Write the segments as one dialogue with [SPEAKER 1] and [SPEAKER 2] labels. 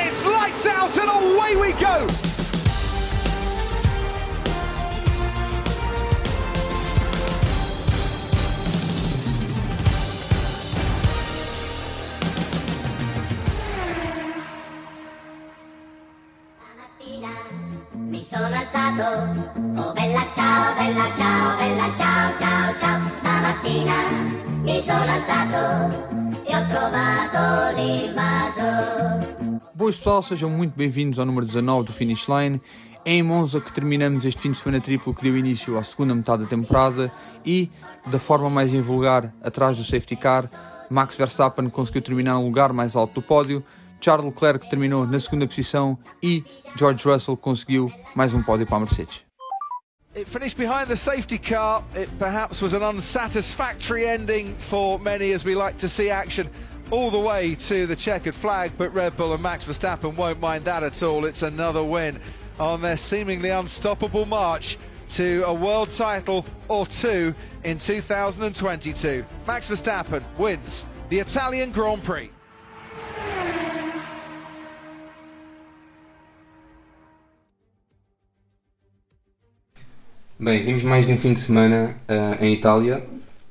[SPEAKER 1] It's out and away we go!
[SPEAKER 2] Stamattina mi sono alzato, oh bella ciao, bella ciao, bella ciao, ciao, ciao. Stamattina mi sono alzato e ho trovato l'invaso.
[SPEAKER 3] Boas pessoal, sejam muito bem-vindos ao número 19 do Finish Line. É em Monza que terminamos este fim de semana triplo que deu início à segunda metade da temporada e, da forma mais invulgar, atrás do safety car, Max Verstappen conseguiu terminar no lugar mais alto do pódio, Charles Leclerc terminou na segunda posição e George Russell conseguiu mais um pódio para a Mercedes.
[SPEAKER 1] It finished behind the safety car. It perhaps was an unsatisfactory ending for many as we like to see action all the way to the checkered flag, but Red Bull and Max Verstappen won't mind that at all. It's another win on their seemingly unstoppable march to a world title or two in 2022. Max Verstappen wins the Italian Grand Prix.
[SPEAKER 4] Bem, vimos mais de um fim de semana ah, em Itália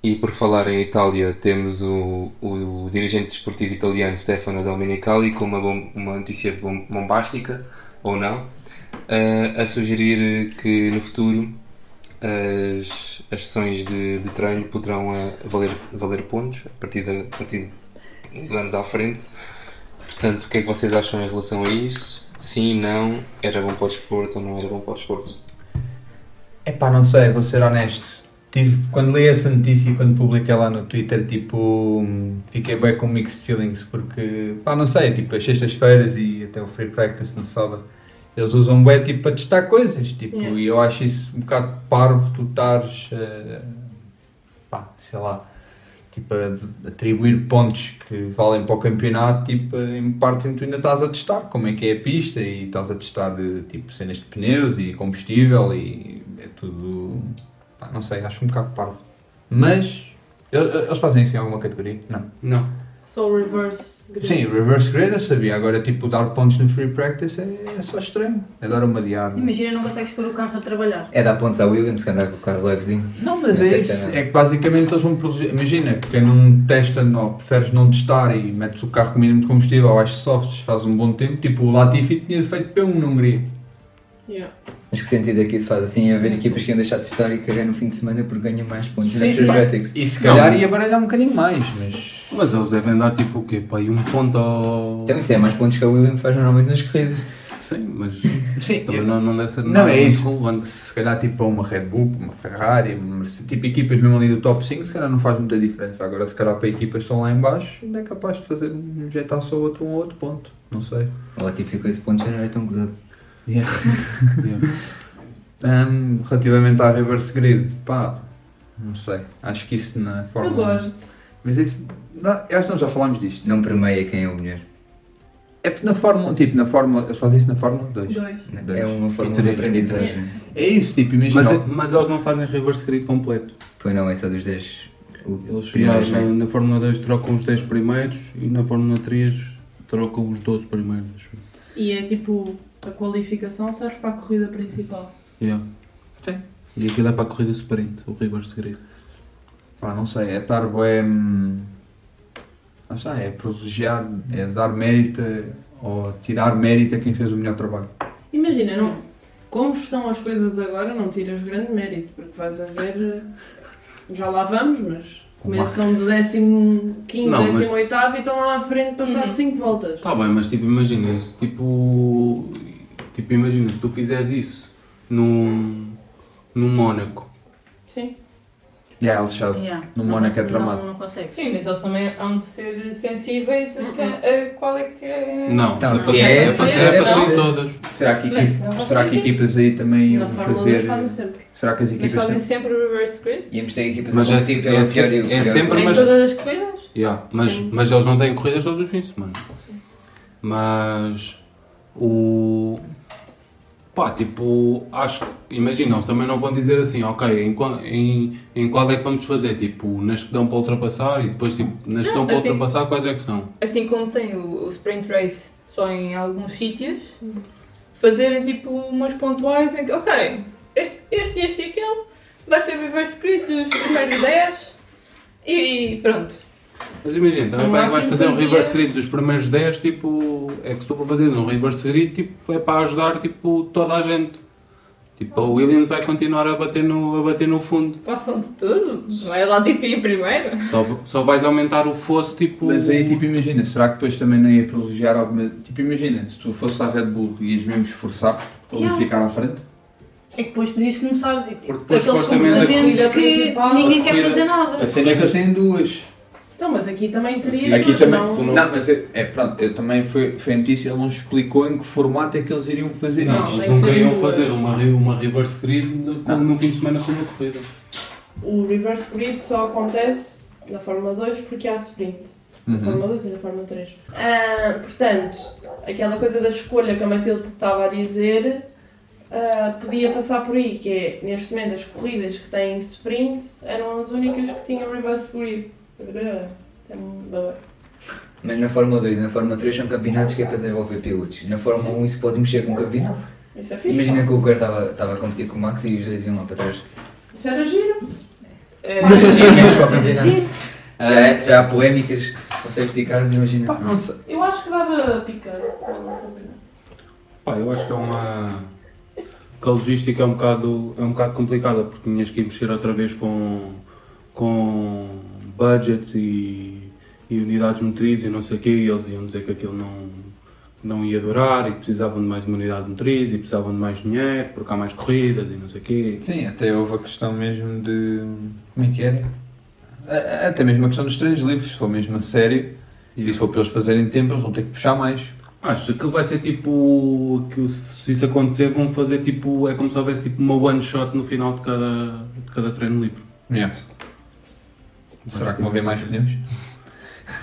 [SPEAKER 4] e por falar em Itália temos o, o dirigente desportivo italiano Stefano Domenicali com uma, bom- uma notícia bom- bombástica, ou não, ah, a sugerir que no futuro as, as sessões de, de treino poderão ah, valer, valer pontos a partir, da- a partir dos anos à frente. Portanto, o que é que vocês acham em relação a isso? Sim, não, era bom para o desporto ou não era bom para o desporto?
[SPEAKER 5] Epá, não sei, vou ser honesto. Tive, quando li essa notícia e quando publiquei lá no Twitter, tipo, hum, fiquei bem com mixed feelings, porque, pá, não sei, tipo, as sextas-feiras e até o free practice no sábado, eles usam bué, tipo, para testar coisas, tipo,
[SPEAKER 6] Yeah.
[SPEAKER 5] e eu acho isso um bocado parvo, tu estares, eh, pá, sei lá, tipo, a de- atribuir pontos que valem para o campeonato, tipo, em parte tu ainda estás a testar como é que é a pista e estás a testar eh, tipo, cenas de pneus e combustível e é tudo. pá, não sei, acho um bocado parvo. Mas eu- eu- eles fazem isso em alguma categoria? Não.
[SPEAKER 4] Não.
[SPEAKER 6] Só o reverse. grid.
[SPEAKER 5] Sim, reverse grid eu sabia, agora tipo dar pontos no free practice é, é só estranho. É dar uma de ar.
[SPEAKER 6] Imagina, não consegues pôr o carro a trabalhar.
[SPEAKER 7] É dar pontos à Williams que andar com o carro levezinho.
[SPEAKER 5] Não, mas
[SPEAKER 7] Não
[SPEAKER 5] é
[SPEAKER 7] testa
[SPEAKER 5] isso.
[SPEAKER 7] nada.
[SPEAKER 5] É que basicamente eles vão produzir. Imagina, quem não testa ou preferes não testar e metes o carro com mínimo de combustível ou as softs, faz um bom tempo. Tipo, o Latifi tinha feito P1 na Hungria.
[SPEAKER 6] Yeah.
[SPEAKER 7] Mas que sentido é que isso faz? Assim, haver equipas que iam deixar de estar e cagar no fim de semana porque ganham mais pontos
[SPEAKER 5] Sim,
[SPEAKER 7] na free
[SPEAKER 5] pá.
[SPEAKER 7] practice.
[SPEAKER 8] E se
[SPEAKER 5] Se calhar
[SPEAKER 8] calhar.
[SPEAKER 5] ia baralhar um bocadinho mais, mas.
[SPEAKER 8] Mas eles devem dar tipo o quê? Pá, aí um ponto ao.
[SPEAKER 7] Então isso é mais pontos que a Williams faz normalmente nas corridas.
[SPEAKER 8] Sim, mas.
[SPEAKER 5] Sim,
[SPEAKER 8] Também não, não deve ser
[SPEAKER 5] Não,
[SPEAKER 8] nada
[SPEAKER 5] é
[SPEAKER 8] muito
[SPEAKER 5] isso.
[SPEAKER 8] relevante.
[SPEAKER 5] Se calhar, tipo, para uma Red Bull, para uma Ferrari, uma Mercedes, tipo, equipas mesmo ali do top 5, se calhar não faz muita diferença. Agora, se calhar, para equipas que estão lá em baixo, ainda é capaz de fazer um jeito só outro, um outro ponto. Não sei.
[SPEAKER 7] O Latifi tipo, ficou esse ponto já não era tão gozado.
[SPEAKER 8] Yeah.
[SPEAKER 5] Ahm, relativamente à reverse grid, pá, não sei. Acho que isso na forma.
[SPEAKER 6] Eu gosto.
[SPEAKER 5] Mas isso. Não, eu acho que nós já falámos disto.
[SPEAKER 7] Não permeia quem é o melhor.
[SPEAKER 5] É porque na Fórmula. Tipo, na Fórmula. Eles fazem isso na Fórmula 2.
[SPEAKER 6] Dois.
[SPEAKER 5] Dois.
[SPEAKER 7] É uma forma de
[SPEAKER 8] três.
[SPEAKER 7] aprendizagem.
[SPEAKER 5] É isso, tipo, imagina.
[SPEAKER 8] Mas, mas eles não fazem reverse grid completo.
[SPEAKER 7] Pois não, é só dos 10. Eles
[SPEAKER 8] Aliás, na, na Fórmula 2 trocam os 10 primeiros e na Fórmula 3 trocam os 12 primeiros. acho eu.
[SPEAKER 6] E é tipo, a qualificação serve para a corrida principal.
[SPEAKER 8] Yeah.
[SPEAKER 5] Sim.
[SPEAKER 8] E aquilo é para a corrida sprint, o reverse grid.
[SPEAKER 5] Pá, não sei, é estar bué. hum, Não sei, é privilegiar, é dar mérito ou tirar mérito a quem fez o melhor trabalho.
[SPEAKER 6] Imagina, não. Como estão as coisas agora, não tiras grande mérito, porque vais a ver. eh, Já lá vamos, mas. Começam de 15,
[SPEAKER 8] Não, mas-
[SPEAKER 6] 18 oitavo e estão lá à frente passado 5 voltas.
[SPEAKER 8] Tá bem, mas tipo, imagina, se tipo. Tipo, imagina, se tu fizeres isso num. num Mónaco.
[SPEAKER 6] Sim.
[SPEAKER 5] E é lixado.
[SPEAKER 6] Yeah.
[SPEAKER 5] No Mónaco é
[SPEAKER 6] consigo-
[SPEAKER 5] tramado.
[SPEAKER 6] Não, não consegue.
[SPEAKER 9] Sim, mas eles também hão de ser sensíveis a, que- a qual é que é.
[SPEAKER 8] Não,
[SPEAKER 7] Então,
[SPEAKER 8] é
[SPEAKER 7] se
[SPEAKER 8] para-
[SPEAKER 7] é,
[SPEAKER 8] é para
[SPEAKER 6] se
[SPEAKER 8] é
[SPEAKER 6] é,
[SPEAKER 8] para
[SPEAKER 6] não.
[SPEAKER 8] ser todas.
[SPEAKER 5] Será que,
[SPEAKER 9] Não,
[SPEAKER 5] equipe-
[SPEAKER 9] isso não vai
[SPEAKER 5] será que
[SPEAKER 9] fazer.
[SPEAKER 5] equipas aí também
[SPEAKER 6] Na
[SPEAKER 5] iam
[SPEAKER 6] Fórmula 2
[SPEAKER 5] fazer.
[SPEAKER 6] fazem sempre.
[SPEAKER 5] Será que as
[SPEAKER 9] Mas
[SPEAKER 5] equipas
[SPEAKER 9] fazem
[SPEAKER 5] têm.
[SPEAKER 9] sempre o reverse grid?
[SPEAKER 7] Íamos ter equipas
[SPEAKER 8] Mas
[SPEAKER 7] a
[SPEAKER 8] é-
[SPEAKER 7] competir
[SPEAKER 8] é
[SPEAKER 7] pela
[SPEAKER 8] se-
[SPEAKER 7] pior e o
[SPEAKER 8] é
[SPEAKER 7] pior.
[SPEAKER 8] sempre-
[SPEAKER 9] Em
[SPEAKER 8] Mas-
[SPEAKER 9] todas as corridas?
[SPEAKER 8] Yeah, mas,
[SPEAKER 6] Sim.
[SPEAKER 8] mas eles não têm corridas todos os fins de semana. Mas o, Pá, tipo, acho que, imagina, eles também não vão dizer assim, ok, em, qua- em, em qual é que vamos fazer? Tipo, nas que dão para ultrapassar e depois, tipo, nas que
[SPEAKER 9] Não,
[SPEAKER 8] dão para
[SPEAKER 9] assim-
[SPEAKER 8] ultrapassar, quais é que são?
[SPEAKER 9] Assim como tem o, o sprint race só em alguns sítios, fazerem tipo umas pontuais em que, ok, este, este, este e aquele vai ser reverse grid dos primeiros 10 e, e pronto.
[SPEAKER 8] Mas imagina, também
[SPEAKER 9] No
[SPEAKER 8] pá, vais
[SPEAKER 9] máximo
[SPEAKER 8] fazer um
[SPEAKER 9] fazia-
[SPEAKER 8] reverse grid dos primeiros 10, tipo, é que se tu para fazer um reverse grid, tipo, é para ajudar, tipo, toda a gente. Tipo, a Williams vai continuar a bater no, a bater no fundo.
[SPEAKER 9] Façam de tudo, vai lá tipo em primeiro.
[SPEAKER 8] Só, só vais aumentar o fosso, tipo...
[SPEAKER 5] Mas aí, tipo, imagina, será que depois também não ia privilegiar alguma. Tipo, imagina, se tu fosses à Red Bull e ias mesmo esforçar para
[SPEAKER 10] Yeah.
[SPEAKER 5] ele ficar à frente,
[SPEAKER 10] É que depois podias começar tipo,
[SPEAKER 8] Porque depois,
[SPEAKER 10] aqueles
[SPEAKER 8] supostamente, a
[SPEAKER 10] comportamentos
[SPEAKER 9] corrida
[SPEAKER 10] que
[SPEAKER 9] principal-
[SPEAKER 10] ninguém quer
[SPEAKER 8] corrida-
[SPEAKER 10] fazer nada.
[SPEAKER 5] a cena é que eles têm duas.
[SPEAKER 6] Então, mas aqui também terias,
[SPEAKER 5] Aqui
[SPEAKER 6] mas
[SPEAKER 5] também.
[SPEAKER 6] não...
[SPEAKER 5] Não, mas é, é, pronto, eu também foi, foi a notícia, ele não explicou em que formato é que eles iriam fazer
[SPEAKER 8] Não,
[SPEAKER 5] isso.
[SPEAKER 6] tem
[SPEAKER 8] eles
[SPEAKER 6] que
[SPEAKER 8] nunca
[SPEAKER 6] ser
[SPEAKER 8] iam
[SPEAKER 6] duas.
[SPEAKER 8] fazer uma, re- uma reverse grid no, com- no fim de semana com uma corrida.
[SPEAKER 6] O reverse grid só acontece na Fórmula 2 porque há sprint.
[SPEAKER 8] Uhum.
[SPEAKER 6] Na Fórmula 2 e na Fórmula 3. Ah, portanto, aquela coisa da escolha é que a Matilde estava a dizer ah, podia passar por aí, que é neste momento as corridas que têm sprint eram as únicas que tinham reverse grid. É um babá.
[SPEAKER 7] Mas na Fórmula 2 e na Fórmula 3 são campeonatos que é para desenvolver pilotos. Na Fórmula 1 isso pode mexer com o campeonato.
[SPEAKER 6] Isso é fixe.
[SPEAKER 7] Imagina que o Coelho estava- estava a competir com o Max e os dois iam lá para trás.
[SPEAKER 6] Isso era giro. Era
[SPEAKER 7] Imagina,
[SPEAKER 8] é
[SPEAKER 7] menos para o
[SPEAKER 6] giro.
[SPEAKER 7] campeonato. Já, é- já há polémicas com safety cars, imagina.
[SPEAKER 5] Pá, não sei.
[SPEAKER 6] Eu acho que dava pica.
[SPEAKER 8] Pá, eu acho que é uma... Que a logística é um bocado, é um bocado complicada, porque tinhas que ir mexer outra vez com, com budgets e, e unidades motrizes e não sei o quê, e eles iam dizer que aquilo não, não ia durar e que precisavam de mais uma unidade motriz e precisavam de mais dinheiro, porque há mais corridas e não sei o quê.
[SPEAKER 5] Sim, até houve a questão mesmo de. Como é que era? A- a- Até mesmo a questão dos treinos livres, se for mesmo a sério, e se for para eles fazerem tempo, eles vão ter que puxar mais.
[SPEAKER 8] Acho que vai ser tipo. que se isso acontecer, vão fazer tipo. é como se houvesse tipo uma one shot no final de cada, de cada treino livre.
[SPEAKER 5] Yeah. Será que vão haver mais pneus?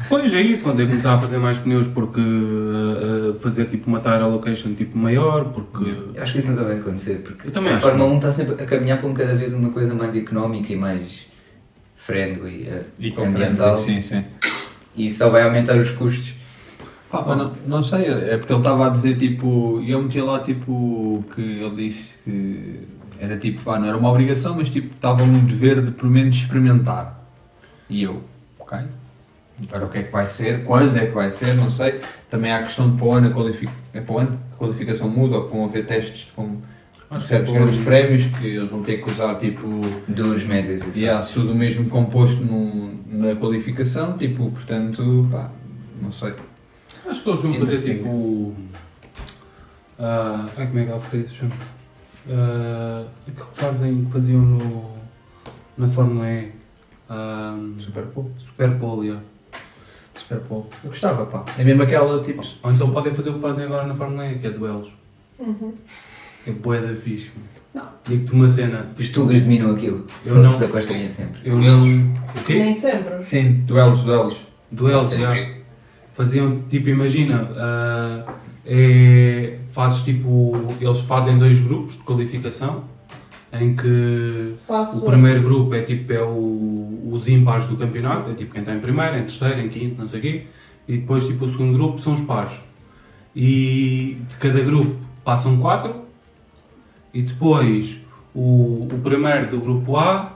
[SPEAKER 8] Pois é isso, vão ter que começar a fazer mais pneus porque. uh, uh, fazer tipo uma tire allocation tipo maior, porque.
[SPEAKER 7] Eu acho que isso nunca vai acontecer, porque
[SPEAKER 8] Eu também
[SPEAKER 7] a
[SPEAKER 8] acho
[SPEAKER 7] Fórmula
[SPEAKER 8] que
[SPEAKER 7] 1 está sempre a caminhar para um cada vez uma coisa mais económica e mais friendly, eh, ambiental,
[SPEAKER 5] Sim, sim.
[SPEAKER 7] e isso só vai aumentar os custos.
[SPEAKER 5] Pá, mas não, não sei, é porque ele estava a dizer tipo, e eu meti lá tipo, que ele disse que era tipo, pá, não era uma obrigação, mas tipo, estava no dever de pelo menos experimentar. E eu, ok? Agora o que é que vai ser, quando é que vai ser, não sei. Também há a questão de para o ano, a qualifi- é para o ano? a qualificação muda, ou que vão haver testes com
[SPEAKER 8] Acho que
[SPEAKER 5] certos
[SPEAKER 8] é para o
[SPEAKER 5] grandes
[SPEAKER 8] ano.
[SPEAKER 5] prémios que eles vão ter que usar tipo
[SPEAKER 7] Duas médias e
[SPEAKER 5] e há tudo o mesmo composto no- na qualificação, tipo, portanto, pá, não sei.
[SPEAKER 8] Acho que eles vão fazer
[SPEAKER 5] Interesting.
[SPEAKER 8] tipo. ah, ai, como é que é o que isso chama? Ah, aquilo que fazem, que faziam no, na Fórmula E. ah,
[SPEAKER 5] Super cool.
[SPEAKER 8] Super Pole, yeah.
[SPEAKER 5] Super cool. Eu gostava, pá. É mesmo aquela, tipo,
[SPEAKER 8] Ou então podem fazer o que fazem agora na Fórmula E, que é duelos. É boé da fixe. meu. Digo-te uma cena.
[SPEAKER 7] Os
[SPEAKER 8] tipo,
[SPEAKER 7] tugas dominam aquilo.
[SPEAKER 8] Eu
[SPEAKER 7] Fala-se
[SPEAKER 8] não.
[SPEAKER 7] da Costa Rica sempre.
[SPEAKER 8] Eu não. O quê?
[SPEAKER 6] Nem sempre.
[SPEAKER 5] sim, duelos, duelos.
[SPEAKER 8] Duelos,
[SPEAKER 7] Sim.
[SPEAKER 8] já. Faziam, tipo, imagina, ah, é, fazes tipo. Eles fazem dois grupos de qualificação em que
[SPEAKER 6] Faço
[SPEAKER 8] o primeiro grupo é tipo é o, os ímpares do campeonato, é tipo quem está em primeiro, em terceiro, em quinto, não sei o quê, e depois tipo o segundo grupo são os pares. E de cada grupo passam quatro e depois o, o primeiro do grupo A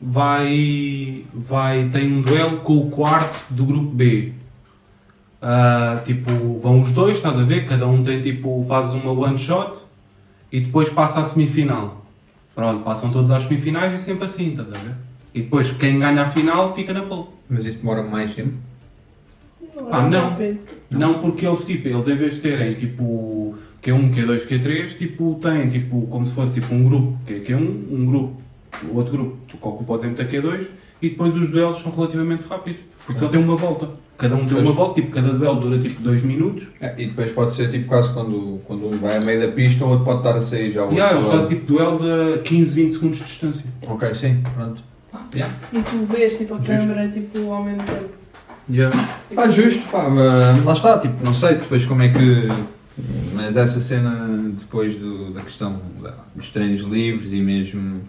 [SPEAKER 8] vai, vai tem um duelo com o quarto do grupo B. Ah, tipo, vão os dois, estás a ver? Cada um tem tipo, faz uma one shot e depois passa à semifinal. Pronto, passam todos às semifinais e sempre assim, estás a ver? E depois quem ganha a final fica na pole.
[SPEAKER 5] Mas isso demora mais tempo.
[SPEAKER 8] Ah, não. Não porque eles, tipo, eles em vez de terem tipo Q1, Q2, Q3, tipo, têm tipo, como se fosse tipo um grupo que é Q1, um grupo, o outro grupo que ocupa o tempo da Q2 e depois os duelos são relativamente rápidos. Porque só tem uma volta. Cada um tem
[SPEAKER 5] Pois.
[SPEAKER 8] uma volta, tipo, cada duelo dura tipo 2 minutos.
[SPEAKER 5] É, e depois pode ser, tipo, quase quando, quando um vai a meio da pista, o outro pode estar a sair já. o
[SPEAKER 8] E ah, eles
[SPEAKER 5] outro
[SPEAKER 8] fazem tipo duelos a 15, 20 segundos de distância.
[SPEAKER 5] Ok, sim, pronto. Yeah.
[SPEAKER 6] E tu vês tipo a
[SPEAKER 8] Justo.
[SPEAKER 6] câmera tipo, ao mesmo tempo.
[SPEAKER 5] Pá, justo, pá, mas lá está, tipo, não sei depois como é que. Mas mas essa cena depois do- da questão da- dos treinos livres e mesmo.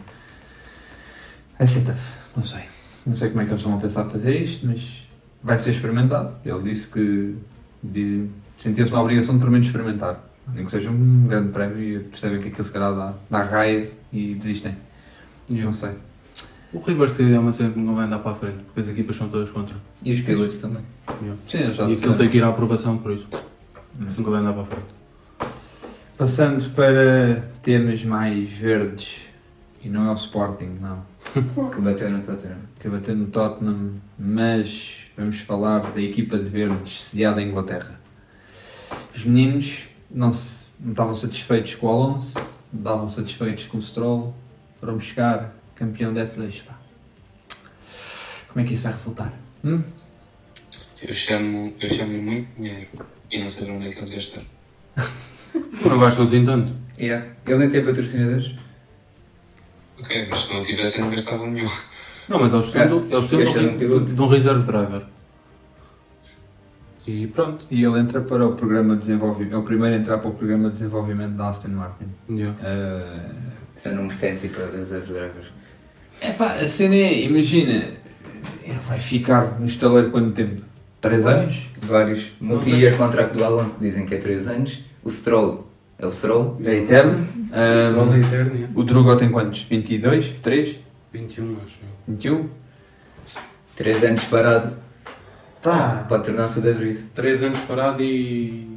[SPEAKER 5] É setup, não sei. Não sei como é que eles estão a pensar fazer isto, mas vai ser experimentado. Ele disse que diz- sentia-se na obrigação de pelo menos experimentar. Nem que seja um grande prémio e percebem que aquilo se calhar dá, dá raia e desistem. Não sei.
[SPEAKER 8] O River se calhar é uma cena que não vai andar para a frente, porque as equipas são todas contra.
[SPEAKER 7] E os pilotos também.
[SPEAKER 8] Yeah.
[SPEAKER 5] Sim, eu já
[SPEAKER 8] E
[SPEAKER 5] sei.
[SPEAKER 8] aquilo tem que ir à aprovação por isso. Isso nunca vai andar para a frente.
[SPEAKER 5] Passando para temas mais verdes, e não é o Sporting, não,
[SPEAKER 7] Que bateu no Tottenham.
[SPEAKER 5] que bateu no Tottenham, mas vamos falar da equipa de verdes sediada em Inglaterra. Os meninos não, se- não estavam satisfeitos com o Alonso, não estavam satisfeitos com o Stroll, foram buscar campeão da F2. pá. Como é que isso vai resultar? Hum?
[SPEAKER 4] Eu chamo, eu chamo muito dinheiro e não sei onde é que ele gastar.
[SPEAKER 8] Tu não gastam assim tanto.
[SPEAKER 7] Yeah. Ele nem tem patrocinadores.
[SPEAKER 4] Ok, mas se não tivesse, eu não gastava nenhum.
[SPEAKER 8] Não, mas eles precisam, do, eles precisam
[SPEAKER 7] Este é
[SPEAKER 8] de,
[SPEAKER 7] um
[SPEAKER 8] um,
[SPEAKER 7] piloto.
[SPEAKER 8] de, um reserve driver. E pronto.
[SPEAKER 5] E ele entra para o programa de desenvolvimento, é o primeiro a entrar para o programa de desenvolvimento da Aston Martin.
[SPEAKER 8] Yeah.
[SPEAKER 5] Eh,
[SPEAKER 7] Isso é um nome fancy para os drivers.
[SPEAKER 5] É pá, a cena é, imagina, ele vai ficar no estaleiro quanto tempo? 3 anos?
[SPEAKER 7] Vários. Multi-year contract do Alonso que dizem que é 3 anos. O Stroll é o Stroll.
[SPEAKER 5] É eterno.
[SPEAKER 8] Futebol da
[SPEAKER 5] Ahm,
[SPEAKER 8] Eternia.
[SPEAKER 5] o Drogo tem quantos? 22? 3?
[SPEAKER 8] 21, acho eu.
[SPEAKER 5] 21?
[SPEAKER 7] 3 anos parado.
[SPEAKER 5] Tá.
[SPEAKER 7] Pode tornar-se o De Vries.
[SPEAKER 8] 3 anos parado e.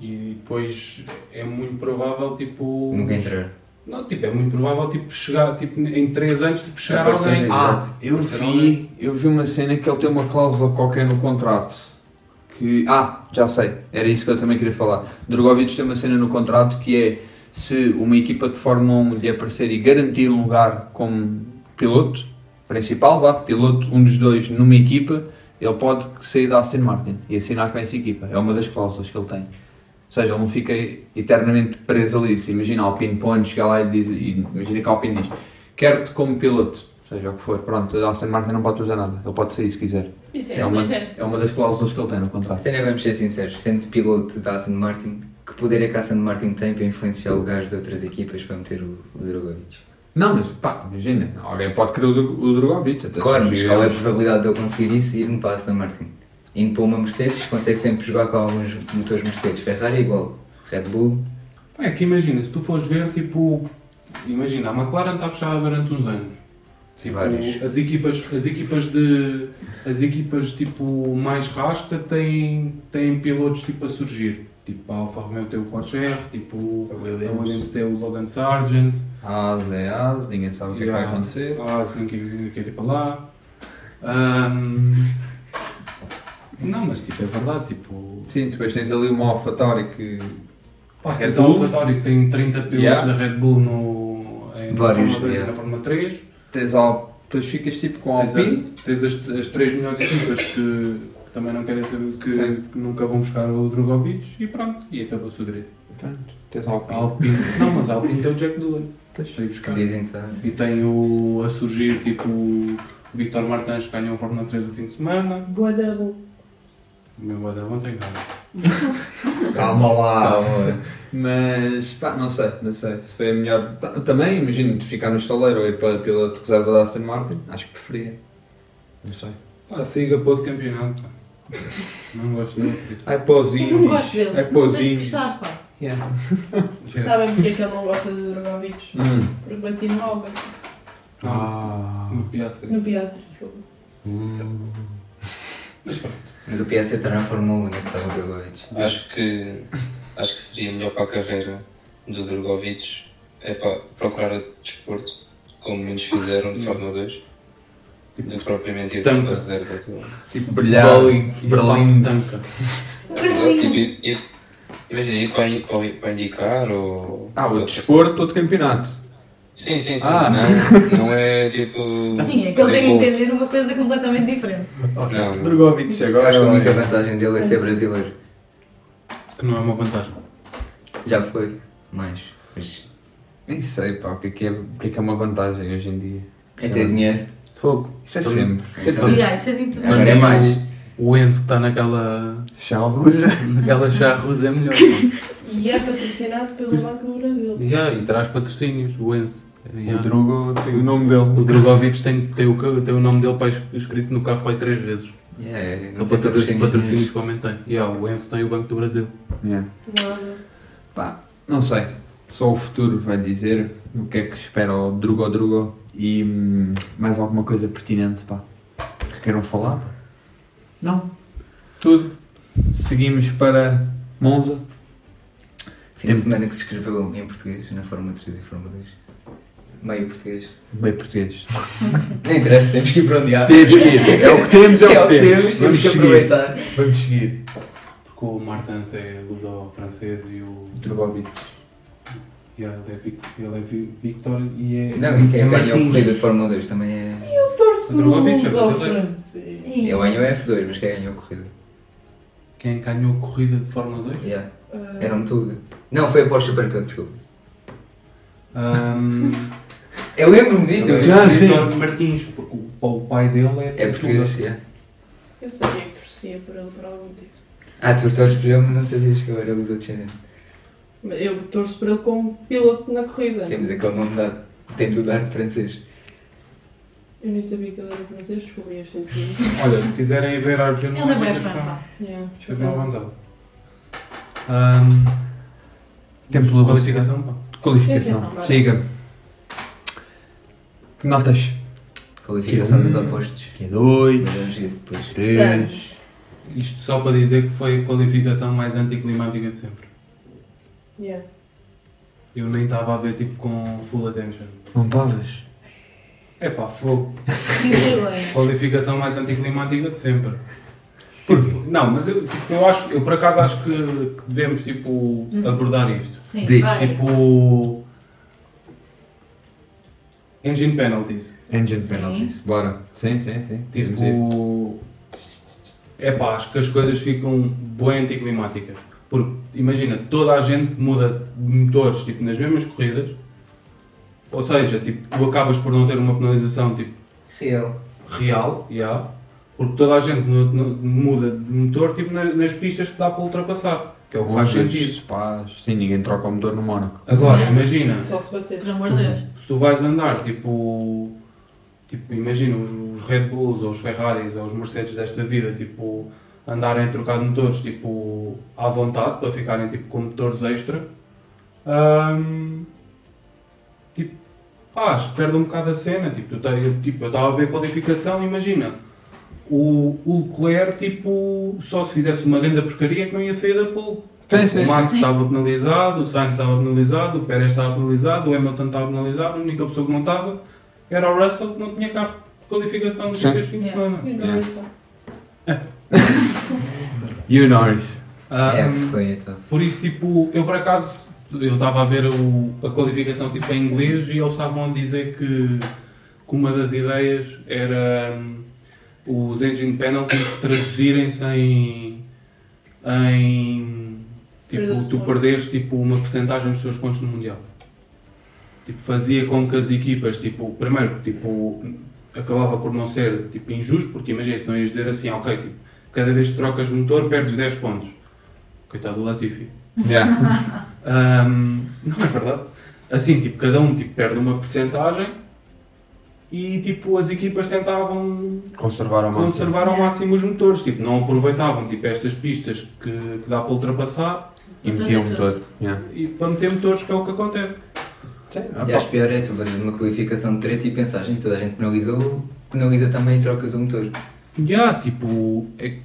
[SPEAKER 8] E depois é muito provável, tipo.
[SPEAKER 7] Nunca entrar.
[SPEAKER 8] Não, tipo, é muito provável, tipo, chegar, tipo, em 3 anos, tipo, chegar
[SPEAKER 7] Aparecer
[SPEAKER 8] alguém.
[SPEAKER 7] aí.
[SPEAKER 5] Ah, eu
[SPEAKER 8] Aparecer
[SPEAKER 5] vi,
[SPEAKER 8] alguém.
[SPEAKER 5] eu vi uma cena que ele tem uma cláusula qualquer no contrato. Que, ah, já sei, era isso que eu também queria falar. Drogovic tem uma cena no contrato que é se uma equipa de Fórmula 1 lhe aparecer e garantir um lugar como piloto principal, vá, piloto, um dos dois numa equipa, ele pode sair da Aston Martin e assinar com essa equipa. É uma das cláusulas que ele tem. Ou seja, ele não fica eternamente preso ali. Se imagina a Alpine Pond chegar lá e diz, e imagina que a Alpine diz, quero-te como piloto, seja o que for, pronto, a Aston Martin não pode fazer nada, ele pode sair se quiser.
[SPEAKER 9] Isso
[SPEAKER 5] É
[SPEAKER 9] é
[SPEAKER 5] uma,
[SPEAKER 9] inteligente.
[SPEAKER 5] é uma das cláusulas que ele tem no contrato.
[SPEAKER 7] Sem nem é, vamos ser sinceros, sendo piloto da Aston Martin, que poder é que a Aston Martin tem para influenciar o gajo de outras equipas para meter o, o Drogovic?
[SPEAKER 5] Não, mas pá, imagina, alguém pode querer o, Dro- o Drogovic. até se os
[SPEAKER 7] Cornos, qual é a
[SPEAKER 5] jogadores-
[SPEAKER 7] probabilidade de eu conseguir isso e ir-me para a Aston Martin? Indo para uma Mercedes, consegue sempre jogar com alguns motores Mercedes. Ferrari é igual, Red Bull,
[SPEAKER 8] É que imagina, se tu fores ver, tipo, imagina, a McLaren está fechada durante uns anos. Tipo,
[SPEAKER 7] Vários.
[SPEAKER 8] as equipas, as equipas de as equipas tipo mais rasca têm, têm pilotos tipo a surgir. Tipo, a Alfa Romeo tem o Porsche R, tipo, a Williams, tem o Logan Sargent,
[SPEAKER 5] As é as, ninguém sabe o que é que vai
[SPEAKER 8] Yeah.
[SPEAKER 5] acontecer.
[SPEAKER 8] Ah, se não quer, quer ir para lá. Ahm, não, mas tipo, é verdade, tipo,
[SPEAKER 5] Sim, depois tens ali uma alfatória que
[SPEAKER 8] Pá,
[SPEAKER 5] Red
[SPEAKER 8] tens a
[SPEAKER 5] Bull.
[SPEAKER 8] Alvatório que tem 30 pilotos
[SPEAKER 5] Yeah.
[SPEAKER 8] da Red Bull no, em, na
[SPEAKER 7] Vários,
[SPEAKER 8] Fórmula 2
[SPEAKER 7] yeah.
[SPEAKER 8] e na Fórmula 3.
[SPEAKER 5] tens al... depois ficas tipo com a
[SPEAKER 8] Tens,
[SPEAKER 5] Alpine.
[SPEAKER 8] a, tens as, as três melhores equipas que, que também não querem saber que,
[SPEAKER 5] Sim.
[SPEAKER 8] que nunca vão buscar o Drogovic e pronto, e acabou-se o direito.
[SPEAKER 5] Pronto, tens
[SPEAKER 8] A
[SPEAKER 5] Alpine.
[SPEAKER 8] Alpine, não, mas a Alpine tem o Jack Doolan para ir
[SPEAKER 7] que
[SPEAKER 8] buscar.
[SPEAKER 7] dizem que tá. está.
[SPEAKER 8] E tem o, a surgir tipo o Victor Martins que ganhou a Fórmula 3 no fim de semana.
[SPEAKER 6] Boa da bom.
[SPEAKER 8] O meu badão não tem nada.
[SPEAKER 5] Calma lá.
[SPEAKER 7] Calma,
[SPEAKER 5] Mas, pá, não sei, não sei. Se foi a melhor. Tá- Também, imagino de ficar no estaleiro ou ir para pela reserva da Aston Martin, acho que preferia. Não sei.
[SPEAKER 8] Ah, siga para outro campeonato. pá. Não gosto muito disso.
[SPEAKER 5] Ah, É pozinho.
[SPEAKER 6] Não gosto deles.
[SPEAKER 5] É
[SPEAKER 6] não tens de
[SPEAKER 5] pozinho.
[SPEAKER 6] gostar, pá.
[SPEAKER 5] Yeah.
[SPEAKER 6] Sabem porque é que ele não gosta de Drogovic?
[SPEAKER 5] Hum.
[SPEAKER 6] Porque bati no Albert,
[SPEAKER 5] Ah.
[SPEAKER 8] No Piastri.
[SPEAKER 6] no Piazza, desculpa.
[SPEAKER 8] Mas pronto.
[SPEAKER 7] mas o PS está na Fórmula 1, né, que está o Drogovic.
[SPEAKER 4] Acho que, acho que seria melhor para a carreira do Drogovic é para procurar outro desporto, como muitos fizeram de Fórmula 2, do que propriamente ir para
[SPEAKER 8] Tanto.
[SPEAKER 4] a reserva. do-
[SPEAKER 5] Tipo brilhar. Berlim.
[SPEAKER 8] Tanca.
[SPEAKER 4] Tipo, ir- ir- Imagina ir para, in- para, para indicar ou.
[SPEAKER 5] Ah, o desporto, outro campeonato.
[SPEAKER 4] Sim, sim, sim.
[SPEAKER 5] Ah.
[SPEAKER 4] Não, não é tipo.
[SPEAKER 10] Sim, é que ele tem que
[SPEAKER 4] golfe.
[SPEAKER 10] entender uma coisa completamente diferente.
[SPEAKER 4] Não, não.
[SPEAKER 5] Drogovic é
[SPEAKER 7] Acho que a única vantagem dele é ser brasileiro.
[SPEAKER 8] Que não é uma vantagem.
[SPEAKER 7] Já foi, mais. Mas
[SPEAKER 5] Nem sei, pá, o que é, que é, o que é que é uma vantagem hoje em dia.
[SPEAKER 7] é ter dinheiro.
[SPEAKER 5] Fogo. Isso é sempre.
[SPEAKER 6] tipo
[SPEAKER 7] Então-
[SPEAKER 10] E, ah, isso é assim tudo.
[SPEAKER 7] Agora é mais.
[SPEAKER 8] o Enzo que está naquela,
[SPEAKER 5] Charrusa.
[SPEAKER 8] naquela charrusa é melhor.
[SPEAKER 6] E é patrocinado pelo Banco do Brasil.
[SPEAKER 8] Yeah, e traz patrocínios, o Enzo.
[SPEAKER 5] O
[SPEAKER 8] Yeah.
[SPEAKER 5] Drogo tem o nome dele.
[SPEAKER 8] O Drogovic tem, tem, o, ca- tem o nome dele para es- escrito no carro para aí três vezes.
[SPEAKER 7] Yeah, é,
[SPEAKER 8] Só
[SPEAKER 7] não tem
[SPEAKER 8] para todos os
[SPEAKER 7] patrocínio
[SPEAKER 8] patrocínios que o homem tem. Yeah, o Enzo tem o Banco do Brasil.
[SPEAKER 5] Yeah.
[SPEAKER 6] Nada.
[SPEAKER 5] Pá, não sei. Só o futuro vai dizer o que é que espera o Drugo Drugo e hum, mais alguma coisa pertinente pá, que queiram falar. Não. Tudo. Seguimos para Monza.
[SPEAKER 7] Fim de
[SPEAKER 5] Tem-
[SPEAKER 7] semana que se escreveu em português, na Fórmula 3 e Fórmula 2. Meio português.
[SPEAKER 5] Bem português.
[SPEAKER 7] Não interessa, temos que ir para onde há.
[SPEAKER 5] Temos que ir. É o que temos, é o que temos.
[SPEAKER 7] temos, temos que
[SPEAKER 5] seguir.
[SPEAKER 7] aproveitar.
[SPEAKER 5] Vamos seguir.
[SPEAKER 8] Porque o Martins é luso-francês e o.
[SPEAKER 5] Drogovic.
[SPEAKER 8] Yeah, ele, é Vic, ele é Vi- Victor e é.
[SPEAKER 7] Não, e quem ganha o
[SPEAKER 8] Martins.
[SPEAKER 7] corrida de Fórmula 2 também é.
[SPEAKER 10] Eu torço por um
[SPEAKER 8] Drogovic é
[SPEAKER 10] luso
[SPEAKER 8] brasileiro.
[SPEAKER 10] francês.
[SPEAKER 7] Eu ganho o F2, mas quem ganhou a corrida?
[SPEAKER 8] Quem ganhou a corrida de Fórmula 2?
[SPEAKER 7] Yeah.
[SPEAKER 6] Ah,
[SPEAKER 7] Era um Tuga. Não, foi após o Supercup, desculpa.
[SPEAKER 8] Ahm,
[SPEAKER 7] Eu lembro-me disto, eu
[SPEAKER 8] ele é
[SPEAKER 5] Ah, sim.
[SPEAKER 8] Victor Martins, porque o, o pai dele é.
[SPEAKER 7] É português, yeah.
[SPEAKER 6] Eu sabia que torcia por ele por algum motivo.
[SPEAKER 7] Ah, tu torces por ele, mas não sabias que eu era luso-descendente.
[SPEAKER 6] Mas Eu torço por ele como piloto na corrida.
[SPEAKER 7] Sim, mas aquele nome dá. Tem tudo ar de francês.
[SPEAKER 6] Eu nem sabia que ele era francês, desculpa, eu sinto
[SPEAKER 8] Olha, se quiserem ver a Argentina.
[SPEAKER 10] Ele é bem
[SPEAKER 8] Deixa
[SPEAKER 10] franco.
[SPEAKER 6] yeah.
[SPEAKER 8] eu ver o nome dela. Ahm,
[SPEAKER 5] Tempo pela velocidade.
[SPEAKER 8] qualificação, pá.
[SPEAKER 5] Qualificação. Siga. Notas. é
[SPEAKER 7] Qualificação
[SPEAKER 5] Que-
[SPEAKER 7] dos opostos.
[SPEAKER 5] Que é dois.
[SPEAKER 7] Mas vamos a isso depois.
[SPEAKER 6] Portanto,
[SPEAKER 8] Isto só para dizer que foi a qualificação mais anticlimática de sempre.
[SPEAKER 6] yeah.
[SPEAKER 8] Eu nem estava a ver tipo com full attention.
[SPEAKER 5] Não estavas?
[SPEAKER 8] É pá, fogo.
[SPEAKER 10] Incrível.
[SPEAKER 8] Qualificação mais anticlimática de sempre. Tipo, não, mas eu, tipo, eu acho, eu por acaso acho que, que devemos tipo,
[SPEAKER 10] Hum.
[SPEAKER 8] abordar isto.
[SPEAKER 10] Sim,
[SPEAKER 5] Diz.
[SPEAKER 10] vai.
[SPEAKER 8] Tipo. Engine penalties.
[SPEAKER 5] Engine
[SPEAKER 10] Sim.
[SPEAKER 5] penalties. Bora. Sim, sim, sim. Temos isso.
[SPEAKER 8] Tipo. É pá, acho que as coisas ficam bem anticlimáticas. Porque imagina, toda a gente muda de motores tipo, nas mesmas corridas, ou seja, tipo, tu acabas por não ter uma penalização tipo,
[SPEAKER 7] Real.
[SPEAKER 8] real, yeah, porque toda a gente no- no- muda de motor tipo, na- nas pistas que dá para ultrapassar, que é o que faz
[SPEAKER 5] Luzes,
[SPEAKER 8] sentido.
[SPEAKER 5] pás. Sim, ninguém troca o motor no Mónaco.
[SPEAKER 8] Agora, imagina,
[SPEAKER 6] Só se bater.
[SPEAKER 10] Por amor de Deus.
[SPEAKER 8] se tu vais andar tipo, tipo imagina os, os Red Bulls ou os Ferraris ou os Mercedes desta vida tipo andarem a trocar de motores tipo à vontade para ficarem tipo com motores extra hum, tipo pá, acho que perde um bocado a cena tipo, tu tens- eu- tipo eu estava a ver qualificação imagina o, o Leclerc tipo só se fizesse uma grande porcaria que não ia sair da pole
[SPEAKER 5] Sim, sim,
[SPEAKER 8] o Max
[SPEAKER 10] sim.
[SPEAKER 8] estava penalizado, o Sainz estava penalizado, o Pérez estava penalizado, o Hamilton estava penalizado, a única pessoa que não estava era o Russell que não tinha carro de qualificação nos
[SPEAKER 5] Sim.
[SPEAKER 8] três fins de semana.
[SPEAKER 6] E não
[SPEAKER 5] Yeah.
[SPEAKER 6] é só.
[SPEAKER 5] E o Norris?
[SPEAKER 8] Ah,
[SPEAKER 7] É, foi então.
[SPEAKER 8] por isso, tipo, eu por acaso, eu estava a ver o- a qualificação tipo, em inglês e eles estavam a dizer que, que uma das ideias era hum, os engine penalties traduzirem-se em, em, tipo,
[SPEAKER 6] Perdas de
[SPEAKER 8] tu
[SPEAKER 6] pontos.
[SPEAKER 8] perderes tipo, uma porcentagem dos teus pontos no Mundial. Tipo, fazia com que as equipas, tipo, primeiro, tipo, acabava por não ser tipo, injusto, porque imagina que não ias dizer assim, ah, ok, tipo, cada vez que trocas de motor perdes 10 pontos. Coitado do Latifi.
[SPEAKER 5] Yeah.
[SPEAKER 8] Ahm, não é verdade. Assim, tipo, cada um tipo, perde uma porcentagem e tipo, as equipas tentavam
[SPEAKER 5] Conservar a massa.
[SPEAKER 8] conservar ao máximo os motores, tipo, não aproveitavam tipo, estas pistas que, que dá para ultrapassar
[SPEAKER 5] E metia o motor. Yeah.
[SPEAKER 8] e para meter motores que é o que acontece.
[SPEAKER 5] Sim,
[SPEAKER 8] Ah,
[SPEAKER 7] E acho pior é tu fazes uma qualificação de treta e pensares, "Ih, toda a gente penalizou, penaliza também e trocas o motor.
[SPEAKER 8] E há, tipo, é que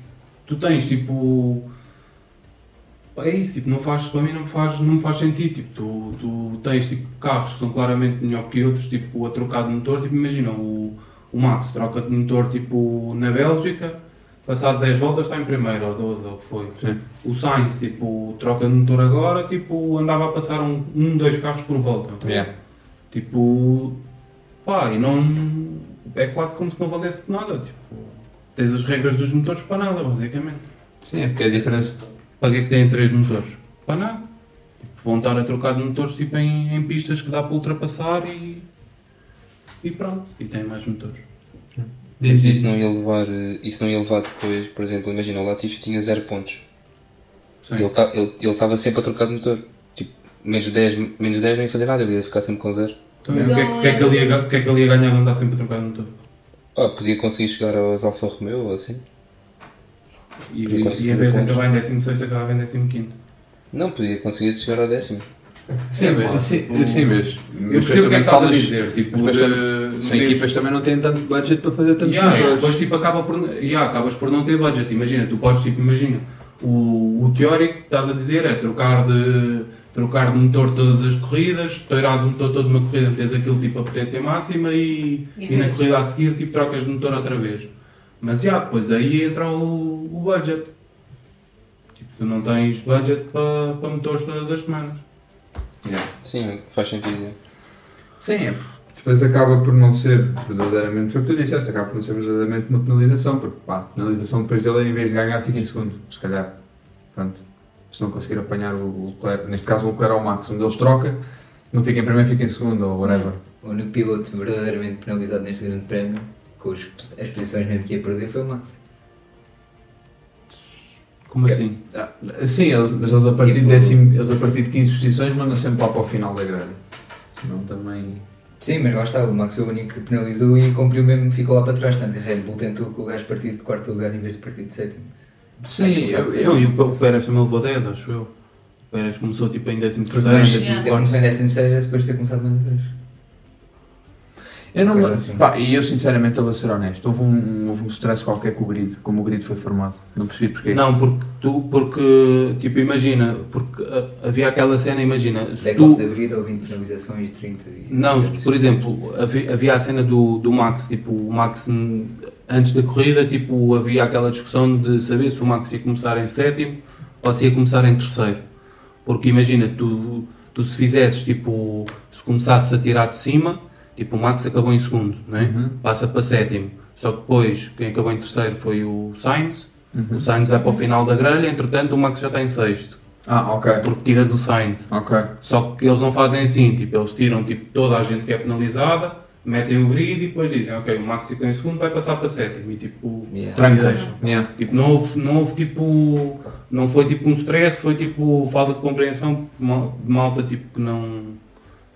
[SPEAKER 8] tu tens tipo. pá, É isso, tipo, não faz, para mim não faz, não faz sentido. Tipo, tu, tu tens tipo, carros que são claramente melhor que outros, tipo, a trocar de motor. Tipo, imagina, o, o Max troca de motor tipo, na Bélgica, passado 10 voltas está em primeiro, ou 12, ou o que foi.
[SPEAKER 5] Sim.
[SPEAKER 8] O Sainz, tipo, troca de motor agora, tipo, andava a passar um, um dois carros por volta.
[SPEAKER 5] Yeah.
[SPEAKER 8] Tipo, pá, e não. É quase como se não valesse de nada. Tipo, tens as regras dos motores para nada, basicamente.
[SPEAKER 5] Sim, é porque é diferente.
[SPEAKER 8] Para que é que têm três motores? Para nada. Tipo, vão estar a trocar de motores tipo, em, em pistas que dá para ultrapassar e. e pronto. E tem mais motores.
[SPEAKER 4] Mas isso não ia levar, eh, isso não ia levar depois, por exemplo, imagina o Latifi tinha 0 pontos.
[SPEAKER 8] Sim.
[SPEAKER 4] Ele estava ele, ele tava sempre a trocar de motor. Tipo, menos 10, menos 10 não ia fazer nada, ele ia ficar sempre com 0.
[SPEAKER 8] Então, o, que é, o que é que ele ia, ga- o que é que ele ia ganhar não está sempre a trocar no motor?
[SPEAKER 4] Ah, podia conseguir chegar aos Alfa Romeo ou assim?
[SPEAKER 8] E,
[SPEAKER 4] Podia
[SPEAKER 8] e
[SPEAKER 4] conseguir
[SPEAKER 8] em
[SPEAKER 4] fazer
[SPEAKER 8] vez de
[SPEAKER 4] pontos.
[SPEAKER 8] acabar em 16 acabava em 15
[SPEAKER 4] Não, podia conseguir chegar ao décimo.
[SPEAKER 5] Sim,
[SPEAKER 8] pá,
[SPEAKER 5] mas, sim,
[SPEAKER 8] tipo,
[SPEAKER 5] sim, mas,
[SPEAKER 8] Eu percebo o que é que estás a dizer. Tipo,
[SPEAKER 5] mas
[SPEAKER 8] de- não
[SPEAKER 5] São
[SPEAKER 8] tens-
[SPEAKER 5] equipas também não têm tanto é. budget para fazer tantos
[SPEAKER 8] Yeah,
[SPEAKER 5] motores.
[SPEAKER 8] depois tipo, acaba por, yeah, acabas por não ter budget. Imagina, tu podes, tipo, imagina, o, o teórico que estás a dizer é trocar de, trocar de motor todas as corridas, toirás o motor toda uma corrida, tens aquilo tipo a potência máxima e, e na corrida a seguir tipo, trocas de motor outra vez. Mas yeah, depois aí entra o, o budget. Tipo, tu não tens budget para para motores todas as semanas.
[SPEAKER 4] Sim, faz sentido. é.
[SPEAKER 5] Sim, é. Depois acaba por não ser verdadeiramente, foi o que tu disseste, acaba por não ser verdadeiramente uma penalização, porque pá, a penalização depois dele, em vez de ganhar, fica em segundo, se calhar. Pronto. Se não conseguir apanhar o Leclerc, neste caso o Leclerc ou o Max, um deles troca, não fica em primeiro, fica em segundo, ou whatever.
[SPEAKER 7] O único piloto verdadeiramente penalizado neste grande prémio, com os- as posições mesmo que ia perder, foi o Max.
[SPEAKER 8] Como assim?
[SPEAKER 5] Ah, Sim, eles- mas eles a, partir
[SPEAKER 7] Tipo-
[SPEAKER 5] de décimo, eles a partir de 15 posições mandam sempre lá para o final da grelha. Senão também.
[SPEAKER 7] Sim, mas lá está, o Max foi o único que penalizou e cumpriu mesmo, ficou lá para trás. Tanto que a Red Bull tentou que o gajo partisse de quarto lugar em vez de partir de sétimo.
[SPEAKER 5] é
[SPEAKER 8] Sim, eu, eu e o Pe- o Pérez também levou 10, acho eu. O Pérez começou tipo em 13 terceiro, em
[SPEAKER 7] Mas
[SPEAKER 10] sim,
[SPEAKER 7] eu
[SPEAKER 8] 14
[SPEAKER 7] comecei em décimo sério, era suposto ter começado mais atrás.
[SPEAKER 5] Eu não.
[SPEAKER 7] Coisa assim.
[SPEAKER 5] Pá, e eu sinceramente estou a ser honesto, houve um, houve um stress qualquer com o grid, como o grid foi formado. Não percebi porquê.
[SPEAKER 8] Não, porque tu, porque, tipo, imagina, porque ah, havia aquela cena, imagina, se
[SPEAKER 7] Back-off da
[SPEAKER 8] tu,
[SPEAKER 7] brida ou 20 penalizações, 30 e
[SPEAKER 8] não, se,
[SPEAKER 7] isso.
[SPEAKER 8] por exemplo, havia, havia a cena do, do Max, tipo, o Max hum, antes da corrida, tipo, havia aquela discussão de saber se o Max ia começar em sétimo ou se ia começar em terceiro, porque imagina, tu, tu se fizesses, tipo, se começasses a tirar de cima, tipo, o Max acabou em segundo, não é? Passa para sétimo, só que depois, quem acabou em terceiro foi o Sainz, o Sainz vai para o final da grelha, entretanto o Max já está em sexto
[SPEAKER 5] Ah, ok.
[SPEAKER 8] porque tiras o Sainz.
[SPEAKER 5] Ok.
[SPEAKER 8] Só que eles não fazem assim, tipo, eles tiram tipo, toda a gente que é penalizada, metem o grid e depois dizem, ok, o Max ficou em segundo, vai passar para sétimo e tipo,
[SPEAKER 7] Yeah.
[SPEAKER 8] tranquilo. deixam.
[SPEAKER 5] Yeah.
[SPEAKER 8] Tipo, não houve, não houve tipo, não foi tipo um stress, foi tipo falta de compreensão mal- de malta tipo que não...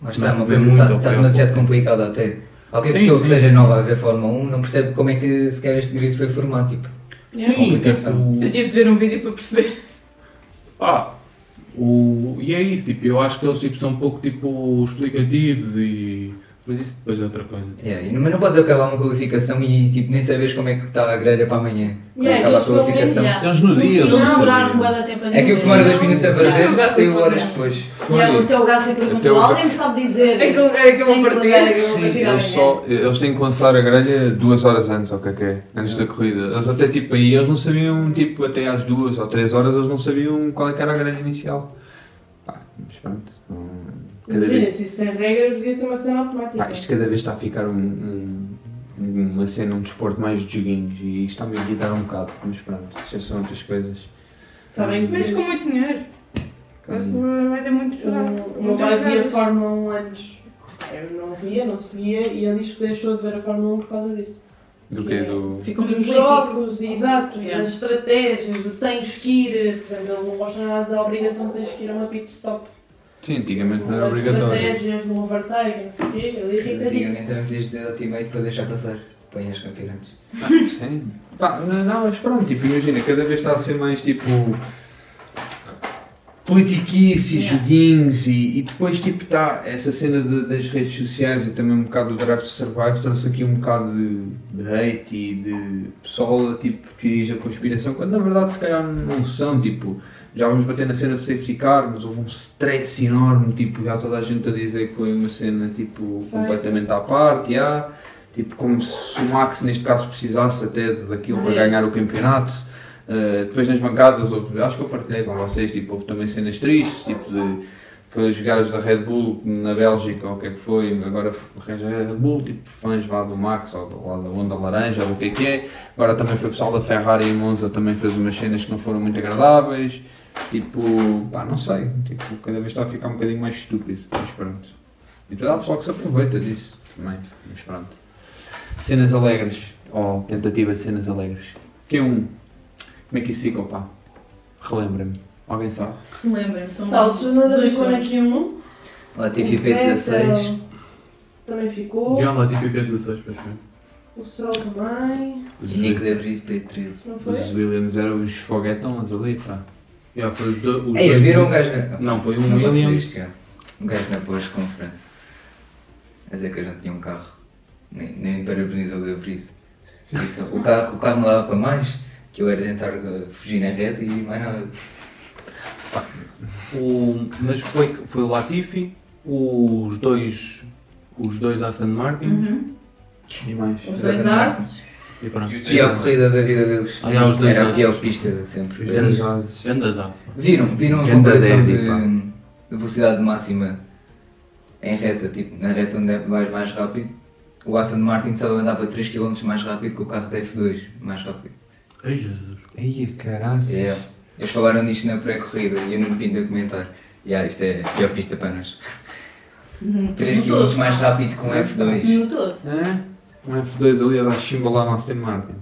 [SPEAKER 7] Lá está,
[SPEAKER 8] Não,
[SPEAKER 7] tá, uma
[SPEAKER 8] vê
[SPEAKER 7] coisa
[SPEAKER 8] muito,
[SPEAKER 7] está
[SPEAKER 8] ok,
[SPEAKER 7] está
[SPEAKER 8] ok.
[SPEAKER 7] demasiado complicada até. Qualquer
[SPEAKER 8] Sim,
[SPEAKER 7] pessoa que
[SPEAKER 8] sim.
[SPEAKER 7] seja nova a ver Fórmula 1 não percebe como é que sequer este grid foi formado. Tipo,
[SPEAKER 8] Sim,
[SPEAKER 7] Complicação.
[SPEAKER 8] tipo,
[SPEAKER 9] Eu tive de ver um vídeo para perceber.
[SPEAKER 8] pá, o, e é isso, tipo, eu acho que eles tipo, são um pouco tipo explicativos e... Mas isso depois é outra coisa.
[SPEAKER 7] yeah, e não- mas não podes acabar uma qualificação e tipo, nem sabes como é que está a grelha para amanhã. Quando
[SPEAKER 10] Yeah,
[SPEAKER 7] acaba a
[SPEAKER 10] eles foram
[SPEAKER 7] qualificação.
[SPEAKER 10] mesmo, yeah.
[SPEAKER 5] Eles no dia,
[SPEAKER 10] Eles
[SPEAKER 5] eles
[SPEAKER 10] demoraram um
[SPEAKER 5] sabiam.
[SPEAKER 10] belo até para dizer.
[SPEAKER 7] É que o que demora dois minutos a
[SPEAKER 9] Yeah, eu
[SPEAKER 7] fazer,
[SPEAKER 9] gosto de
[SPEAKER 7] saiu horas
[SPEAKER 9] fazer.
[SPEAKER 7] depois.
[SPEAKER 10] E é o teu gajo que perguntou. Alguém me sabe dizer.
[SPEAKER 9] Em que lugar é que eu vou
[SPEAKER 10] em que
[SPEAKER 9] partir?
[SPEAKER 10] lugar é que eu vou
[SPEAKER 5] Sim,
[SPEAKER 10] partir amanhã?
[SPEAKER 5] eles, só, eles têm que lançar a grelha duas horas antes, ou o que é que é, antes da corrida. Eles até tipo aí, eles não sabiam, tipo, até às duas ou três horas, eles não sabiam qual é que era a grelha inicial. Pá, mas pronto. hum, Cada
[SPEAKER 6] Imagina,
[SPEAKER 5] vez,
[SPEAKER 6] se isso tem regras, devia ser uma cena
[SPEAKER 10] tipo,
[SPEAKER 6] automática.
[SPEAKER 5] pá, isto cada vez está a ficar um, um- uma cena, um desporto mais de joguinhos e isto está-me a irritar um bocado, mas pronto, já são outras coisas.
[SPEAKER 6] Sabem
[SPEAKER 9] Mas
[SPEAKER 6] que
[SPEAKER 9] com muito dinheiro. Vai ter muito
[SPEAKER 6] o,
[SPEAKER 9] é
[SPEAKER 6] o meu pai via Fórmula 1 antes. Eu não via, não seguia, e ele diz que deixou de ver a Fórmula 1 por causa disso.
[SPEAKER 5] Do que é do.
[SPEAKER 10] Ficou
[SPEAKER 6] Dos
[SPEAKER 10] muito político.
[SPEAKER 6] jogos, exato,
[SPEAKER 10] Yeah.
[SPEAKER 6] das estratégias, o tens que ir, por exemplo, ele não gosta nada da obrigação de tens que ir a uma pit stop.
[SPEAKER 5] Sim, antigamente não era
[SPEAKER 6] As
[SPEAKER 5] obrigatório.
[SPEAKER 6] estratégias, no overtake, não sei o quê, ele irrita disso.
[SPEAKER 7] Antigamente éramos desde 18h30 para deixar passar. Põe as campeonatos.
[SPEAKER 5] Sim. Pá, não, mas pronto, tipo, imagina, cada vez está a ser mais tipo. Politiquice e joguinhos e, e depois tipo está essa cena de- das redes sociais e também um bocado do Drive to Survive trouxe aqui um bocado de, de hate e de pessoal tipo teorias da conspiração quando na verdade se calhar não são tipo já vamos bater na cena do safety car mas houve um stress enorme tipo já toda a gente a dizer que foi uma cena tipo
[SPEAKER 6] Foi.
[SPEAKER 5] completamente à parte ah, tipo como se o Max neste caso precisasse até daquilo para
[SPEAKER 6] É.
[SPEAKER 5] ganhar o campeonato Uh, depois nas bancadas, houve, acho que eu partilhei com vocês, tipo, houve também cenas tristes, tipo de foi os gajos da Red Bull na Bélgica ou o que é que foi, agora arranja a Red Bull, tipo fãs lá do Max ou do- lá da Onda Laranja ou o que é que é, agora também foi o pessoal da Ferrari e Monza também fez umas cenas que não foram muito agradáveis, tipo, pá, não sei, tipo, cada vez está a ficar um bocadinho mais estúpido, mas pronto. E toda a pessoa que se aproveita disso também, mas pronto. Cenas alegres. Ou tentativa de cenas alegres. Q1. Como é que isso ficou, pá? Relembra-me. Alguém sabe?
[SPEAKER 10] Lembra-me. então,
[SPEAKER 6] Tá, o Tuna da
[SPEAKER 10] dois
[SPEAKER 6] Ricona
[SPEAKER 10] pontos.
[SPEAKER 6] aqui um.
[SPEAKER 7] Lá
[SPEAKER 6] O
[SPEAKER 7] tive IP16.
[SPEAKER 6] Vettel Também ficou.
[SPEAKER 8] Dion lá tipo IP16, pois foi.
[SPEAKER 6] O Sol também.
[SPEAKER 7] E Nico de Vries P13.
[SPEAKER 6] Não foi?
[SPEAKER 5] Os Williams eram os foguetões ali, pá.
[SPEAKER 8] Já foi os dois. os
[SPEAKER 7] Ei,
[SPEAKER 8] dois-
[SPEAKER 7] viram um gajo na...
[SPEAKER 8] Não, foi um
[SPEAKER 7] Não posso dizer
[SPEAKER 8] Williams.
[SPEAKER 7] isto, já. Um gajo na Porsche Conference. Mas é que eu já tinha um carro. Nem, nem parabenizou o De Vries. Disse, o carro, o carro não dava para mais, que eu era tentar eh, fugir na reta e mais nada.
[SPEAKER 8] O, mas foi, foi o Latifi, os dois. Os dois Aston Martin
[SPEAKER 10] Uhum.
[SPEAKER 5] E mais.
[SPEAKER 10] Os dois arces.
[SPEAKER 8] e pronto.
[SPEAKER 4] E os dois
[SPEAKER 7] Pior corrida da vida deles.
[SPEAKER 8] Ah, já, os dois
[SPEAKER 7] Era a
[SPEAKER 8] anos.
[SPEAKER 7] pior pista de sempre.
[SPEAKER 8] Os dois
[SPEAKER 7] Era-
[SPEAKER 5] ases.
[SPEAKER 8] Grandes aço.
[SPEAKER 7] Viram, viram a
[SPEAKER 5] Ganda
[SPEAKER 7] comparação
[SPEAKER 5] Daddy,
[SPEAKER 7] de,
[SPEAKER 5] pá.
[SPEAKER 7] de velocidade máxima em reta, tipo, na reta onde é que vais mais rápido. O Aston Martin só andava 3km mais rápido que o carro da F2, mais rápido.
[SPEAKER 8] Ai Jesus.
[SPEAKER 5] Ai, caralho.
[SPEAKER 7] É, eles falaram disto na pré-corrida e eu não pinto a comentar. Yeah, isto é a pior pista para nós. 3km mais rápido com F2.
[SPEAKER 10] Notou-se.
[SPEAKER 5] Hã? Um F2 ali a dar chimbalá no Aston Martin.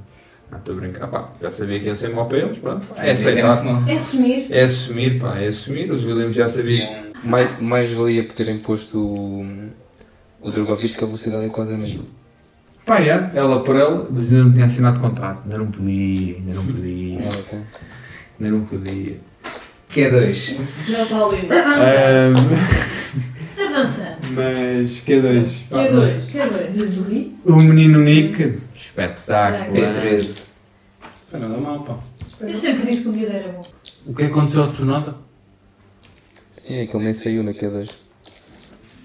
[SPEAKER 5] Ah, estou a brincar. Pá, já sabia que ia ser mal para eles, pronto. É
[SPEAKER 7] Isso é muito
[SPEAKER 5] aceitável.
[SPEAKER 7] mal.
[SPEAKER 10] É sumir.
[SPEAKER 5] É assumir, pá, é assumir. Os Williams já sabiam.
[SPEAKER 4] Mais, mais valia por terem posto o, o Drogovic que a velocidade é quase a mesma.
[SPEAKER 5] Pá, é, ela por ela, mas ainda não tinha assinado contrato. Ainda não podia, ainda não podia,
[SPEAKER 4] Não, ok.
[SPEAKER 5] ainda não podia.
[SPEAKER 7] é Q2.
[SPEAKER 10] Não, é? Paulina.
[SPEAKER 6] Ah,
[SPEAKER 10] Avança.
[SPEAKER 5] Ahm,
[SPEAKER 10] Avança.
[SPEAKER 5] mas Q2.
[SPEAKER 6] Que dois. Que dois.
[SPEAKER 10] De Vries.
[SPEAKER 5] O menino Nick, espetáculo.
[SPEAKER 7] É
[SPEAKER 5] é.
[SPEAKER 7] P13.
[SPEAKER 8] Foi nada mal, pá.
[SPEAKER 10] Eu sempre disse que o miúdo
[SPEAKER 6] é
[SPEAKER 10] era bom.
[SPEAKER 8] O que aconteceu ao Tsunoda?
[SPEAKER 4] Sim, é que ele nem saiu na Q2.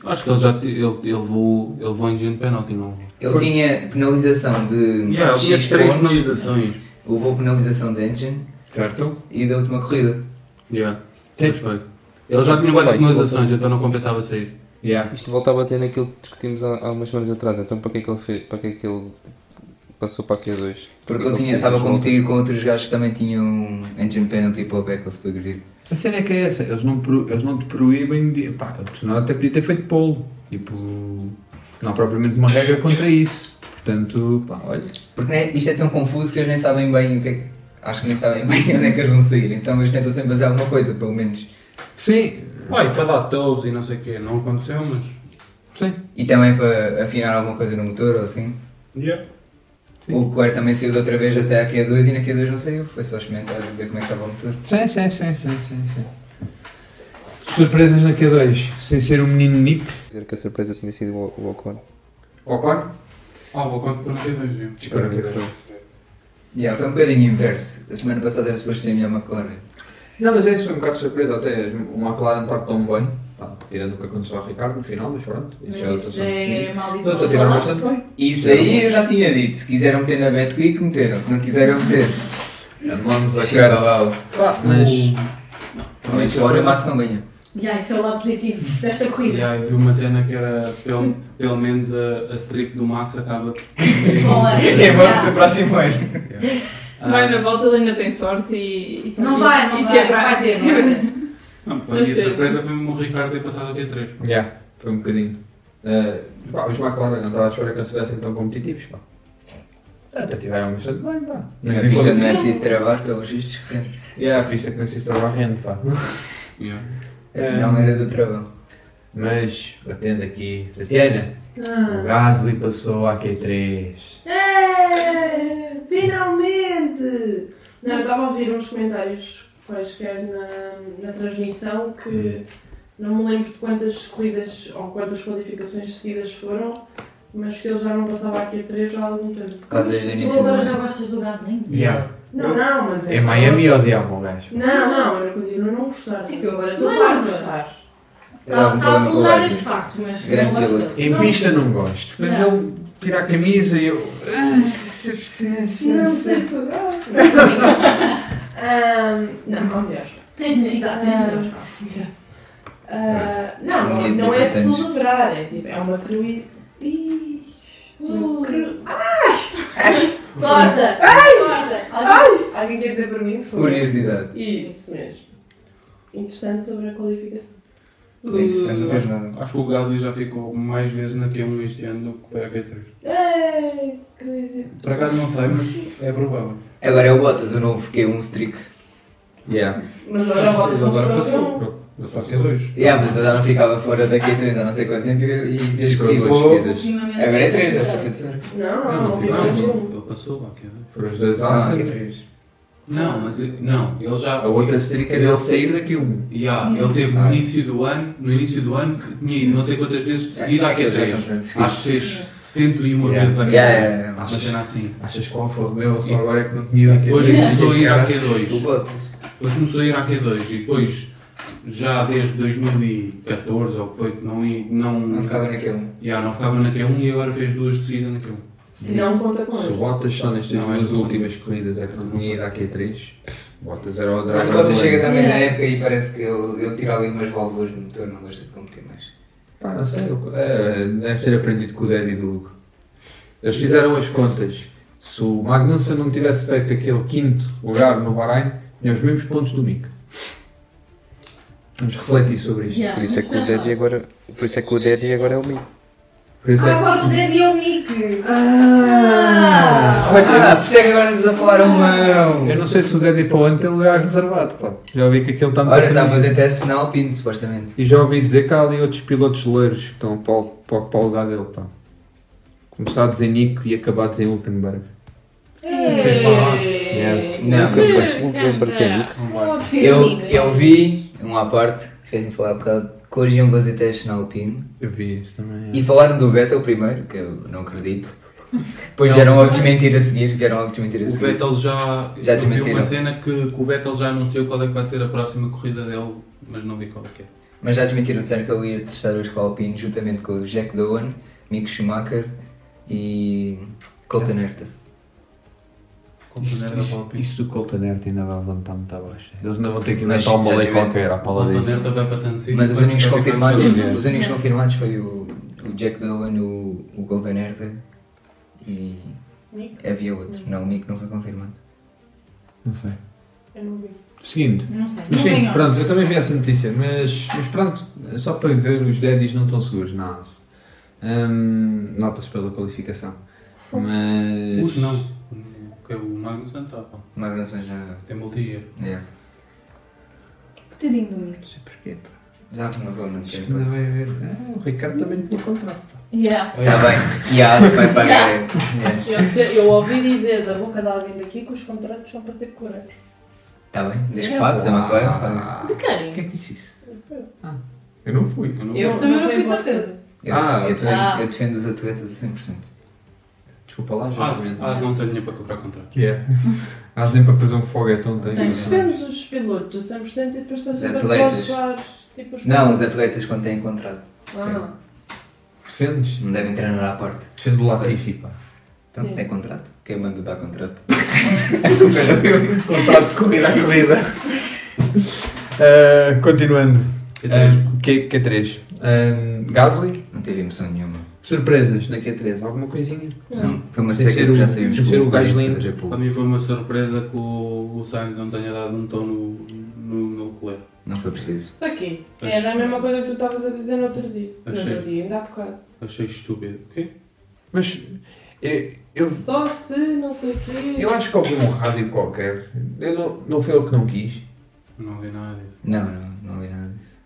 [SPEAKER 8] Acho que ele já. te- Ele, ele levou. Ele levou em dia de penalti, não levou?
[SPEAKER 7] Ele tinha penalização de
[SPEAKER 8] Yeah, ele tinha
[SPEAKER 7] X
[SPEAKER 8] três
[SPEAKER 7] pontos,
[SPEAKER 8] penalizações.
[SPEAKER 7] levou penalização de engine
[SPEAKER 5] Certo?
[SPEAKER 7] e da última corrida.
[SPEAKER 8] Yeah. Pois foi. Ele já tinha várias
[SPEAKER 4] Bem,
[SPEAKER 8] penalizações, então não compensava sair.
[SPEAKER 5] Yeah.
[SPEAKER 4] Isto volta a bater naquilo que discutimos há, há umas semanas atrás, então para que é que ele fez, para que é que ele passou para a Q2?
[SPEAKER 7] Porque
[SPEAKER 4] que é que
[SPEAKER 7] eu tinha,
[SPEAKER 4] ele fez
[SPEAKER 7] estava a
[SPEAKER 4] as
[SPEAKER 7] competir
[SPEAKER 4] voltas?
[SPEAKER 7] com outros gajos que também tinham um engine penalty para o back-off do grid.
[SPEAKER 5] A cena é que é essa, eles não, pro- eles não te proíbem de. Pá, o Tsunoda até podia ter feito polo. Tipo, não há propriamente uma regra contra isso. Portanto, pá, olha.
[SPEAKER 7] Porque né, isto é tão confuso que eles nem sabem bem o que é que. Acho que nem sabem bem onde é que eles vão sair. Então eles tentam sempre fazer alguma coisa, pelo menos.
[SPEAKER 5] Sim,
[SPEAKER 8] Olha, para dar toes tá e não sei o quê, não aconteceu, mas.
[SPEAKER 5] sim.
[SPEAKER 7] E também para afinar alguma coisa no motor ou assim.
[SPEAKER 8] Yeah.
[SPEAKER 5] Sim.
[SPEAKER 7] O Leclerc também saiu de outra vez até à Q2 e na Q2 não saiu. Foi só experimentar ver como é que estava o motor.
[SPEAKER 5] Sim, sim, sim, sim, sim, sim. Surpresas na Q2, sem ser o menino Nick.
[SPEAKER 4] Dizer que a surpresa tinha sido o, o Ocon.
[SPEAKER 5] Ocon?
[SPEAKER 8] Ah, vou contar na Q2, já.
[SPEAKER 4] Para mim foi.
[SPEAKER 7] Yeah, foi um bocadinho inverso. A semana passada era suposto ser a melhor McLaren.
[SPEAKER 5] Não, mas é isso, foi um bocado de surpresa até. O McLaren está tão bem, pá, tirando o que aconteceu ao Ricardo no final, mas pronto.
[SPEAKER 10] Mas
[SPEAKER 5] é outra
[SPEAKER 10] isso já
[SPEAKER 5] assunto.
[SPEAKER 10] é
[SPEAKER 5] Não,
[SPEAKER 10] maldição.
[SPEAKER 5] Estou a tirar bastante bem.
[SPEAKER 7] Isso aí eu já tinha dito. Se quiseram meter na Betclic, meteram. Se não quiseram meter,
[SPEAKER 5] Andamos
[SPEAKER 7] chegaram lá.
[SPEAKER 5] Pá, mas.
[SPEAKER 7] Mas fora o Max não ganha.
[SPEAKER 10] Já, isso é o lado positivo desta corrida.
[SPEAKER 8] Yeah, eu vi uma cena que era pelo, pelo menos a, a strip do Max acaba. assim.
[SPEAKER 7] É bom para o próximo ano.
[SPEAKER 5] Ah.
[SPEAKER 9] Vai na volta, ele ainda tem sorte e.
[SPEAKER 10] Não
[SPEAKER 9] e-
[SPEAKER 10] vai, não
[SPEAKER 9] e
[SPEAKER 10] vai.
[SPEAKER 9] quebra.
[SPEAKER 10] Vai ter,
[SPEAKER 6] é?
[SPEAKER 10] vai ter.
[SPEAKER 8] Não, para mim a surpresa foi mesmo o Ricardo ter passado a Q3.
[SPEAKER 5] Yeah, foi um bocadinho. Eh, pá, os McLaren não estava à espera que eles estivessem tão competitivos, pá. Até tiveram um bastante bem, pá.
[SPEAKER 7] A pista não é preciso travar, pelos vistos.
[SPEAKER 5] Yeah, a pista que não se estava varrendo, pá.
[SPEAKER 8] Yeah.
[SPEAKER 7] Afinal era do trabalho.
[SPEAKER 5] Mas, batendo aqui, Tatiana, o Gasly passou à Q3.
[SPEAKER 6] É, finalmente! Não, eu estava a ouvir uns comentários quaisquer na, na transmissão
[SPEAKER 7] Hum.
[SPEAKER 6] que não me lembro de quantas corridas ou quantas qualificações seguidas foram, mas que ele já não passava aqui a 3 há algum tempo.
[SPEAKER 7] Por causa do
[SPEAKER 10] Tu
[SPEAKER 7] Ah, início do
[SPEAKER 10] agora já
[SPEAKER 7] ano.
[SPEAKER 10] gostas do Gatling?
[SPEAKER 5] Yeah.
[SPEAKER 6] Não, não, mas é.
[SPEAKER 5] Em Miami odiavam o gajo.
[SPEAKER 6] Não, não, eu continuo a não gostar.
[SPEAKER 10] É que eu agora estou
[SPEAKER 6] Não é não
[SPEAKER 10] farta.
[SPEAKER 6] gostar.
[SPEAKER 7] Era
[SPEAKER 10] Está
[SPEAKER 7] um
[SPEAKER 10] está
[SPEAKER 7] problema com
[SPEAKER 10] a
[SPEAKER 7] o
[SPEAKER 10] celebrar este
[SPEAKER 7] gajo.
[SPEAKER 10] facto, mas
[SPEAKER 7] Grande
[SPEAKER 10] Tá, não gosto
[SPEAKER 7] piloto.
[SPEAKER 10] dele.
[SPEAKER 5] Em
[SPEAKER 6] Não.
[SPEAKER 5] pista não gosto. Depois
[SPEAKER 10] Não.
[SPEAKER 5] ele tira a camisa e eu. Ah, se- se- se-
[SPEAKER 6] Não
[SPEAKER 5] se-
[SPEAKER 6] sei falar. Ahm, Não, não, melhor.
[SPEAKER 10] Tens Exato, tens
[SPEAKER 6] Ah.
[SPEAKER 10] melhor. Exato.
[SPEAKER 6] Ah, não, não,
[SPEAKER 7] Tinha
[SPEAKER 6] não é
[SPEAKER 7] 17 anos.
[SPEAKER 6] celebrar, é tipo, é uma cru... Ih, uma cru...
[SPEAKER 10] Corta! Corta!
[SPEAKER 6] Alguém, alguém quer dizer para mim, por favor?
[SPEAKER 7] Curiosidade.
[SPEAKER 6] Isso mesmo. Interessante sobre a qualificação.
[SPEAKER 10] Uh.
[SPEAKER 7] É isso, não vejo nada.
[SPEAKER 8] Acho que o Gasly já ficou mais vezes na Q1 este ano do que foi a Q3.
[SPEAKER 6] Ei, que coisa.
[SPEAKER 8] Por acaso não sei, mas é provável.
[SPEAKER 7] Agora é o Bottas, o novo Q1 streak.
[SPEAKER 5] Yeah.
[SPEAKER 6] Mas agora volta
[SPEAKER 8] Mas agora passou, pronto. Eu só é Q2.
[SPEAKER 7] Yeah, mas eu já não ficava fora da Q3 há não sei quanto tempo e e desde que
[SPEAKER 5] Ficou duas
[SPEAKER 7] ficou.
[SPEAKER 5] seguidas.
[SPEAKER 10] Ultimamente.
[SPEAKER 7] Agora é 3, esta foi de ser.
[SPEAKER 6] Não,
[SPEAKER 8] Não, não
[SPEAKER 6] não,
[SPEAKER 8] ficou.
[SPEAKER 6] não.
[SPEAKER 8] Ele passou é lá, Q2.
[SPEAKER 5] Foram os dois
[SPEAKER 7] Ah,
[SPEAKER 5] Aston.
[SPEAKER 7] Q3.
[SPEAKER 8] Não, mas eu- não, ele já.
[SPEAKER 5] A outra streak é dele sair daqui um.
[SPEAKER 8] Yeah, ele teve no início do ano, no início do ano, tinha ido não sei quantas vezes de seguida à
[SPEAKER 7] É, Já são
[SPEAKER 8] Q3.
[SPEAKER 7] grandes
[SPEAKER 8] Acho que fez 101
[SPEAKER 5] Yeah.
[SPEAKER 8] vezes à Q3.
[SPEAKER 7] Yeah, yeah, yeah.
[SPEAKER 8] Uma cena assim.
[SPEAKER 5] Achas que o Alfa Romeo só agora é que não tinha ido aqui
[SPEAKER 8] Hoje começou a ir à
[SPEAKER 7] Q2. O
[SPEAKER 8] Q2.
[SPEAKER 7] Bottas.
[SPEAKER 8] Hoje começou a ir à Q2 e depois, já desde 2014 ou o que foi, que não, ia-
[SPEAKER 7] Não
[SPEAKER 8] não,
[SPEAKER 7] ficava na Q1.
[SPEAKER 8] yeah, não ficava na Q1 e agora fez duas de seguida na Q1.
[SPEAKER 6] E não conta com
[SPEAKER 5] Se o
[SPEAKER 6] ele.
[SPEAKER 5] Bottas só nestas
[SPEAKER 8] Não,
[SPEAKER 5] duas
[SPEAKER 8] esta-
[SPEAKER 5] últimas corridas é que não tinha ido à Q3, Bottas era o driver.
[SPEAKER 7] Mas o Bottas
[SPEAKER 5] do
[SPEAKER 7] chegas
[SPEAKER 5] ano.
[SPEAKER 7] à meia da época e parece que ele, ele tira ali umas válvulas do motor, não gosta de competir mais.
[SPEAKER 5] Pá, não Ah, sei, eu- é, deve ter aprendido com o Daddy do Hugo. Eles fizeram as contas. Se o Magnussen não tivesse feito aquele quinto lugar no Bahrein, tinha os mesmos pontos do Mick. Vamos refletir sobre isto.
[SPEAKER 10] Yeah,
[SPEAKER 4] Por isso é que o
[SPEAKER 10] mas
[SPEAKER 4] Daddy agora, por isso é que o Daddy agora é o Mick.
[SPEAKER 5] Por isso
[SPEAKER 10] Ah,
[SPEAKER 5] é
[SPEAKER 10] agora o dedo é o Mickey.
[SPEAKER 5] Ah!
[SPEAKER 7] Ah, por isso é que agora nos a falar um
[SPEAKER 5] Eu
[SPEAKER 7] mão!
[SPEAKER 5] não sei se o Daddy para o ano tem lugar reservado. pá. Já ouvi que aquele está muito
[SPEAKER 7] Ora, está tá a
[SPEAKER 5] caminho.
[SPEAKER 7] fazer teste na Alpine, supostamente.
[SPEAKER 5] E já ouvi dizer que há ali outros pilotos leiros que estão para, o- para, o- para o lugar dele. Pá. Começar a dizer Nico e acabar a dizer Hulkenberg. É,
[SPEAKER 6] Ei.
[SPEAKER 7] Não,
[SPEAKER 4] O Gilbert é Nick.
[SPEAKER 6] Oh, filho,
[SPEAKER 7] eu,
[SPEAKER 6] amiga.
[SPEAKER 7] eu vi, um à parte, esqueci de falar um bocado, que hoje iam fazer testes na Alpine.
[SPEAKER 5] Eu vi isso também. é.
[SPEAKER 7] E falaram do Vettel primeiro, que eu não acredito. Depois vieram logo desmentir a seguir, vieram logo desmentir a
[SPEAKER 8] O
[SPEAKER 7] seguir.
[SPEAKER 8] Vettel já.
[SPEAKER 7] Já
[SPEAKER 8] eu vi
[SPEAKER 7] desmentiram.
[SPEAKER 8] uma cena que, que o Vettel já anunciou qual é que vai ser a próxima corrida dele, mas não vi qual é que é.
[SPEAKER 7] Mas já desmentiram, disseram que eu ia testar hoje com a Alpine, juntamente com o Jack Doan, Mick Schumacher e Colton Herta.
[SPEAKER 5] Isso,
[SPEAKER 8] Container da
[SPEAKER 5] isso,
[SPEAKER 8] Palpine.
[SPEAKER 5] isso do Colton Herta ainda vai levantar muito abaixo. Eles ainda vão ter que
[SPEAKER 7] Mas
[SPEAKER 5] inventar uma
[SPEAKER 7] já
[SPEAKER 5] lei
[SPEAKER 7] tivemos-
[SPEAKER 5] qualquer à pala
[SPEAKER 8] Container
[SPEAKER 5] disso.
[SPEAKER 8] da vai para tanto sítio,
[SPEAKER 7] Mas os
[SPEAKER 8] vai-
[SPEAKER 7] únicos
[SPEAKER 8] vai ficar
[SPEAKER 7] confirmados,
[SPEAKER 8] só-
[SPEAKER 7] os únicos confirmados foi o, o Jack Doan, o, o Golden Herta e havia outro. Não, o Mick não foi confirmado.
[SPEAKER 5] Não sei.
[SPEAKER 6] Eu não vi.
[SPEAKER 5] Seguindo.
[SPEAKER 10] Não sei.
[SPEAKER 5] Mas
[SPEAKER 10] Não
[SPEAKER 5] sim,
[SPEAKER 10] venho.
[SPEAKER 5] pronto, eu também vi essa notícia, mas, mas pronto, só para dizer, os daddies não estão seguros na ASE. Hum, Nota-se pela qualificação. Mas.
[SPEAKER 8] Os não. Porque o Magnussen está, pá.
[SPEAKER 7] Magnussen já,
[SPEAKER 8] Tem multi-year.
[SPEAKER 7] é,
[SPEAKER 10] Tadinho do Mickey.
[SPEAKER 5] Não sei porquê, pá.
[SPEAKER 7] já renovou, não tem
[SPEAKER 5] Ainda
[SPEAKER 7] hipótese.
[SPEAKER 5] vai haver. Ah, o Ricardo também tinha contrato.
[SPEAKER 10] Yeah.
[SPEAKER 7] Está Tá bem, e a Alpine vai pagar. é.
[SPEAKER 6] Eu, sei- eu ouvi dizer da boca de alguém daqui que os contratos são para ser curados.
[SPEAKER 7] Está Tá bem, desde que pagues, a McLaren paga.
[SPEAKER 10] De
[SPEAKER 5] O que
[SPEAKER 10] quem?
[SPEAKER 5] é que disse isso? Ah, eu não fui.
[SPEAKER 8] Eu não
[SPEAKER 6] Eu
[SPEAKER 8] vou.
[SPEAKER 10] também não
[SPEAKER 6] fui
[SPEAKER 10] fui de
[SPEAKER 6] embora.
[SPEAKER 10] certeza.
[SPEAKER 7] Eu,
[SPEAKER 5] Ah,
[SPEAKER 7] eu, defendo,
[SPEAKER 10] ah.
[SPEAKER 7] eu defendo os atletas a 100%.
[SPEAKER 5] Desculpa lá, já.
[SPEAKER 8] As, as não tem dinheiro para comprar contratos.
[SPEAKER 5] Yeah. Mas nem para fazer um foguetão tem. é?
[SPEAKER 6] Tem, defendes os pilotos a 100% e depois estás
[SPEAKER 7] Os
[SPEAKER 6] a ver
[SPEAKER 7] atletas.
[SPEAKER 6] para tipo os
[SPEAKER 7] Não, os atletas quando têm contrato
[SPEAKER 6] Ah,
[SPEAKER 5] Defendes?
[SPEAKER 7] não devem treinar à parte.
[SPEAKER 5] Defendo o Latifi, pá.
[SPEAKER 7] Então
[SPEAKER 6] Sim.
[SPEAKER 7] tem contrato. Quem manda dá contrato.
[SPEAKER 5] Contrato de corrida a corrida. Ah, continuando. Ah, Q, Q3. Ah, Gasly.
[SPEAKER 7] Não teve emoção nenhuma.
[SPEAKER 5] Surpresas na Q3. Alguma coisinha?
[SPEAKER 7] Não, foi uma
[SPEAKER 5] Sem
[SPEAKER 7] seca
[SPEAKER 5] ser
[SPEAKER 7] que
[SPEAKER 5] o-
[SPEAKER 7] já saímos
[SPEAKER 5] sem ser o
[SPEAKER 7] Gasly
[SPEAKER 5] Gasly.
[SPEAKER 7] fazer pulo.
[SPEAKER 8] Para mim foi uma surpresa que o, o Sainz não tenha dado um tom no, no, no Leclerc.
[SPEAKER 7] Não foi preciso.
[SPEAKER 6] aqui. Era a mesma coisa que tu estavas a dizer no outro dia. No outro
[SPEAKER 8] Achei.
[SPEAKER 6] dia, ainda há bocado.
[SPEAKER 8] Achei estúpido. O quê?
[SPEAKER 5] Mas eu, eu,
[SPEAKER 6] Só se não sei o quê.
[SPEAKER 5] eu acho que ouvi um rádio qualquer. Eu não, não foi eu que não quis.
[SPEAKER 8] Não vi nada disso.
[SPEAKER 7] Não, não, não ouvi nada disso.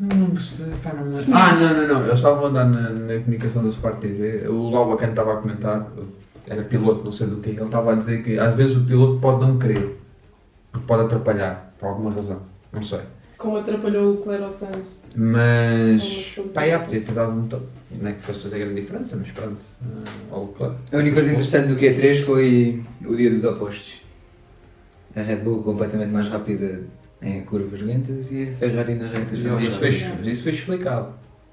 [SPEAKER 5] Não percebi, pá, não me- Ah, não, não, não. Eles estavam a andar na, na comunicação da Sport TV. O Laubacan estava a comentar, era piloto, não sei do que. Ele estava a dizer que às vezes o piloto pode não querer, porque pode atrapalhar, por alguma razão. Não sei.
[SPEAKER 6] Como atrapalhou o Leclerc ao Santos.
[SPEAKER 5] Mas. Pá, já podia ter dado um toque. Não é que fosse fazer grande diferença, mas pronto. Ah, ou claro.
[SPEAKER 7] A única coisa interessante do Q3 foi o dia dos opostos. A Red Bull completamente mais rápida em curvas lentas e a Ferrari nas retas
[SPEAKER 5] Mas isso, foi,
[SPEAKER 7] vazias.
[SPEAKER 5] mas isso foi explicado.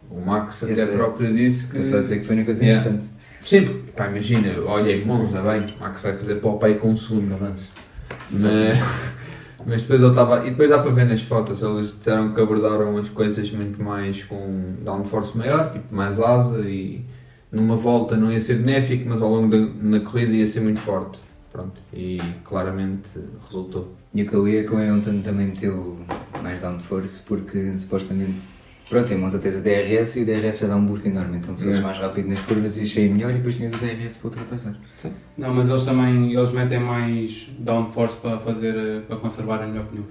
[SPEAKER 5] O Max
[SPEAKER 7] Eu
[SPEAKER 5] até
[SPEAKER 7] sei.
[SPEAKER 5] próprio disse
[SPEAKER 7] Estou só a dizer
[SPEAKER 5] que.
[SPEAKER 7] que foi a única coisa
[SPEAKER 5] Yeah.
[SPEAKER 7] interessante.
[SPEAKER 5] Sim, pá, imagina, olha em Monza, bem, o Max vai fazer pop aí com um segundo avanço. Mas, mas depois ele estava. E depois dá para ver nas fotos, eles disseram que abordaram as coisas muito mais com downforce maior, tipo mais asa e numa volta não ia ser benéfico, mas ao longo da na corrida ia ser muito forte. Pronto, e claramente resultou.
[SPEAKER 7] E o Cauê, como é ontem, também meteu mais downforce porque supostamente. Pronto, em Monza tens o DRS e o DRS já dá um boost enorme, então se fores mais rápido nas curvas ias sair melhor e depois tinhas o DRS para ultrapassar.
[SPEAKER 8] Não, mas eles também eles metem mais downforce para fazer, para conservarem melhor pneus.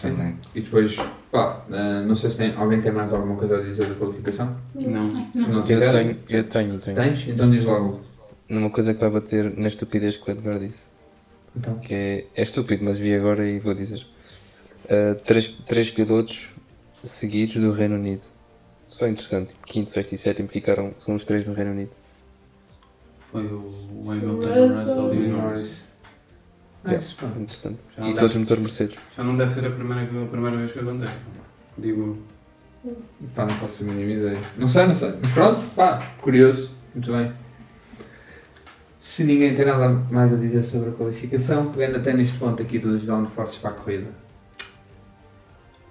[SPEAKER 7] Também.
[SPEAKER 5] E depois, pá, eh, não sei se tem, alguém tem mais alguma coisa a dizer da qualificação?
[SPEAKER 8] Não.
[SPEAKER 5] Se não
[SPEAKER 4] Eu
[SPEAKER 5] tiver,
[SPEAKER 4] tenho, eu tenho, tenho.
[SPEAKER 5] tens? Então diz logo.
[SPEAKER 4] Numa coisa que vai bater na estupidez que o Edgar disse.
[SPEAKER 5] Então.
[SPEAKER 4] Que é, é estúpido, mas vi agora e vou dizer. Ah, três, três pilotos seguidos do Reino Unido. Só interessante. Quinto, sexto e sétimo ficaram, são os três do Reino Unido.
[SPEAKER 8] Foi o o Hamilton, o
[SPEAKER 6] Russell.
[SPEAKER 8] Russell e o Norris.
[SPEAKER 5] Nice, pá.
[SPEAKER 4] Interessante.
[SPEAKER 8] Já
[SPEAKER 4] E
[SPEAKER 8] não
[SPEAKER 4] todos motor Mercedes.
[SPEAKER 8] Já não deve ser a primeira, a primeira vez que acontece. Digo,
[SPEAKER 5] Pá, não faço a mínima ideia. Não sei, não sei. Mas pronto, pá, curioso. Muito bem. Se ninguém tem nada mais a dizer sobre a qualificação, pegando até neste ponto aqui dos downforces para a corrida.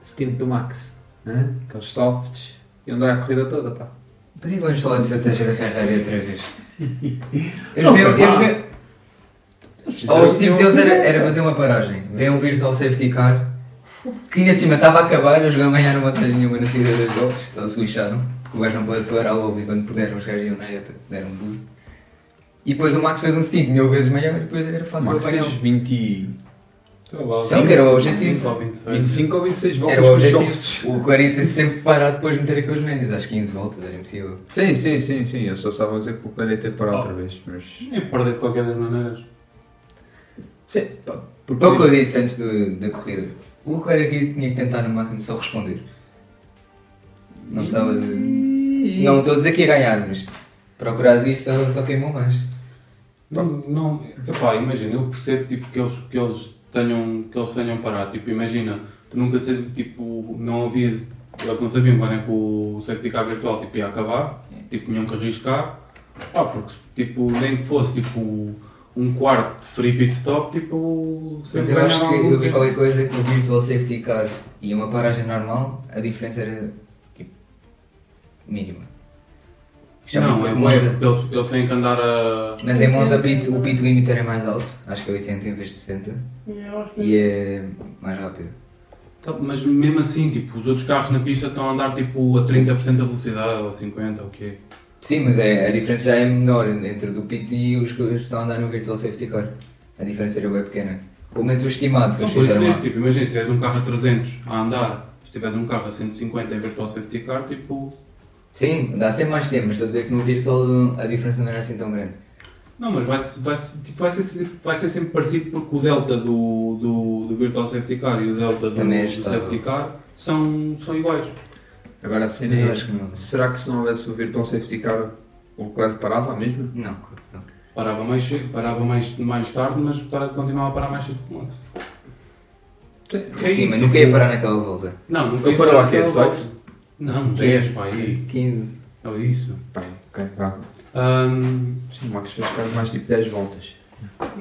[SPEAKER 5] Stint do Max, né? aqueles softs, e andar a corrida toda, pá.
[SPEAKER 7] Por que é que vamos falar de estratégia da Ferrari outra vez? Eles
[SPEAKER 5] Não foi
[SPEAKER 7] veem. Eles
[SPEAKER 5] mal.
[SPEAKER 7] veem o
[SPEAKER 5] um
[SPEAKER 7] objetivo deles era, era fazer uma paragem. Vem um virtual safety car que ainda cima estava a acabar, eles não ganharam batalha nenhuma na saída das boxes, só se lixaram. porque O gajo não pôde acelerar logo e quando puderam, os gajos iam na reta, deram um boost. E depois o Max fez um stint mil vezes maior e depois era fácil apanhá-lo.
[SPEAKER 5] 20 e...
[SPEAKER 8] Então,
[SPEAKER 7] Sim, que era o objetivo.
[SPEAKER 8] 25 ou 26.
[SPEAKER 5] 25 ou 26 voltas
[SPEAKER 7] Era o
[SPEAKER 5] com softs.
[SPEAKER 7] objetivo. O 40 sempre parar depois de meter aqueles médios, às 15 voltas, era impossível.
[SPEAKER 5] Sim, sim, sim, sim. Eu só estava a dizer que o planeta ia parar outra vez, mas...
[SPEAKER 8] Nem perder de qualquer das maneiras.
[SPEAKER 5] Sim, pá. Porque...
[SPEAKER 7] Foi o que eu disse antes do- da corrida. O Luca era aqui tinha que tentar no máximo só responder. Não precisava de. Não estou a dizer que ia ganhar, mas procurar isto só, só queimou mais.
[SPEAKER 8] Não, não epá, imagina, eu percebo tipo, que, eles, que, eles tenham, que eles tenham parado. Tipo, imagina, tu nunca sabes, tipo, não havia, eles não sabiam quando é que o safety car virtual tipo, ia acabar, tipo, tinham que arriscar. Pá, porque tipo, nem que fosse tipo, um quarto de free pit stop, tipo,
[SPEAKER 7] Mas
[SPEAKER 8] sempre
[SPEAKER 7] eu acho que
[SPEAKER 8] ganhavam
[SPEAKER 7] eu vi é
[SPEAKER 8] algum
[SPEAKER 7] qualquer coisa que o Virtual Safety Car e uma paragem normal, a diferença era tipo. mínima. Já
[SPEAKER 8] Não,
[SPEAKER 7] vi que
[SPEAKER 8] é
[SPEAKER 7] tipo
[SPEAKER 8] bom, é
[SPEAKER 7] Monza-
[SPEAKER 8] porque eles, eles têm que andar a.
[SPEAKER 7] Mas em Monza o pit- o pit limit era mais alto, acho que é 80 em vez de 60,
[SPEAKER 6] Eu acho que-
[SPEAKER 7] e é mais rápido.
[SPEAKER 8] Tá, mas mesmo assim, tipo, os outros carros na pista estão a andar tipo a 30% da velocidade ou 50% ou o quê?
[SPEAKER 7] Sim, mas é, a diferença já é menor entre o do pit e os que estão a andar no Virtual Safety Car. A diferença era bem pequena. Pelo menos o estimado que
[SPEAKER 8] Não,
[SPEAKER 7] eles
[SPEAKER 8] por isso
[SPEAKER 7] fizeram
[SPEAKER 8] mesmo,
[SPEAKER 7] lá.
[SPEAKER 8] tipo, imagina, se tiveres um carro a 300 a andar, se tiveres um carro a 150 em virtual safety car, tipo.
[SPEAKER 7] Sim, dá sempre mais tempo, mas estou a dizer que no Virtual a diferença não era assim tão grande.
[SPEAKER 8] Não, mas vai, vai, tipo, vai, ser, vai ser sempre parecido porque o delta do, do, do virtual safety car e o delta do,
[SPEAKER 7] Também é
[SPEAKER 8] do
[SPEAKER 7] estável.
[SPEAKER 8] safety car são, são iguais.
[SPEAKER 5] Agora a cena
[SPEAKER 7] Mas eu
[SPEAKER 5] é...
[SPEAKER 7] acho que não.
[SPEAKER 5] Será que se não houvesse o Virtual Safety Car, o Leclerc parava mesmo?
[SPEAKER 7] Não, não.
[SPEAKER 8] Parava mais cedo, parava mais, mais tarde, mas para, continuava a parar mais cedo que o Max. É
[SPEAKER 7] Sim, mas nunca
[SPEAKER 8] tipo,
[SPEAKER 7] ia parar naquela volta.
[SPEAKER 8] Não, nunca
[SPEAKER 5] Ele
[SPEAKER 8] ia
[SPEAKER 5] parou aqui,
[SPEAKER 8] naquela
[SPEAKER 5] 18?
[SPEAKER 8] Não, 10, pá, aí.
[SPEAKER 7] 15.
[SPEAKER 8] É isso.
[SPEAKER 5] Bem, ok, vá.
[SPEAKER 8] Ahm,
[SPEAKER 5] Sim, o Max fez quase mais tipo 10 voltas.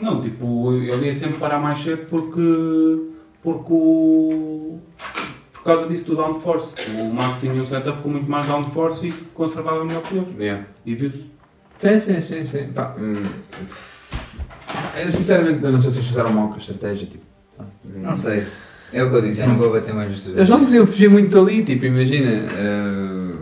[SPEAKER 8] Não, tipo, ele ia sempre parar mais cedo porque. porque o. por causa disso do downforce. O Max tinha um setup com muito mais downforce e conservava melhor pneus.
[SPEAKER 7] É.
[SPEAKER 5] Yeah.
[SPEAKER 8] E viu-se.
[SPEAKER 5] Sim, sim, sim, sim. Pá, hum. Eu sinceramente eu não sei se eles fizeram mal com a estratégia. Tipo.
[SPEAKER 7] Não sei. É o que eu disse, já não vou bater mais nos
[SPEAKER 5] Eles
[SPEAKER 7] dois.
[SPEAKER 5] não podiam fugir muito dali, tipo, imagina. eh,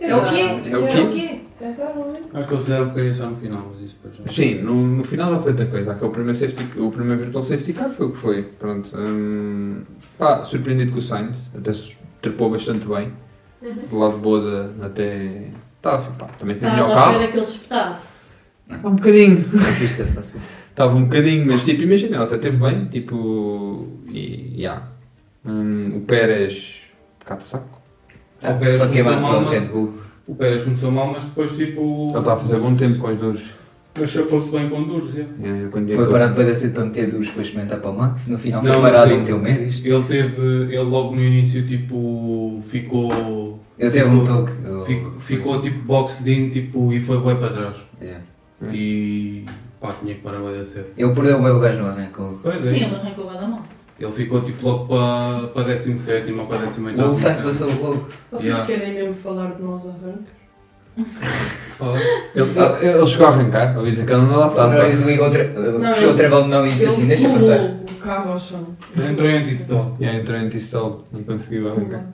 [SPEAKER 10] É o quê?
[SPEAKER 5] É o quê?
[SPEAKER 10] É o quê?
[SPEAKER 6] Tentaram, né? hein?
[SPEAKER 8] Acho que eles fizeram um bocadinho só no final, mas isso depois já.
[SPEAKER 5] Sim, no, no final não foi outra coisa. Aquele primeiro safety, o primeiro virtual safety car foi o que foi. Pronto. hum, pá, surpreendido com o Sainz, até se trepou bastante bem. Do lado boa da- até. Tá, pá, também tem melhor
[SPEAKER 10] Estavas à
[SPEAKER 5] carro.
[SPEAKER 10] espera que ele espetasse.
[SPEAKER 5] Um bocadinho.
[SPEAKER 7] A pista é fácil.
[SPEAKER 5] Estava um bocadinho, mas tipo, imagina, ela até teve bem, tipo. E. Yeah. Hum, o Pérez. Um bocado de saco.
[SPEAKER 8] O Pérez
[SPEAKER 7] Foi
[SPEAKER 8] começou
[SPEAKER 7] queimado
[SPEAKER 8] mal,
[SPEAKER 7] é pelo tá Red
[SPEAKER 8] Ah, mas,
[SPEAKER 7] Bull.
[SPEAKER 8] o Pérez começou mal, mas depois tipo.
[SPEAKER 5] Ele estava a fazer bom tempo com as duas.
[SPEAKER 8] Mas chafou-se bem com duros, é.
[SPEAKER 5] Yeah, eu quando vi
[SPEAKER 7] Foi
[SPEAKER 5] aquilo-
[SPEAKER 7] parado para descer para meter duros para experimentar para o Max. No final foi
[SPEAKER 8] Não,
[SPEAKER 7] parado
[SPEAKER 8] mas
[SPEAKER 7] e
[SPEAKER 8] eu-
[SPEAKER 7] meteu médios.
[SPEAKER 8] Ele teve. ele logo no início tipo. ficou.
[SPEAKER 7] Eu teve um toque. eu-
[SPEAKER 8] Ficou, ficou tipo boxed in tipo, e foi bem para trás.
[SPEAKER 7] Yeah.
[SPEAKER 8] E. pá, tinha que parar bem da cedo.
[SPEAKER 7] Ele perdeu bem o gajo no arranco.
[SPEAKER 8] Pois
[SPEAKER 10] Sim,
[SPEAKER 8] é.
[SPEAKER 10] ele arrancou a da mão.
[SPEAKER 8] Ele ficou tipo logo para, para 17 ou para 18.
[SPEAKER 7] O Sainz passou logo.
[SPEAKER 6] Vocês
[SPEAKER 8] Yeah.
[SPEAKER 6] querem mesmo falar de nós arranques?
[SPEAKER 5] Ele, ele- ele chegou a arrancar, ou dizem que ele Ah, não
[SPEAKER 7] O
[SPEAKER 5] adaptava.
[SPEAKER 7] Norris ligou outra,
[SPEAKER 6] Não,
[SPEAKER 7] puxou o
[SPEAKER 6] ele-
[SPEAKER 7] travão de mão e disse
[SPEAKER 6] Ele
[SPEAKER 7] assim: Deixa
[SPEAKER 6] pulou
[SPEAKER 7] passar.
[SPEAKER 6] o carro ao chão.
[SPEAKER 8] Entrou em anti-stall.
[SPEAKER 5] E aí entrou em Tistel, não conseguiu arrancar.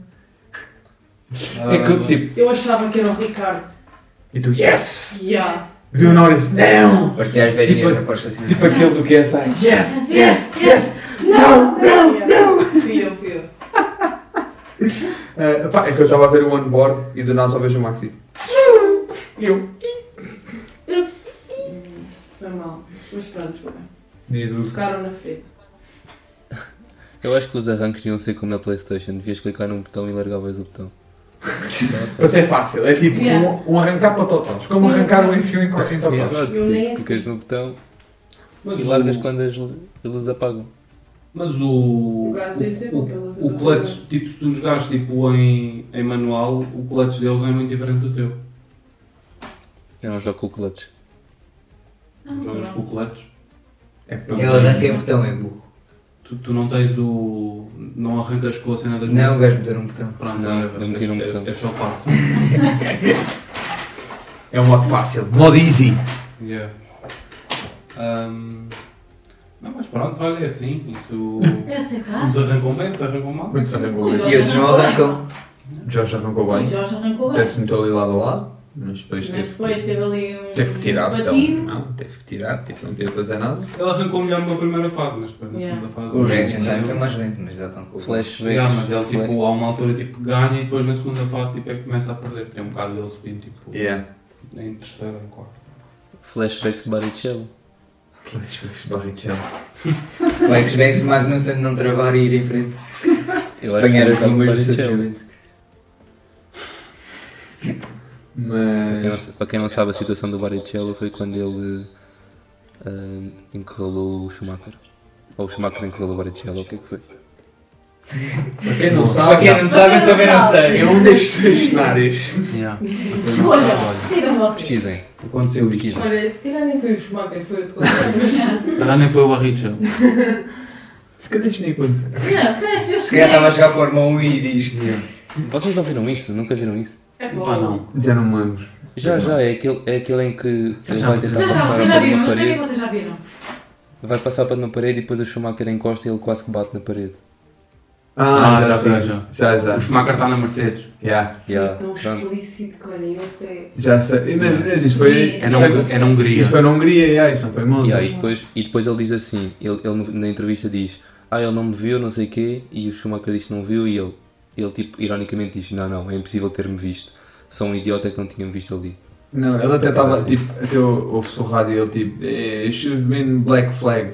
[SPEAKER 7] Ah,
[SPEAKER 5] é que eu tipo.
[SPEAKER 6] Eu achava que era o Ricardo.
[SPEAKER 5] E tu, yes!
[SPEAKER 6] Yeah.
[SPEAKER 5] Viu o Norris? Não!
[SPEAKER 7] Parecia as velhinhas
[SPEAKER 5] Tipo-
[SPEAKER 7] na porta assim.
[SPEAKER 5] Tipo aquele do QSI. Yes! Yes! Yes!
[SPEAKER 6] Não, não! Fui eu, fui eu.
[SPEAKER 5] Ah, pá, é que eu estava a ver o onboard e do nada só vejo o Maxi. E eu.
[SPEAKER 6] Foi mal. Mas pronto, foi bem.
[SPEAKER 5] Diz o.
[SPEAKER 6] Tocaram na frente.
[SPEAKER 4] Eu acho que os arranques deviam ser como na Playstation, devias clicar num botão e largavas o botão.
[SPEAKER 5] Para ser fácil, é tipo
[SPEAKER 6] Yeah.
[SPEAKER 5] um, um arrancar para totos. Como arrancar um enfio em qualquer totos.
[SPEAKER 4] Exato,
[SPEAKER 6] Eu nem
[SPEAKER 4] tipo, clicas no botão
[SPEAKER 8] Mas
[SPEAKER 4] e largas
[SPEAKER 8] o-
[SPEAKER 4] quando as lu- as luzes apagam.
[SPEAKER 8] Mas o.
[SPEAKER 6] O gás
[SPEAKER 10] é
[SPEAKER 6] deve ser
[SPEAKER 8] o,
[SPEAKER 6] pelas
[SPEAKER 8] o clutch, tipo, se tu jogares tipo, em, em manual, o clutch deles não é muito diferente do teu.
[SPEAKER 4] Eu não É um jogo com o clutch.
[SPEAKER 10] Ah,
[SPEAKER 8] Jogas com o clutch.
[SPEAKER 5] É pronto.
[SPEAKER 7] Eu arranquei o botão, é burro.
[SPEAKER 8] Tu, tu não tens o. não arrancas com a cena das
[SPEAKER 7] Não, o
[SPEAKER 8] mãos.
[SPEAKER 7] gajo meteu um botão.
[SPEAKER 8] Pronto,
[SPEAKER 4] Não,
[SPEAKER 8] é-
[SPEAKER 4] eu meti num
[SPEAKER 8] é-
[SPEAKER 4] botão.
[SPEAKER 8] É só parte.
[SPEAKER 5] É um modo fácil. Modo easy.
[SPEAKER 8] Yeah. Ahm, não, mas pronto, olha, é assim. Isso.
[SPEAKER 10] Essa é cara.
[SPEAKER 8] Uns arrancam bem, outros arrancam mal.
[SPEAKER 5] Muito arrancou bem.
[SPEAKER 7] E outros não arrancam.
[SPEAKER 5] Jorge arrancou
[SPEAKER 10] O
[SPEAKER 5] bem.
[SPEAKER 10] Jorge arrancou bem.
[SPEAKER 5] Desce-me ali lado a lado. Mas depois
[SPEAKER 10] Mas
[SPEAKER 5] teve,
[SPEAKER 10] depois teve ali um.
[SPEAKER 5] teve que tirar.
[SPEAKER 10] um
[SPEAKER 5] Então,
[SPEAKER 10] patinho.
[SPEAKER 5] não, teve que tirar. Tipo, não teve a fazer nada.
[SPEAKER 8] Ele arrancou melhor numa primeira fase, mas depois na
[SPEAKER 10] Yeah.
[SPEAKER 8] segunda fase.
[SPEAKER 7] O reaction time então, foi mais lento, mas arrancou.
[SPEAKER 4] Flashbacks.
[SPEAKER 8] Yeah, mas ele
[SPEAKER 4] flash-
[SPEAKER 8] tipo, há uma altura tipo, ganha e depois na segunda fase tipo, é que começa a perder. Tem um bocado ele subindo tipo,
[SPEAKER 5] Yeah.
[SPEAKER 8] em terceiro ou em quarto.
[SPEAKER 4] Flashbacks de Baricello.
[SPEAKER 5] Flashbacks Barrichello.
[SPEAKER 7] Flashbacks de Magnussen não travar e ir em frente.
[SPEAKER 4] Eu acho que
[SPEAKER 7] Apanhar
[SPEAKER 4] é um bocado de
[SPEAKER 7] as bombas do
[SPEAKER 4] Baricello.
[SPEAKER 7] estacionamento.
[SPEAKER 4] Para quem não
[SPEAKER 5] Mas.
[SPEAKER 4] sa- Para quem não sabe, a situação do Baricello foi quando ele ah, encurralou o Schumacher. Ou o Schumacher encurralou o Baricello, o que é que foi?
[SPEAKER 5] Para quem não
[SPEAKER 7] Para
[SPEAKER 5] sabe.
[SPEAKER 7] quem não sabe, eu também não sei.
[SPEAKER 5] É um destes dois cenários.
[SPEAKER 10] Escolha. Sigam vocês.
[SPEAKER 4] Pesquisem,
[SPEAKER 8] Aconteceu isto.
[SPEAKER 4] pesquisem.
[SPEAKER 6] Olha, se calhar nem foi o Schumacher, foi outro coisa.
[SPEAKER 8] Se calhar nem foi o Barrichello.
[SPEAKER 5] Se calhar isto nem aconteceu.
[SPEAKER 10] Yeah, se calhar eu
[SPEAKER 7] Se calhar estava a
[SPEAKER 10] escolhi.
[SPEAKER 7] jogar Fórmula 1 e diz
[SPEAKER 4] Vocês não viram isso? Nunca viram isso?
[SPEAKER 6] É bom.
[SPEAKER 8] Pá, Ah, não.
[SPEAKER 5] Já não me lembro.
[SPEAKER 4] Já, já, é aquele, é aquele em que ele vai tentar
[SPEAKER 10] Vocês já,
[SPEAKER 4] passar
[SPEAKER 10] vocês já
[SPEAKER 4] para
[SPEAKER 10] viram,
[SPEAKER 4] uma
[SPEAKER 10] não sei o
[SPEAKER 4] parede.
[SPEAKER 10] que vocês já viram.
[SPEAKER 4] Vai passar para uma parede e depois o Schumacher encosta e ele quase que bate na parede.
[SPEAKER 5] Ah,
[SPEAKER 8] Ah,
[SPEAKER 5] já,
[SPEAKER 8] já
[SPEAKER 5] sei.
[SPEAKER 8] sei,
[SPEAKER 5] já. Já,
[SPEAKER 8] O Schumacher está na Mercedes.
[SPEAKER 5] Yeah.
[SPEAKER 4] Yeah,
[SPEAKER 10] então,
[SPEAKER 6] Tão
[SPEAKER 4] pronto.
[SPEAKER 6] explícito é que olha, eu até.
[SPEAKER 5] Já sei. Mas, mas isto foi.
[SPEAKER 8] É na, Hung- é na Hungria.
[SPEAKER 5] Isso foi na Hungria, yeah, isso não foi mal.
[SPEAKER 4] Yeah, e, depois, e depois ele diz assim, ele, ele no- na entrevista diz, ah, ele não me viu, não sei o quê, e o Schumacher diz que não viu, e ele, ele tipo, ironicamente diz, não, não, é impossível ter-me visto, sou um idiota que não tinha-me visto ali.
[SPEAKER 5] Não, ele até
[SPEAKER 4] Por acaso
[SPEAKER 5] estava
[SPEAKER 4] assim.
[SPEAKER 5] tipo, até ou- ouve-se o rádio e ele tipo, eh, it should have been black flag.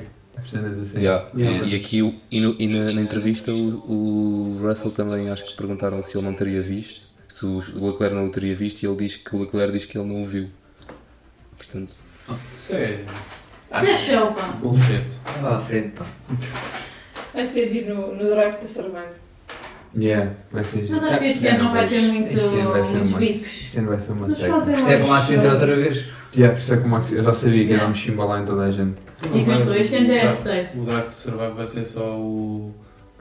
[SPEAKER 5] Cenas assim.
[SPEAKER 4] Yeah.
[SPEAKER 8] Yeah.
[SPEAKER 4] É. E aqui, o- e, no- e na, na entrevista, o, o Russell também, acho que perguntaram se ele não teria visto, se o Leclerc não o teria visto, e ele diz que o Leclerc diz que ele não o viu. Portanto,
[SPEAKER 8] Isso é
[SPEAKER 10] Isso é show, pá.
[SPEAKER 8] bullshit.
[SPEAKER 7] Vá à frente, pá.
[SPEAKER 9] Vais ter de ir no, no drive da Survivor.
[SPEAKER 5] Yeah, vai ser
[SPEAKER 10] Mas
[SPEAKER 5] giro.
[SPEAKER 10] acho que este ano não vai ter muito,
[SPEAKER 5] Este ano vai ser
[SPEAKER 10] muitos
[SPEAKER 5] uma-
[SPEAKER 10] bicos.
[SPEAKER 5] Este ano vai ser uma
[SPEAKER 6] Mas
[SPEAKER 5] seca.
[SPEAKER 6] fazem
[SPEAKER 7] Percebe como há
[SPEAKER 6] mais
[SPEAKER 7] de se entrar
[SPEAKER 6] show.
[SPEAKER 7] outra vez?
[SPEAKER 5] Yeah, por isso é que o Max, eu já sabia que era
[SPEAKER 10] Yeah.
[SPEAKER 5] um chimbalão em toda a gente.
[SPEAKER 10] E pensou, este ano já é safe.
[SPEAKER 8] O drive do Survive vai ser só o.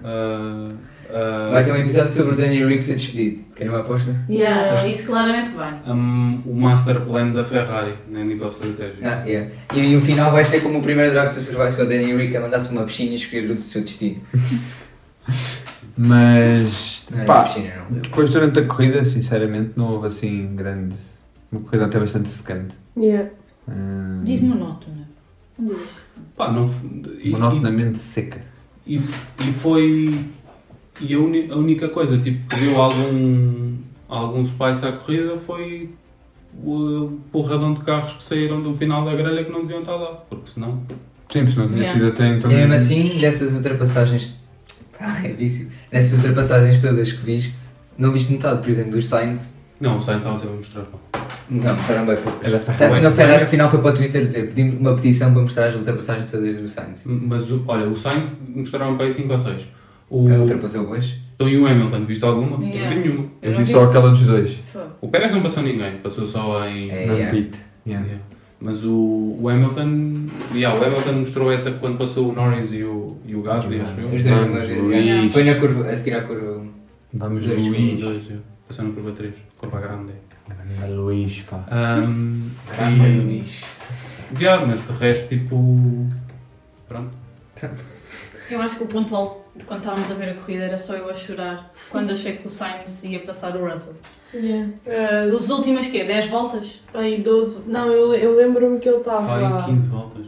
[SPEAKER 8] ah, ah,
[SPEAKER 7] Vai ser um episódio sobre o Danny Riggs a despedido. Quem não aposta?
[SPEAKER 10] Yeah, não, isso claramente vai.
[SPEAKER 8] um, o master plan da Ferrari, né, nível estratégico.
[SPEAKER 7] Ah, yeah. E, e o final vai ser como o primeiro draft do Survive com o Danny Rick a mandar-se uma piscina e escolher o seu destino.
[SPEAKER 5] Mas,
[SPEAKER 7] Não era uma
[SPEAKER 5] pá,
[SPEAKER 7] piscina, não.
[SPEAKER 5] depois durante a corrida, sinceramente, não houve assim grande. Uma corrida até bastante secante.
[SPEAKER 6] Yeah.
[SPEAKER 5] Hum,
[SPEAKER 10] Diz monótona. Não diz.
[SPEAKER 8] Pá, não. f- e-
[SPEAKER 5] monotonamente seca.
[SPEAKER 8] E, e foi. E a, uni- a única coisa tipo, que deu algum, algum spice à corrida foi o porradão de carros que saíram do final da grelha que não deviam estar lá, porque senão.
[SPEAKER 5] Sim, se não tinha
[SPEAKER 10] Yeah.
[SPEAKER 5] sido até então.
[SPEAKER 7] E mesmo assim, dessas ultrapassagens. Pá, é vício. Nessas ultrapassagens todas que viste, não viste metade, por exemplo, dos Sainz.
[SPEAKER 8] Não, o Sainz estava sempre a mostrar. pá.
[SPEAKER 7] Não, mostraram bem Tá, poucas.
[SPEAKER 5] Era
[SPEAKER 7] Tanto que
[SPEAKER 8] Bem,
[SPEAKER 7] na Ferrari, afinal, foi para o Twitter dizer: pedimos uma petição para mostrar as ultrapassagens todas do Sainz.
[SPEAKER 8] Mas o- olha, o Sainz mostraram para aí 5 ou 6. O,
[SPEAKER 7] Ele ultrapassou hoje.
[SPEAKER 8] então e o Hamilton, viste alguma? Eu
[SPEAKER 10] Yeah.
[SPEAKER 8] não vi nenhuma.
[SPEAKER 5] Eu vi só aquela dos dois.
[SPEAKER 10] Foi.
[SPEAKER 8] O Pérez não passou ninguém, passou só em.
[SPEAKER 7] É,
[SPEAKER 5] No
[SPEAKER 7] yeah.
[SPEAKER 5] pit. Yeah.
[SPEAKER 8] Yeah. Mas o, o Hamilton. Yeah, o Hamilton mostrou essa quando passou o Norris e o, e o Gasly, acho eu.
[SPEAKER 7] Os dois
[SPEAKER 4] Ah,
[SPEAKER 7] de uma vez.
[SPEAKER 5] Vamos,
[SPEAKER 7] yeah.
[SPEAKER 5] Luís.
[SPEAKER 7] Foi na curva, a seguir à curva 1.
[SPEAKER 5] Vamos
[SPEAKER 7] Dois,
[SPEAKER 5] Luís.
[SPEAKER 8] é Dois, yeah. Passou na curva 3, curva grande.
[SPEAKER 5] Anda Luís, pá.
[SPEAKER 8] Um,
[SPEAKER 7] Caramba,
[SPEAKER 8] e.
[SPEAKER 7] Luís.
[SPEAKER 8] Yeah, mas de resto, tipo. Pronto.
[SPEAKER 10] Eu acho que o ponto alto de quando estávamos a ver a corrida era só eu a chorar quando achei que o Sainz ia passar o Russell.
[SPEAKER 11] Yeah.
[SPEAKER 10] Uh, Os últimas quê? 10 voltas?
[SPEAKER 11] Aí 12. Não, eu, eu lembro-me que ele estava
[SPEAKER 8] Ai,
[SPEAKER 11] a
[SPEAKER 8] 15 voltas.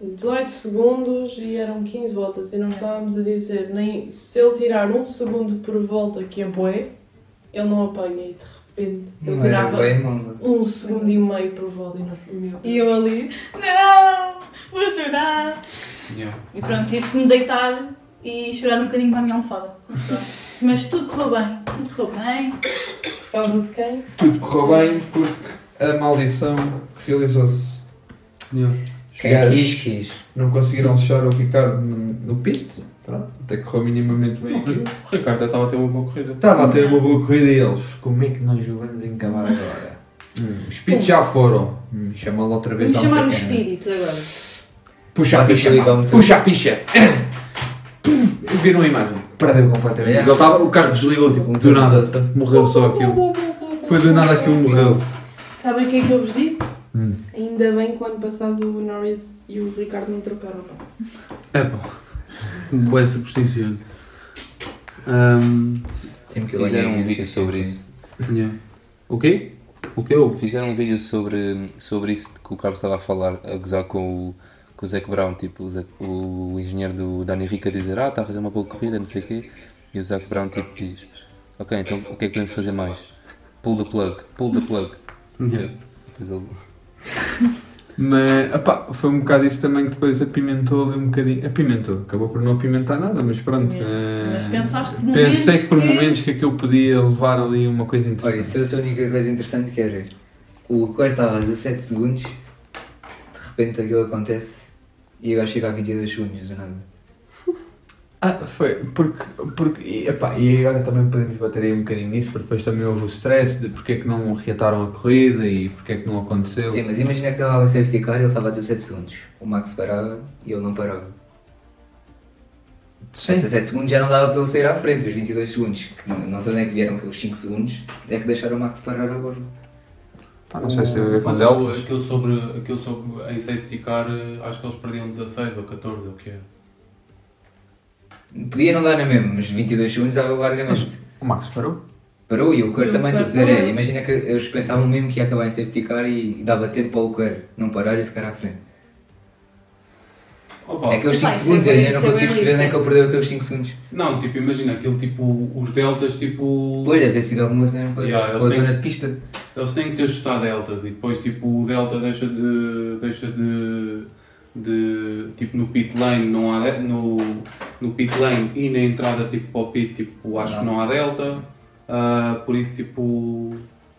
[SPEAKER 11] 18 segundos e eram 15 voltas. E não estávamos a dizer nem se ele tirar um segundo por volta, que é bué, ele não apanha. E de repente ele
[SPEAKER 5] é
[SPEAKER 7] Não era
[SPEAKER 11] tirava
[SPEAKER 7] bem, Monza.
[SPEAKER 11] um segundo e meio por volta. E nós, meu
[SPEAKER 10] E eu ali, não, vou chorar.
[SPEAKER 8] Yeah.
[SPEAKER 10] E pronto, tive que me deitar e chorar um bocadinho para a minha almofada. Mas pronto. Mas tudo correu bem, tudo correu bem.
[SPEAKER 11] Por causa de quem?
[SPEAKER 5] Tudo correu bem porque a maldição realizou-se.
[SPEAKER 7] Quem é
[SPEAKER 5] Chegaram-
[SPEAKER 7] quis, quis.
[SPEAKER 5] Não conseguiram deixar o Ricardo no, no pit. Pronto, até correu minimamente bem. aquilo.
[SPEAKER 8] O Ricardo estava a ter uma boa corrida.
[SPEAKER 5] Estava a ter uma boa corrida e eles. Como é que nós vamos encavar agora? Hum, os pits já foram. Hum, Chamá-lo outra vez.
[SPEAKER 10] Vamos
[SPEAKER 5] dá muita
[SPEAKER 10] chamar o
[SPEAKER 5] pena.
[SPEAKER 10] espírito agora.
[SPEAKER 5] Puxa a
[SPEAKER 7] Passa
[SPEAKER 5] picha.
[SPEAKER 7] pelo igual muito.
[SPEAKER 5] Puxa a picha. Puf, Viram a imagem. Perdeu completamente.
[SPEAKER 7] Yeah.
[SPEAKER 5] Ele tava, o carro desligou, tipo, do nada. Morreu só aquilo.
[SPEAKER 9] Uh,
[SPEAKER 5] Foi do nada aquilo morreu.
[SPEAKER 11] Sabem o que é que eu vos digo? Ainda bem que o ano passado o Norris e o Ricardo não trocaram. não.
[SPEAKER 8] É bom. Boa supersticioso. Ahm,
[SPEAKER 7] Sempre que eu
[SPEAKER 4] Fizeram
[SPEAKER 7] ganhei
[SPEAKER 4] um vídeo sobre isso.
[SPEAKER 8] yeah. O quê? O que eu?
[SPEAKER 4] Fizeram um vídeo sobre, sobre isso que o Carlos estava a falar, a gozar com o, com o Zac Brown, tipo, o, Zac- o engenheiro do Dani Rica a dizer, ah, está a fazer uma boa corrida, não sei o quê, e o Zac Brown tipo diz, ok, então o que é que podemos fazer mais? Pull the plug, pull the plug.
[SPEAKER 8] Yeah.
[SPEAKER 4] Depois ele-
[SPEAKER 5] Mas, epá, foi um bocado isso também que depois apimentou ali um bocadinho. Apimentou, acabou por não apimentar nada, mas pronto. eh,
[SPEAKER 10] Mas pensaste por
[SPEAKER 5] Pensei
[SPEAKER 10] momentos
[SPEAKER 5] que por
[SPEAKER 10] que-
[SPEAKER 5] momentos que aquilo podia levar ali uma coisa
[SPEAKER 7] Olha,
[SPEAKER 5] interessante.
[SPEAKER 7] isso é a única coisa interessante que era. O quarto estava a 17 segundos, de repente aquilo acontece e eu acho que a 22 segundos do nada.
[SPEAKER 5] Ah, foi, porque, porque e, epá, e agora também podemos bater aí um bocadinho nisso, porque depois também houve o stress de porque é que não reataram a corrida e porque é que não aconteceu.
[SPEAKER 7] Sim, mas imagina que acabava o safety car e ele estava a 17 segundos. O Max parava e ele não parava. A 17 segundos já não dava para ele sair à frente, os 22 segundos. que Não, não sei onde é que vieram aqueles 5 segundos, é que deixaram o Max parar agora.
[SPEAKER 5] Pá, não sei se teve a ver com
[SPEAKER 8] Mas
[SPEAKER 5] deltas.
[SPEAKER 8] o- Aquele sobre, aquele sobre em safety car, eh, acho que eles perdiam 16 ou 14, ou o que é. era.
[SPEAKER 7] Podia não dar na mesma, mas 22 segundos dava o argumento.
[SPEAKER 5] O Max parou.
[SPEAKER 7] Parou e o Kerr
[SPEAKER 11] E o
[SPEAKER 7] também,
[SPEAKER 11] Kerr
[SPEAKER 7] estou a dizer,
[SPEAKER 11] parou.
[SPEAKER 7] é, imagina que eles pensavam mesmo que ia acabar em safety car e, e dava tempo para o Kerr não parar e ficar à frente.
[SPEAKER 8] Opa,
[SPEAKER 7] Aqueles
[SPEAKER 10] Vai,
[SPEAKER 7] 5 segundos, eu
[SPEAKER 10] sempre-
[SPEAKER 7] ainda não
[SPEAKER 10] sempre
[SPEAKER 7] consigo perceber
[SPEAKER 10] isso.
[SPEAKER 7] onde é que ele perdeu aqueles 5 segundos.
[SPEAKER 8] Não, tipo, imagina aquele tipo, os deltas, tipo,
[SPEAKER 7] Pois, é. deve ter sido alguma cena com a-
[SPEAKER 8] Yeah, eu
[SPEAKER 7] com a
[SPEAKER 8] sei.
[SPEAKER 7] zona de pista.
[SPEAKER 8] eles têm que ajustar deltas e depois, tipo, o delta deixa de, deixa de, de tipo, no pit lane não há, de- no, no pit lane e na entrada, tipo, para o pit, tipo, acho que não há delta, Ah, por isso, tipo,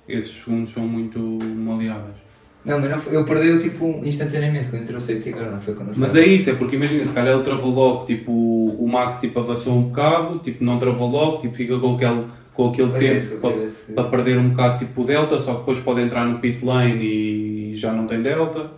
[SPEAKER 8] esses segundos são muito maleáveis.
[SPEAKER 7] Não, mas não foi, eu perdeu tipo instantaneamente quando entrou o safety car, não foi quando eu
[SPEAKER 8] Mas
[SPEAKER 7] fui.
[SPEAKER 8] é isso, é porque imagina, se calhar ele travou logo, tipo, o Max tipo, avançou um bocado, tipo, não travou logo, tipo, fica com aquele, com aquele
[SPEAKER 7] Pois é, isso
[SPEAKER 8] tempo
[SPEAKER 7] eu
[SPEAKER 8] para,
[SPEAKER 7] queria ver se-
[SPEAKER 8] para perder um bocado tipo, o Delta, só que depois pode entrar no pit lane e já não tem Delta.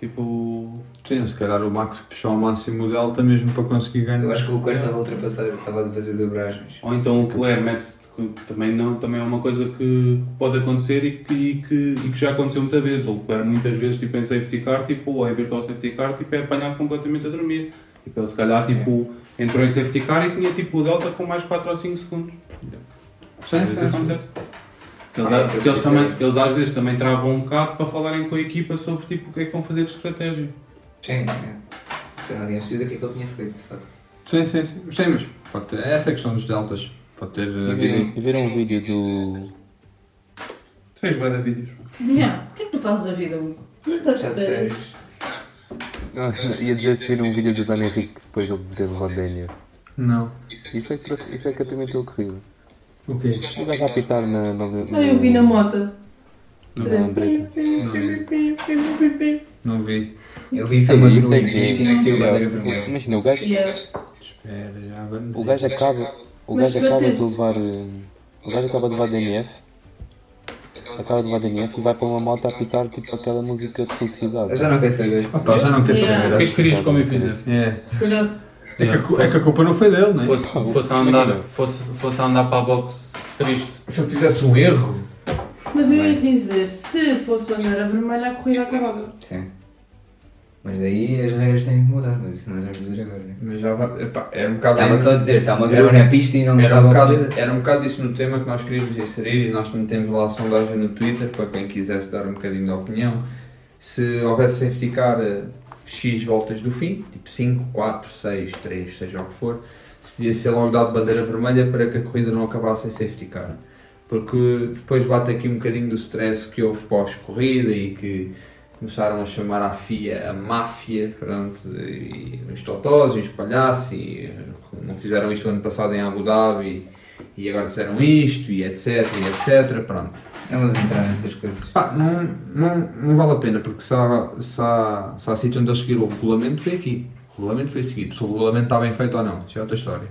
[SPEAKER 8] Tipo.
[SPEAKER 5] Sim, se calhar o Max puxou ao máximo o delta mesmo para conseguir ganhar.
[SPEAKER 7] Eu acho que o Kerr estava a ultrapassar, estava a fazer dobragens.
[SPEAKER 8] Ou então o Claire mete-se. Também, não, também é uma coisa que pode acontecer e que, e que, e que já aconteceu muita vez. Ou o Claire muitas vezes tipo, em safety car, tipo, ou é virtual safety car, tipo, é apanhado completamente a dormir. Tipo, ele se calhar tipo, entrou em safety car e tinha tipo, o Delta com mais 4 ou 5 segundos.
[SPEAKER 5] Sim,
[SPEAKER 8] Às vezes
[SPEAKER 5] sim, sim.
[SPEAKER 8] acontece. Que Eles,
[SPEAKER 7] Ah,
[SPEAKER 8] às-
[SPEAKER 7] isso é
[SPEAKER 8] que eles,
[SPEAKER 7] possível.
[SPEAKER 8] também, eles às vezes também travam um bocado para falarem com a equipa sobre tipo, o que é que vão fazer de estratégia.
[SPEAKER 7] Sim, é. Se eu não tinha percebido o que é que ele tinha feito, de facto.
[SPEAKER 5] Sim, sim, sim. Sim, mas pode ter, essa é questão dos deltas pode ter.
[SPEAKER 4] E
[SPEAKER 5] eh,
[SPEAKER 4] viram, e viram um vídeo do...
[SPEAKER 8] Tu fez bem da vídeos.
[SPEAKER 10] Não, o que é que tu fazes da vida, Hugo?
[SPEAKER 11] Mas estás
[SPEAKER 4] Tá
[SPEAKER 7] Já
[SPEAKER 11] de
[SPEAKER 7] de
[SPEAKER 11] férias.
[SPEAKER 7] férias.
[SPEAKER 4] Ah, ia dizer se viram um vídeo do Dani Rica depois de ele ter levado Daniel.
[SPEAKER 5] Não.
[SPEAKER 4] Isso é que, trouxe- isso é que apimentou a corrida.
[SPEAKER 5] O quê?
[SPEAKER 4] O gajo a apitar na... na, na
[SPEAKER 11] Ah, eu vi na moto.
[SPEAKER 4] Na lambreta.
[SPEAKER 5] Não vi.
[SPEAKER 7] Eu vi
[SPEAKER 4] Ei,
[SPEAKER 7] filme do
[SPEAKER 4] isso é que-
[SPEAKER 7] Cristina que saiu a bandeira
[SPEAKER 4] Yeah.
[SPEAKER 7] vermelha.
[SPEAKER 4] Imagina, o gajo...
[SPEAKER 11] Yeah.
[SPEAKER 5] Espera, já vamos.
[SPEAKER 4] O
[SPEAKER 5] aí.
[SPEAKER 4] gajo acaba, o
[SPEAKER 11] Mas
[SPEAKER 4] gajo acaba de
[SPEAKER 11] bateu-se.
[SPEAKER 4] levar. hum, O gajo acaba de levar DNF. Acaba de levar DNF e vai para uma moto a apitar tipo aquela música de
[SPEAKER 7] Eu
[SPEAKER 4] felicidade.
[SPEAKER 7] já não quero saber.
[SPEAKER 5] Ah, pá, já não quer
[SPEAKER 10] Yeah.
[SPEAKER 5] saber.
[SPEAKER 8] O que é que
[SPEAKER 5] acho.
[SPEAKER 8] querias como eu fizesse?
[SPEAKER 5] É.
[SPEAKER 11] Cuidado.
[SPEAKER 5] É, que a, cu- é que a culpa não foi dele, não é?
[SPEAKER 8] Fosse, fosse, a andar, fosse, fosse a andar para a box triste.
[SPEAKER 5] Se eu fizesse um erro.
[SPEAKER 11] Mas eu ia dizer, se fosse bandeira vermelha, a corrida acabava.
[SPEAKER 7] Sim. Mas daí as regras têm que mudar, mas isso não é fazer agora, né?
[SPEAKER 5] Mas já vai. epá, era um bocado.
[SPEAKER 7] Estava só a dizer, está uma grua
[SPEAKER 5] Era-
[SPEAKER 7] na pista e não
[SPEAKER 5] Era um,
[SPEAKER 7] estava a
[SPEAKER 5] bocado, era um bocado isso no tema que nós queríamos inserir e nós metemos lá a sondagem no Twitter para quem quisesse dar um bocadinho de opinião. Se houvesse safety car eh, X voltas do fim, tipo 5, 4, 6, 3, seja o que for, se devia ser logo dado bandeira vermelha para que a corrida não acabasse em safety car. Porque depois bate aqui um bocadinho do stress que houve pós-corrida e que começaram a chamar à FIA a máfia, pronto, e os totós e os palhaços, e eh, não fizeram isto ano passado em Abu Dhabi, e agora fizeram isto, e etc, e etc, pronto.
[SPEAKER 7] Não vamos entrar nessas coisas.
[SPEAKER 5] Pá, não, não, não vale a pena, porque se há, se, há, se há sítio onde eles seguiram o regulamento, foi aqui. O regulamento foi seguido. Se o regulamento está bem feito ou não, isso é outra história.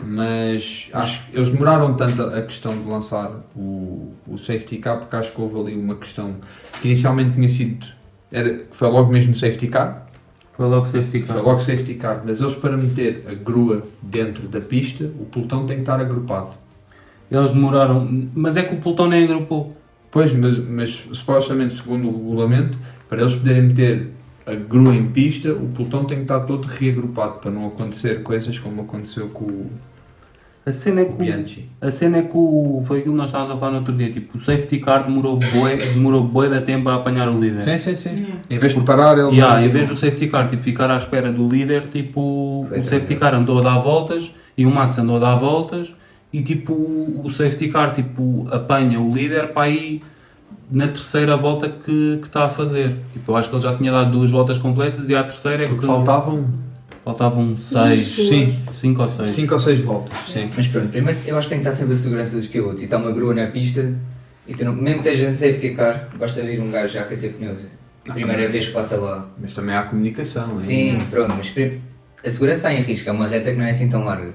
[SPEAKER 5] Mas acho que eles demoraram tanto a a questão de lançar o, o safety car, porque acho que houve ali uma questão que inicialmente tinha sido. Era, foi logo mesmo safety car,
[SPEAKER 3] Foi logo safety
[SPEAKER 5] foi
[SPEAKER 3] car.
[SPEAKER 5] logo safety car, mas eles para meter a grua dentro da pista, o pelotão tem que estar agrupado.
[SPEAKER 8] Eles demoraram, mas é que o pelotão nem agrupou.
[SPEAKER 5] Pois, mas, mas supostamente, segundo o regulamento, para eles poderem meter a grua em pista, o pelotão tem que estar todo reagrupado para não acontecer coisas como aconteceu com o
[SPEAKER 8] A cena é que o,
[SPEAKER 5] Bianchi.
[SPEAKER 8] a cena é que o, foi aquilo que nós estávamos a falar no outro dia, tipo, o safety car demorou bué, demorou bué da tempo a apanhar o líder.
[SPEAKER 5] sim, sim. Em vez de parar, ele.
[SPEAKER 8] É. Yeah, em vez do safety car tipo, ficar à espera do líder, tipo, o safety car andou a dar voltas e o Max andou a dar voltas e tipo, o safety car tipo, apanha o líder para aí na terceira volta que que está a fazer. Tipo, eu acho que ele já tinha dado duas voltas completas e à terceira é que
[SPEAKER 5] Porque faltavam
[SPEAKER 8] faltavam um seis,
[SPEAKER 5] Sim.
[SPEAKER 8] cinco ou seis.
[SPEAKER 5] 5 ou 6 voltas. Sim.
[SPEAKER 7] Mas pronto, primeiro eu acho que tem que estar sempre a segurança dos pilotos e está uma grua na pista e tu não, mesmo que estejas em safety car, basta vir um gajo a aquecer pneus. A
[SPEAKER 5] Ah,
[SPEAKER 7] primeira vez que passa lá.
[SPEAKER 5] Mas também há comunicação. é?
[SPEAKER 7] Sim, pronto, mas pri- a segurança está em risco, é uma reta que não é assim tão larga.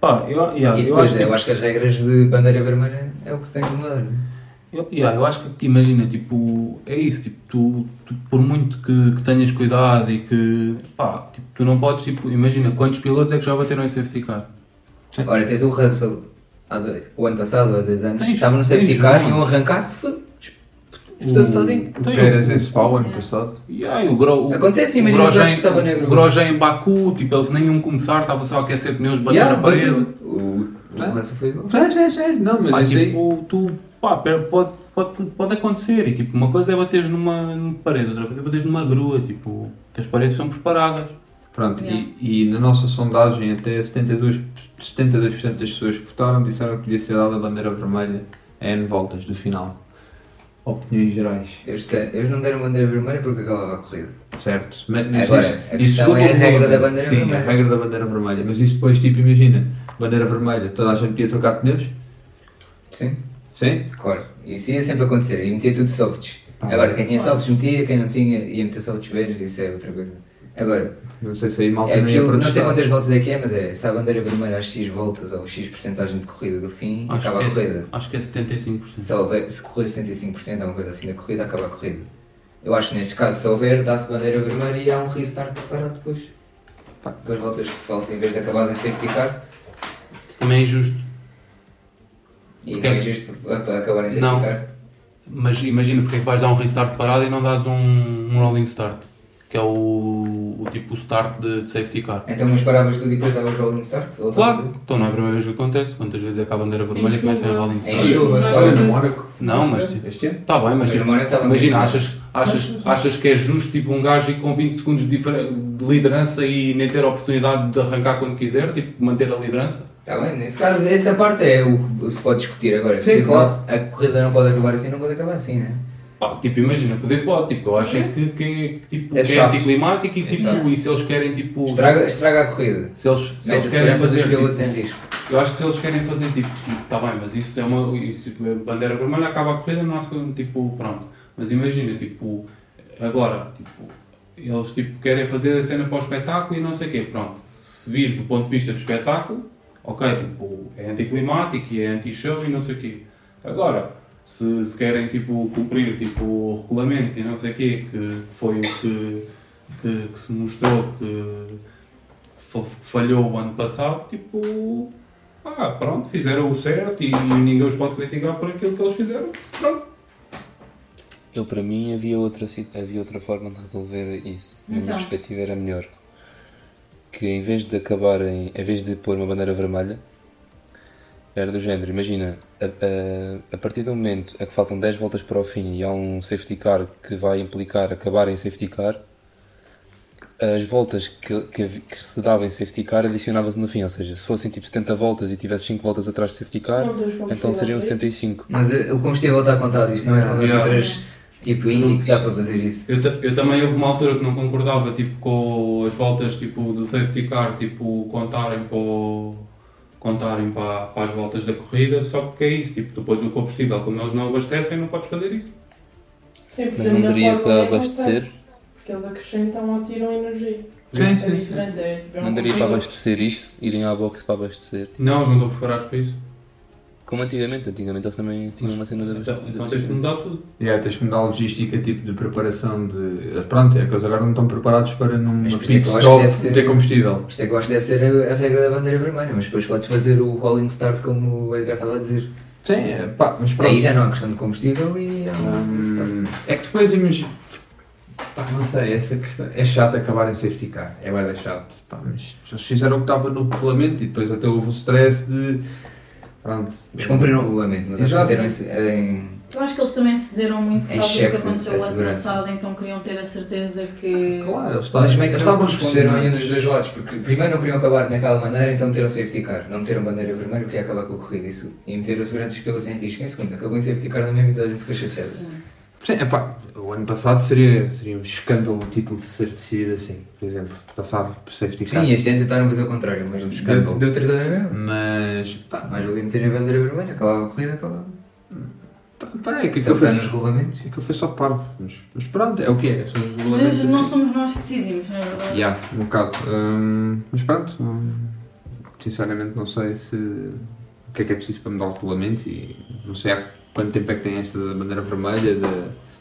[SPEAKER 8] Pá, eu, yeah,
[SPEAKER 7] E
[SPEAKER 8] eu
[SPEAKER 7] depois
[SPEAKER 8] acho
[SPEAKER 7] é,
[SPEAKER 8] que-
[SPEAKER 7] eu acho que as regras de bandeira vermelha é o que se tem que mudar. né?
[SPEAKER 8] Eu, yeah, eu acho que, imagina, tipo, é isso, tipo, tu, tu- por muito que, que tenhas cuidado e que, pá, tipo, tu não podes, tipo, imagina, quantos pilotos é que já bateram em safety car?
[SPEAKER 7] Ora, tens o Russell, há dois- o ano passado, há dois anos,
[SPEAKER 8] Tens-
[SPEAKER 7] estava no safety
[SPEAKER 8] tens
[SPEAKER 7] car
[SPEAKER 8] um.
[SPEAKER 7] e um arrancar, estou sozinho.
[SPEAKER 8] Então,
[SPEAKER 5] Pérez esse pau ano passado.
[SPEAKER 8] yeah, e o Gro, o,
[SPEAKER 7] Acontece,
[SPEAKER 8] o
[SPEAKER 7] imagina,
[SPEAKER 8] Grosjean-
[SPEAKER 7] o gajo que estava na
[SPEAKER 8] o
[SPEAKER 7] grua.
[SPEAKER 8] Grosjean em Baku, tipo, eles nem iam começar, estava só a aquecer pneus, bater
[SPEAKER 7] Yeah,
[SPEAKER 8] na parede.
[SPEAKER 7] bateu. O, o Russell foi igual.
[SPEAKER 5] Sim, sim, sim. Não, mas
[SPEAKER 8] Pá,
[SPEAKER 5] isso aí.
[SPEAKER 8] tipo, tu, pá, per- pode, pode, pode acontecer. E, tipo, uma coisa é bateres numa, numa parede, outra coisa é bateres numa grua, tipo, que as paredes são preparadas.
[SPEAKER 5] Pronto, e, e na nossa sondagem até 72%, 72 das pessoas que votaram disseram que devia ser dada a bandeira vermelha a N voltas do final. Opiniões gerais.
[SPEAKER 7] Eles, disseram- eles não deram bandeira vermelha porque acabava a corrida.
[SPEAKER 5] Certo. Mas,
[SPEAKER 7] Agora, a questão
[SPEAKER 5] segundo
[SPEAKER 7] é a
[SPEAKER 5] o
[SPEAKER 7] regra
[SPEAKER 5] regulamento.
[SPEAKER 7] da bandeira
[SPEAKER 5] Sim,
[SPEAKER 7] vermelha.
[SPEAKER 5] a regra da bandeira vermelha. Mas isso depois, tipo, imagina, bandeira vermelha, toda a gente podia trocar pneus?
[SPEAKER 7] Sim,
[SPEAKER 5] Sim?
[SPEAKER 7] claro. Isso ia sempre acontecer, e metia tudo softs.
[SPEAKER 8] Ah,
[SPEAKER 7] Agora, quem tinha softs metia, quem não tinha ia meter softs velhos, isso é outra coisa. Agora,
[SPEAKER 5] Não sei se aí mal
[SPEAKER 7] É
[SPEAKER 5] também ia
[SPEAKER 7] aquilo, não sei
[SPEAKER 5] protestar.
[SPEAKER 7] quantas voltas é que é, mas é, se a bandeira vermelha às X voltas ou X porcentagem de corrida do fim,
[SPEAKER 8] Acho
[SPEAKER 7] acaba a
[SPEAKER 8] que,
[SPEAKER 7] corrida.
[SPEAKER 8] é, acho que é 75%.
[SPEAKER 7] Se, houver, se correr 75% ou uma coisa assim da corrida, acaba a corrida. Eu acho que neste caso, se houver, dá-se bandeira vermelha e há um restart preparado depois. Pá, duas voltas que se faltam em vez de acabar em safety car.
[SPEAKER 8] Isso também é injusto.
[SPEAKER 7] E
[SPEAKER 8] Porque-
[SPEAKER 7] não é justo por- a- para acabar em safety
[SPEAKER 8] Não.
[SPEAKER 7] car.
[SPEAKER 8] Mas imagina porque é que vais dar um restart parado e não dás um, um rolling start, que é o, o tipo o start de, de safety car.
[SPEAKER 7] Então, mas paravas tudo e depois davas rolling start? Voltavas
[SPEAKER 8] Claro, então não é a primeira vez que acontece. Quantas vezes é que a bandeira vermelha e começa em rolling
[SPEAKER 7] Em
[SPEAKER 8] start?
[SPEAKER 7] chuva, só.
[SPEAKER 5] Olha, no Mónaco,
[SPEAKER 8] Não, mas tipo,
[SPEAKER 5] este ano.
[SPEAKER 8] tá bem, mas
[SPEAKER 7] É Mas
[SPEAKER 8] tipo,
[SPEAKER 7] no Mónaco estava
[SPEAKER 8] imagina,
[SPEAKER 7] bem.
[SPEAKER 8] achas, achas, achas que é justo tipo um gajo ir com 20 segundos de, difer- de liderança e nem ter a oportunidade de arrancar quando quiser, tipo manter a liderança?
[SPEAKER 7] Está Tá bem, nesse caso, essa parte é o que se pode discutir agora.
[SPEAKER 5] Sim, claro.
[SPEAKER 7] não- A corrida não pode acabar assim, não pode acabar assim, né?
[SPEAKER 8] Pá, tipo, imagina, poder pode, tipo, eu acho é que, que, é, tipo,
[SPEAKER 7] É
[SPEAKER 8] que é
[SPEAKER 7] chato. É
[SPEAKER 8] anticlimático e, tipo,
[SPEAKER 7] chato.
[SPEAKER 8] e se eles querem, tipo,
[SPEAKER 7] Estraga, estraga a corrida.
[SPEAKER 8] se eles, se
[SPEAKER 7] Mete a
[SPEAKER 8] eles querem
[SPEAKER 7] segurança dos
[SPEAKER 8] fazer, tipo,
[SPEAKER 7] pilotos em risco.
[SPEAKER 8] Eu acho que se eles querem fazer tipo, tipo, tá bem, mas isso é uma. Isso, bandeira vermelha acaba a corrida, não há segundo, tipo, pronto. Mas imagina, tipo, agora, tipo, eles tipo, querem fazer a cena para o espetáculo e não sei o quê, pronto. Se vires do ponto de vista do espetáculo, ok, tipo, é anticlimático e é anti-show e não sei o quê. Agora, se, se querem tipo, cumprir tipo, regulamentos e não sei o quê, que foi o que, que, que se mostrou que fa- falhou o ano passado, tipo, ah, pronto, fizeram o certo e ninguém os pode criticar por aquilo que eles fizeram. Pronto.
[SPEAKER 4] Eu, para mim, havia outra, si- havia outra forma de resolver isso. Na minha
[SPEAKER 10] Então.
[SPEAKER 4] perspectiva, era melhor. Que em vez de acabar em. em vez de pôr uma bandeira vermelha, era do género. Imagina, a, a, a partir do momento a que faltam 10 voltas para o fim e há um safety car que vai implicar acabar em safety car, as voltas que, que, havi- que se dava em safety car adicionavam-se no fim. Ou seja, se fossem tipo 70 voltas e tivesse 5 voltas atrás de safety car,
[SPEAKER 11] Não, dois vão
[SPEAKER 4] então
[SPEAKER 11] chegar,
[SPEAKER 4] seriam
[SPEAKER 11] dois.
[SPEAKER 4] 75.
[SPEAKER 7] Mas eh, o combustível está contado, isto não é nada das
[SPEAKER 8] Yeah.
[SPEAKER 7] outras. Tipo, Indy que dá para fazer isso.
[SPEAKER 8] Eu, ta- eu também houve uma altura que não concordava tipo, com as voltas tipo, do safety car tipo, contarem, para, o- contarem para, para as voltas da corrida, só que é isso, tipo, depois o combustível, como eles não abastecem, não podes fazer isso.
[SPEAKER 6] Sim, por
[SPEAKER 4] Mas
[SPEAKER 6] exemplo,
[SPEAKER 4] não
[SPEAKER 6] na
[SPEAKER 4] daria
[SPEAKER 6] Fórmula E
[SPEAKER 4] para
[SPEAKER 11] é
[SPEAKER 6] não
[SPEAKER 4] abastecer.
[SPEAKER 6] tem, Porque eles acrescentam ou tiram energia.
[SPEAKER 5] Sim,
[SPEAKER 6] É diferente, é tipo, é
[SPEAKER 4] Não
[SPEAKER 6] um
[SPEAKER 4] daria para
[SPEAKER 6] combustível.
[SPEAKER 4] abastecer isto, irem à box para abastecer. tipo,
[SPEAKER 8] Não, eles não estão preparados para isso.
[SPEAKER 4] Como antigamente, antigamente eles também tinham uma cena de
[SPEAKER 8] Então,
[SPEAKER 4] abaste- de
[SPEAKER 8] então tens de
[SPEAKER 4] abastecimento.
[SPEAKER 8] mudar tudo.
[SPEAKER 5] Yeah, tens que mudar a logística tipo de preparação de. Pronto, é que eles agora não estão preparados para num
[SPEAKER 7] Mas por isso é
[SPEAKER 5] pit
[SPEAKER 7] que eu acho que
[SPEAKER 5] stop
[SPEAKER 7] deve ser-
[SPEAKER 5] ter combustível.
[SPEAKER 7] Por isso é que eu acho que deve ser a, a regra da bandeira vermelha, mas depois podes fazer o rolling start como o Edgar estava a dizer.
[SPEAKER 5] Sim, é, pá, mas pronto.
[SPEAKER 7] Aí já não há questão de combustível e há um start.
[SPEAKER 5] Hum, é que depois imagina. Pá, não sei, esta questão. É chato acabar em safety car. É bem chato. Pá, mas eles fizeram o que estava no regulamento e depois até houve o stress de. Pronto.
[SPEAKER 7] Mas cumpriram o regulamento, mas acho que
[SPEAKER 5] Exato.
[SPEAKER 7] meteram-se em.
[SPEAKER 10] Eu acho que eles também cederam muito por
[SPEAKER 7] Em
[SPEAKER 10] causa do
[SPEAKER 7] xeque,
[SPEAKER 10] que
[SPEAKER 7] a
[SPEAKER 10] aconteceu o ano
[SPEAKER 7] segurança. Ah,
[SPEAKER 10] passado, então queriam ter a certeza que.
[SPEAKER 5] Claro, eles estavam.
[SPEAKER 7] Mas meio que
[SPEAKER 5] eles
[SPEAKER 7] não é?
[SPEAKER 5] estavam
[SPEAKER 7] corresponderam ainda dos
[SPEAKER 5] respondendo.
[SPEAKER 7] dois lados, porque primeiro não queriam acabar naquela maneira, então meteram safety car. Não meteram bandeira vermelha porque ia acabar com a corrida isso, e meteram a segurança dos pilotos em risco. Em segundo, acabou em safety car na mesma e toda a gente ficou chateada.
[SPEAKER 5] Sim, é pá, o ano passado seria, seria um escândalo o título de ser decidido assim, por exemplo, passar por safety car.
[SPEAKER 7] Sim, é. este ano tentaram fazer o contrário, mas deu,
[SPEAKER 5] escândalo.
[SPEAKER 7] deu treta na mesma.
[SPEAKER 5] Mas.
[SPEAKER 7] Pá, mais valia meter a bandeira vermelha, acabava a corrida, acabava.
[SPEAKER 5] Pá, pá, é que
[SPEAKER 7] Isso é o
[SPEAKER 5] aquilo
[SPEAKER 7] que
[SPEAKER 5] foi,
[SPEAKER 7] está nos regulamentos.
[SPEAKER 5] aquilo foi só parvo. Mas, mas pronto, é o que é, são os regulamentos.
[SPEAKER 10] Mas não
[SPEAKER 5] assim.
[SPEAKER 10] somos nós que decidimos, não é verdade?
[SPEAKER 5] Yeah, um bocado. Hum, mas pronto, hum, sinceramente não sei se o que é que é preciso para mudar o regulamento e não sei há quanto tempo é que tem esta da bandeira vermelha, da,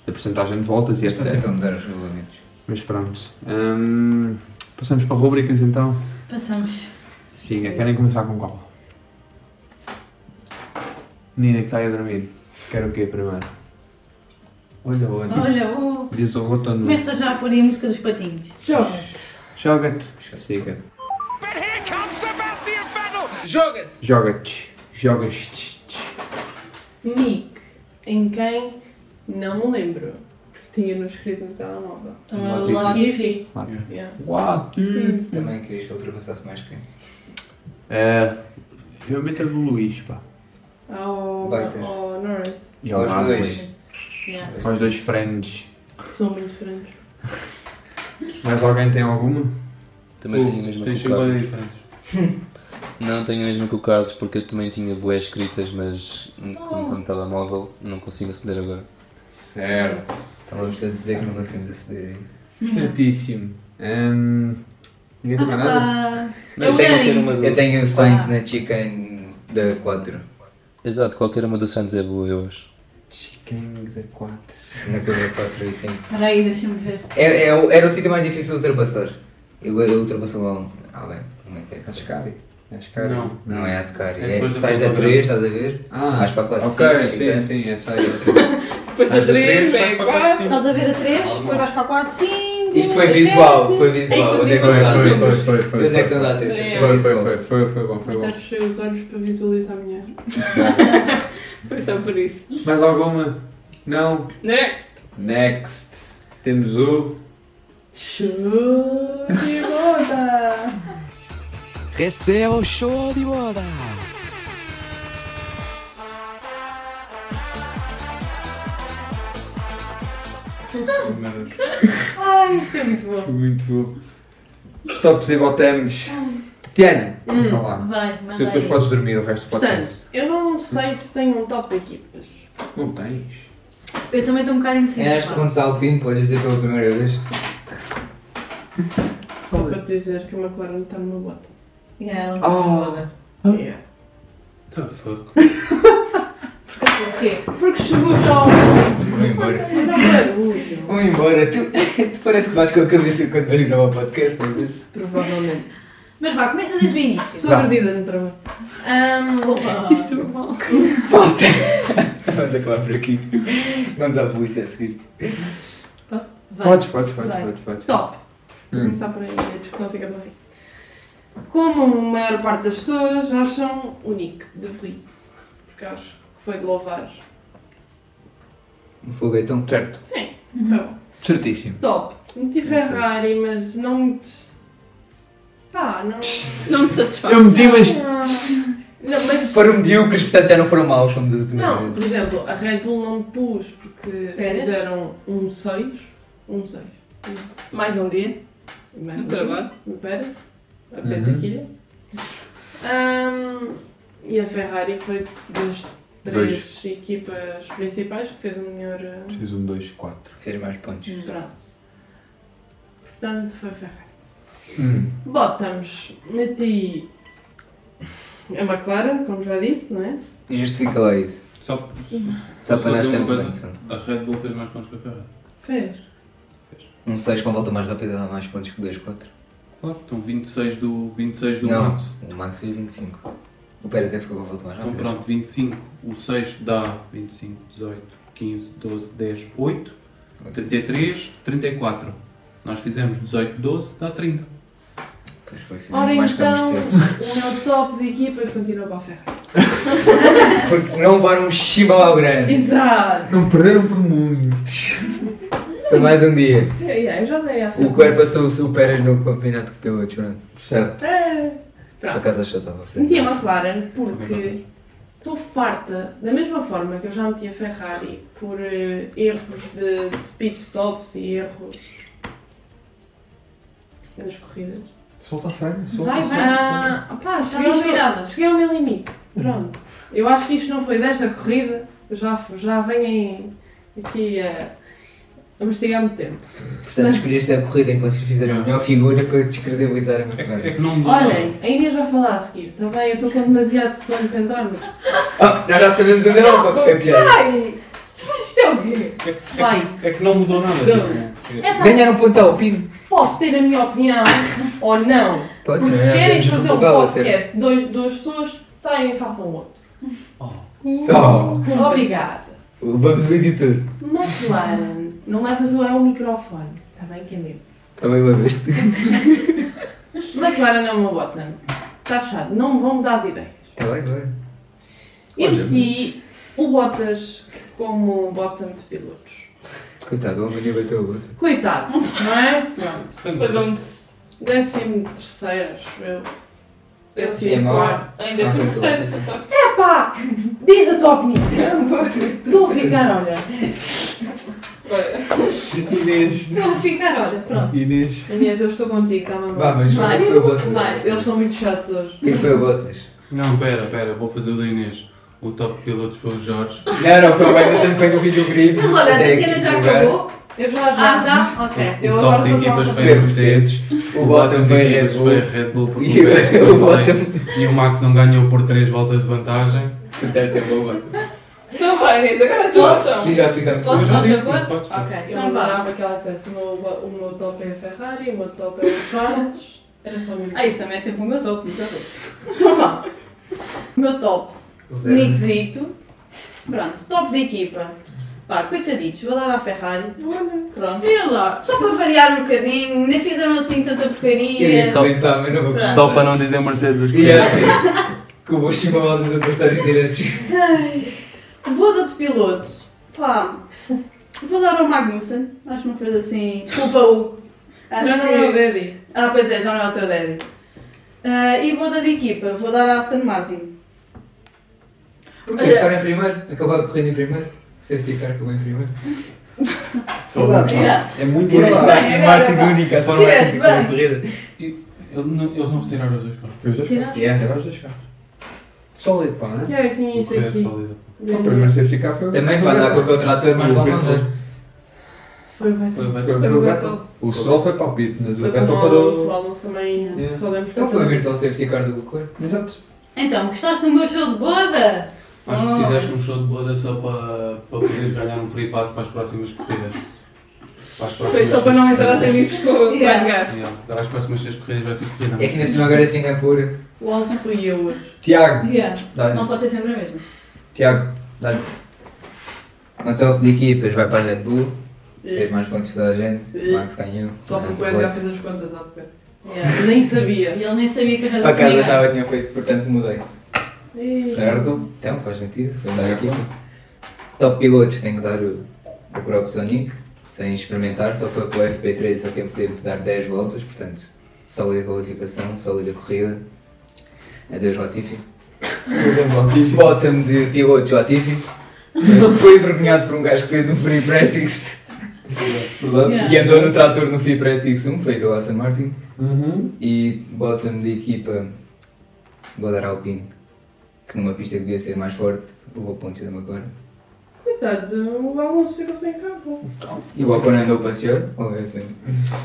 [SPEAKER 5] da porcentagem de voltas e
[SPEAKER 7] Estão sempre
[SPEAKER 5] etc.
[SPEAKER 7] a é mudar os regulamentos.
[SPEAKER 5] Mas pronto. Hum, passamos para rubricas então.
[SPEAKER 10] Passamos.
[SPEAKER 5] Siga, é querem começar com qual? Nina que está aí a dormir. Quer o quê primeiro? Olha, olha.
[SPEAKER 10] Olha, oh,
[SPEAKER 5] Diz o rotondo.
[SPEAKER 10] começa já a pôr aí a música dos patinhos.
[SPEAKER 5] Joga-te. Siga.
[SPEAKER 9] Joga-te!
[SPEAKER 5] Joga-te. Jogas-te.
[SPEAKER 11] Nick, em quem não me lembro, porque tinha no escrito no telemóvel.
[SPEAKER 10] Então
[SPEAKER 5] Um
[SPEAKER 10] é o
[SPEAKER 5] ótimo.
[SPEAKER 10] Latifi.
[SPEAKER 11] Yeah.
[SPEAKER 5] É.
[SPEAKER 11] Hum.
[SPEAKER 5] What?
[SPEAKER 7] Também querias que ele ultrapassasse mais quem?
[SPEAKER 5] É. Eu meto a do Luís, pá.
[SPEAKER 11] Ao,
[SPEAKER 7] Vai ter.
[SPEAKER 11] ao Norris,
[SPEAKER 5] E
[SPEAKER 7] Aos dois.
[SPEAKER 10] Yeah.
[SPEAKER 5] Para os dois friends.
[SPEAKER 11] que são muito diferentes.
[SPEAKER 5] Mais alguém tem alguma?
[SPEAKER 4] Também tenho a
[SPEAKER 8] Uh,
[SPEAKER 4] mesma
[SPEAKER 8] tens
[SPEAKER 4] que o Carlos.
[SPEAKER 8] iguais diferentes.
[SPEAKER 4] Não tenho a mesma que o Carlos porque eu também tinha boés escritas, mas hum, como está no telemóvel não consigo aceder agora.
[SPEAKER 5] Certo.
[SPEAKER 7] Estávamos Então todos a dizer que não conseguimos aceder a isso.
[SPEAKER 5] Certíssimo. Hum, ninguém tem
[SPEAKER 10] Acho
[SPEAKER 5] mais
[SPEAKER 10] que tá-
[SPEAKER 5] nada?
[SPEAKER 10] está.
[SPEAKER 4] Mas
[SPEAKER 10] Eu
[SPEAKER 4] qualquer
[SPEAKER 10] ganho.
[SPEAKER 4] uma do...
[SPEAKER 7] Eu tenho o Sainz na Chicken da 4.
[SPEAKER 4] Exato, qualquer uma do Santos é boa, eu acho.
[SPEAKER 10] tá.
[SPEAKER 5] Chicken da 4.
[SPEAKER 7] Na corrida 4 e 5.
[SPEAKER 10] Espera aí, deixa-me ver.
[SPEAKER 7] É, é o- era o sítio mais difícil de ultrapassar. Eu, eu ultrapassou lá um. Ah, bem. Como é que é?
[SPEAKER 5] Ascari. Ascari.
[SPEAKER 8] Não.
[SPEAKER 7] Não é a Ascari.
[SPEAKER 8] É
[SPEAKER 7] É,
[SPEAKER 8] depois da
[SPEAKER 7] sais da
[SPEAKER 8] Fórmula
[SPEAKER 7] 3, estás a ver?
[SPEAKER 5] Ah,
[SPEAKER 7] Vais para a 4,
[SPEAKER 5] Ok,
[SPEAKER 7] 5,
[SPEAKER 5] sim,
[SPEAKER 7] fica.
[SPEAKER 5] sim, é essa aí. outra.
[SPEAKER 9] Depois da
[SPEAKER 8] Sais da
[SPEAKER 9] 3,
[SPEAKER 8] três,
[SPEAKER 9] é
[SPEAKER 8] vais para a quatro,
[SPEAKER 9] 4.
[SPEAKER 8] cinco.
[SPEAKER 10] Estás a ver a 3, depois vais para a 4, 5.
[SPEAKER 7] Isto foi visual, foi visual. Eles é que
[SPEAKER 5] Foi,
[SPEAKER 7] estão a
[SPEAKER 5] foi, foi,
[SPEAKER 7] dar
[SPEAKER 5] foi, foi.
[SPEAKER 7] Eles é que estão a dar treta.
[SPEAKER 9] É,
[SPEAKER 7] Foi
[SPEAKER 5] Foi, foi,
[SPEAKER 7] visual.
[SPEAKER 5] foi, foi, foi bom, foi
[SPEAKER 11] Até
[SPEAKER 5] bom.
[SPEAKER 11] fechei os olhos para visualizar a mulher.
[SPEAKER 9] Foi só por isso.
[SPEAKER 5] Então, Mais alguma? Não?
[SPEAKER 9] Next!
[SPEAKER 5] Next. Temos o.
[SPEAKER 12] Receba o show de boda!
[SPEAKER 9] Ai, isso é muito bom.
[SPEAKER 5] Muito bom. Tops e botamos.
[SPEAKER 6] Ah,
[SPEAKER 5] Tatiana,
[SPEAKER 7] Hum.
[SPEAKER 5] começa lá.
[SPEAKER 10] Vai,
[SPEAKER 5] Tu
[SPEAKER 10] manda
[SPEAKER 5] depois
[SPEAKER 10] aí.
[SPEAKER 5] podes dormir o resto do podcast.
[SPEAKER 11] Portanto, eu não
[SPEAKER 4] Hum.
[SPEAKER 11] sei se tenho um top de equipas.
[SPEAKER 5] Não tens.
[SPEAKER 10] Eu também estou um bocado
[SPEAKER 7] É, acho
[SPEAKER 10] indecisa.
[SPEAKER 7] que quando Alpine, podes dizer pela primeira vez.
[SPEAKER 11] Só para te dizer que a McLaren está numa bota.
[SPEAKER 9] É,
[SPEAKER 10] Yeah, ela não
[SPEAKER 5] Oh.
[SPEAKER 10] roda.
[SPEAKER 6] É.
[SPEAKER 11] Yeah.
[SPEAKER 6] Tá,
[SPEAKER 8] The fuck?
[SPEAKER 10] Porquê?
[SPEAKER 11] Porque chegou já ao fim.
[SPEAKER 7] Vou embora.
[SPEAKER 11] Era barulho.
[SPEAKER 7] Vou embora. Tu, tu parece que vais com a cabeça quando vais gravar podcast, às vezes.
[SPEAKER 11] Provavelmente.
[SPEAKER 10] Mas vá, começa desde o início.
[SPEAKER 11] Sou agredida no trabalho.
[SPEAKER 10] Ah,
[SPEAKER 6] Um, Isso é mal.
[SPEAKER 7] Malta! Vamos acabar por aqui. Vamos à polícia a seguir.
[SPEAKER 6] Posso? Vai.
[SPEAKER 7] Podes, podes, podes,
[SPEAKER 6] Vai.
[SPEAKER 7] podes, podes.
[SPEAKER 6] Top! Vou
[SPEAKER 7] Hum.
[SPEAKER 6] começar por aí, a discussão fica para o fim. Como a maior parte das pessoas acham o Nick de Vries, porque acho que foi de louvar.
[SPEAKER 7] Um foguetão. Certo.
[SPEAKER 6] Sim,
[SPEAKER 7] Uhum.
[SPEAKER 6] foi bom.
[SPEAKER 7] Certíssimo.
[SPEAKER 6] Top! Meti
[SPEAKER 7] Exato.
[SPEAKER 6] Ferrari, mas não me. des- Pá, não.
[SPEAKER 9] Não me satisfaz.
[SPEAKER 7] Eu meti, mas-
[SPEAKER 6] Não, mas.
[SPEAKER 7] Foram medíocres, portanto já não foram maus, como das últimas
[SPEAKER 6] Não, por
[SPEAKER 7] vezes.
[SPEAKER 6] exemplo, a Red Bull não me pus porque
[SPEAKER 9] Pérez?
[SPEAKER 6] fizeram um 6. Um 6.
[SPEAKER 9] Mais um dia.
[SPEAKER 6] Mais
[SPEAKER 9] De trabalho.
[SPEAKER 6] Pera. A
[SPEAKER 9] Uhum.
[SPEAKER 6] petaquilha. Ahm, e a Ferrari foi das três
[SPEAKER 3] Dois.
[SPEAKER 6] equipas principais que fez o melhor. eh,
[SPEAKER 3] Fez um, dois, quatro.
[SPEAKER 7] Fez mais pontos.
[SPEAKER 6] Pronto. Portanto, foi a Ferrari.
[SPEAKER 7] Hum.
[SPEAKER 6] Botamos, meti a McLaren, como já disse, não é?
[SPEAKER 7] E justifica lá isso.
[SPEAKER 8] Só,
[SPEAKER 7] Só para nós
[SPEAKER 8] dizer
[SPEAKER 7] termos
[SPEAKER 8] uma coisa,
[SPEAKER 7] bênção.
[SPEAKER 8] A Red Bull fez mais pontos que a Ferrari.
[SPEAKER 6] Fez.
[SPEAKER 7] Um 6 com volta mais rápida dá mais pontos que 2, 4.
[SPEAKER 8] Claro, então 26 do, 26 do
[SPEAKER 7] Não,
[SPEAKER 8] Max.
[SPEAKER 7] o Max fez 25. O Pérez é que ficou com volta mais
[SPEAKER 8] Então
[SPEAKER 7] rápida.
[SPEAKER 8] pronto, 25. O 6 dá 25, 18, 15, 12, 10, 8, 33, 34. Nós fizemos 18, 12, dá 30.
[SPEAKER 7] Pois foi,
[SPEAKER 6] Ora então, o meu top de equipas continua para a Ferrari.
[SPEAKER 7] Porque não levaram um chibau ao grande.
[SPEAKER 6] Exato!
[SPEAKER 7] Não perderam por muito. Foi mais um dia.
[SPEAKER 6] É, é, eu já dei a
[SPEAKER 7] O Coelho passou o Pérez no campeonato de pilotos, pronto. Certo.
[SPEAKER 6] É.
[SPEAKER 7] Por
[SPEAKER 6] Pronto.
[SPEAKER 7] acaso achou que estava à frente.
[SPEAKER 6] Meti a McLaren porque estou farta, da mesma forma que eu já meti a Ferrari por eh, erros de, de pit stops e erros nas corridas.
[SPEAKER 5] Solta a frame, solta
[SPEAKER 6] Vai, vai. Ah, opá, cheguei, ao meu, cheguei ao meu limite. Pronto. Eu acho que isto não foi desta corrida. Eu Já, já venho aqui a, a mastigar muito tempo.
[SPEAKER 7] Portanto, escolheste a corrida em que vocês fizeram a melhor figura para descredibilizar a McLaren. É, que não
[SPEAKER 6] Olhem, a Inês vai falar a seguir, está bem? Eu estou com demasiado sono para entrar numa discussão.
[SPEAKER 7] Ah, nós já sabemos onde é o é piada.
[SPEAKER 6] Ai! Isto é o quê? Vai!
[SPEAKER 8] É que não mudou nada.
[SPEAKER 6] Go.
[SPEAKER 8] tipo,
[SPEAKER 6] É pá,
[SPEAKER 7] Ganharam pontos um ao Alpine.
[SPEAKER 6] Posso ter a minha opinião ou não?
[SPEAKER 7] Podes,
[SPEAKER 6] Porque
[SPEAKER 7] não é?
[SPEAKER 6] querem
[SPEAKER 7] Temos de
[SPEAKER 6] fazer um
[SPEAKER 7] revogá-la,
[SPEAKER 6] podcast, dois, duas pessoas saem e façam outro.
[SPEAKER 7] Oh.
[SPEAKER 6] Obrigada.
[SPEAKER 7] Vamos o editor.
[SPEAKER 6] McLaren, não levas o é um microfone, está bem que é meu.
[SPEAKER 7] Também uma vez.
[SPEAKER 6] McLaren é uma bota. Está fechado, não me vão mudar de ideia.
[SPEAKER 7] Está Tá bem, agora.
[SPEAKER 6] Eu
[SPEAKER 7] Olha,
[SPEAKER 6] meti o Bottas como bottom de pilotos.
[SPEAKER 7] Coitado, o homem bateu a bota.
[SPEAKER 6] Coitado, não é? Pronto.
[SPEAKER 9] Perdão.
[SPEAKER 6] Décimo terceiro, acho eu.
[SPEAKER 7] É
[SPEAKER 6] Décimo
[SPEAKER 7] mau.
[SPEAKER 6] quarto.
[SPEAKER 9] Ainda fui terceiro, se estás.
[SPEAKER 6] Epá! Diz a tua opinião. Vou ficar, olha.
[SPEAKER 5] Inês.
[SPEAKER 6] Vou ficar, olha, pronto.
[SPEAKER 5] Inês.
[SPEAKER 6] Inês, eu estou contigo, está bem?
[SPEAKER 7] Vá, mas
[SPEAKER 6] Vai.
[SPEAKER 7] foi o Bottas.
[SPEAKER 6] Vai, Eles são muito chatos hoje.
[SPEAKER 7] Quem foi o Bottas?
[SPEAKER 8] Não, pera, pera, vou fazer o da Inês. O top piloto foi o Jorge.
[SPEAKER 7] Não, não, foi o Wagner também
[SPEAKER 5] um
[SPEAKER 7] do vídeo grito.
[SPEAKER 10] Mas olha, a Tatiana já acabou.
[SPEAKER 6] Eu já, já.
[SPEAKER 10] Ah, já? Ok.
[SPEAKER 8] O
[SPEAKER 6] Eu
[SPEAKER 7] Então
[SPEAKER 8] top
[SPEAKER 6] agora
[SPEAKER 8] de
[SPEAKER 6] sou
[SPEAKER 8] equipas
[SPEAKER 6] top.
[SPEAKER 8] foi a Mercedes,
[SPEAKER 7] O Bottom
[SPEAKER 8] de
[SPEAKER 7] foi a Red
[SPEAKER 8] equipas
[SPEAKER 7] Bull.
[SPEAKER 8] foi a Red Bull porque
[SPEAKER 7] E
[SPEAKER 8] o
[SPEAKER 7] o-
[SPEAKER 8] Pérez
[SPEAKER 7] o
[SPEAKER 8] ficou
[SPEAKER 7] Bottom.
[SPEAKER 8] sexto e o Max não ganhou por 3 voltas de vantagem. Portanto, é boa bota.
[SPEAKER 9] Não vai, Inês, agora é a tua
[SPEAKER 7] Posso?
[SPEAKER 9] ação.
[SPEAKER 7] E já ficamos.
[SPEAKER 9] Posso,
[SPEAKER 7] Eu já
[SPEAKER 9] faz
[SPEAKER 7] disse,
[SPEAKER 9] favor?
[SPEAKER 7] mas podes.
[SPEAKER 9] Ok,
[SPEAKER 6] Eu
[SPEAKER 9] então vá.
[SPEAKER 6] adorava que ela dissesse o meu, o meu top é a Ferrari, o meu top é o Charles. Era só mesmo.
[SPEAKER 9] Ah, isso também é sempre o meu top, já estou.
[SPEAKER 6] Então vá. O meu top.
[SPEAKER 7] Zero.
[SPEAKER 9] Nickzito. Pronto, top de equipa. Pá, coitaditos, vou dar à Ferrari. Pronto. E lá.
[SPEAKER 10] Só para variar um bocadinho, nem fizeram assim tanta porcaria.
[SPEAKER 7] Só- Pronto.
[SPEAKER 13] Só para não dizer Mercedes as
[SPEAKER 7] E
[SPEAKER 13] coisas.
[SPEAKER 7] é- Que o Bushima mal dos adversários diretos.
[SPEAKER 9] Ai, Boda de piloto. Pá, vou dar ao Magnussen. Acho que não fez assim. Desculpa, Hugo. Acho
[SPEAKER 6] Já não
[SPEAKER 9] que-
[SPEAKER 6] é o Daddy.
[SPEAKER 9] Ah, pois é, já não é o teu daddy. Ah, e boda de equipa, vou dar à Aston Martin.
[SPEAKER 7] Porquê?
[SPEAKER 9] Olha-
[SPEAKER 7] Ficar em primeiro? Acabar a corrida em primeiro? O safety car acabou em primeiro?
[SPEAKER 5] Saudade.
[SPEAKER 7] É muito
[SPEAKER 5] Tiveste
[SPEAKER 7] bom.
[SPEAKER 5] bem, agora
[SPEAKER 7] Martin
[SPEAKER 5] vá.
[SPEAKER 7] única.
[SPEAKER 5] Foram
[SPEAKER 7] Tiveste
[SPEAKER 5] épicos com a
[SPEAKER 7] bem.
[SPEAKER 5] corrida.
[SPEAKER 8] Eles não retiraram os dois carros.
[SPEAKER 5] Os dois
[SPEAKER 6] Tiraram?
[SPEAKER 5] carros.
[SPEAKER 7] Yeah.
[SPEAKER 5] Tiraram os dois carros. Sólido, pá, né?
[SPEAKER 6] Yeah, eu tinha isso aqui.
[SPEAKER 5] O primeiro safety car foi o
[SPEAKER 7] Também para andar com o contrator, mas vale não andar.
[SPEAKER 6] Foi o Vettel.
[SPEAKER 5] Foi
[SPEAKER 6] Foi
[SPEAKER 5] o
[SPEAKER 6] o
[SPEAKER 5] Vettel. O Stroll foi para o pit, mas o
[SPEAKER 6] Foi como
[SPEAKER 5] Vettel
[SPEAKER 6] o Alonso. O
[SPEAKER 5] parou.
[SPEAKER 6] Alonso também.
[SPEAKER 5] Yeah.
[SPEAKER 6] Só demos
[SPEAKER 7] Então
[SPEAKER 6] conta.
[SPEAKER 7] foi o virtual safety car do Corpo.
[SPEAKER 5] Exato.
[SPEAKER 10] Então, gostaste do meu show de boda?
[SPEAKER 8] Acho
[SPEAKER 10] Oh.
[SPEAKER 8] que fizeste um show de boda só para, para poderes ganhar um free pass para as próximas corridas. Para assim as
[SPEAKER 14] Foi só
[SPEAKER 8] próximas
[SPEAKER 14] para não
[SPEAKER 8] seis
[SPEAKER 14] entrar
[SPEAKER 8] corridas.
[SPEAKER 14] sem livros com o
[SPEAKER 6] Yeah.
[SPEAKER 14] yeah.
[SPEAKER 10] assim.
[SPEAKER 8] Yeah, Para as próximas seis corridas vai ser corrida.
[SPEAKER 7] É que nesse agora é Singapura.
[SPEAKER 10] O alvo fui eu hoje.
[SPEAKER 5] Tiago,
[SPEAKER 10] Oh, Yeah.
[SPEAKER 5] Dá-lhe.
[SPEAKER 10] Não pode ser sempre a mesma.
[SPEAKER 5] Tiago, dá-lhe.
[SPEAKER 7] No um top de equipas vai para a Red Bull. Fez mais pontos que toda a gente.
[SPEAKER 6] Sim.
[SPEAKER 7] Max ganhou.
[SPEAKER 6] É. Só porque o
[SPEAKER 7] Fernando
[SPEAKER 6] Edgar
[SPEAKER 7] Alonso.
[SPEAKER 6] fez as contas há bocado. Nem sabia.
[SPEAKER 10] E ele nem sabia que
[SPEAKER 7] Para
[SPEAKER 10] era
[SPEAKER 7] casa já eu tinha feito, portanto mudei.
[SPEAKER 6] Ih.
[SPEAKER 5] Certo?
[SPEAKER 7] Então faz sentido, foi dar aqui. Top pilotos tem que dar o, o próprio Sonic, sem experimentar, só foi para o FP3 só teve tempo de dar 10 voltas, portanto, sólida qualificação, sólida corrida. Adeus Latifi. Bottom de pilotos Latifi. Foi envergonhado por um gajo que fez um free practice
[SPEAKER 5] Verdade.
[SPEAKER 7] e andou no trator no free practice 1, foi pelo Aston Martin.
[SPEAKER 5] Uhum.
[SPEAKER 7] E bottom de equipa, vou dar Alpine, que numa pista que devia ser mais forte, levou pontos da Macora.
[SPEAKER 6] Coitado, o Alonso ficou sem carro.
[SPEAKER 7] E o Ocon andou para senhor, ou é assim.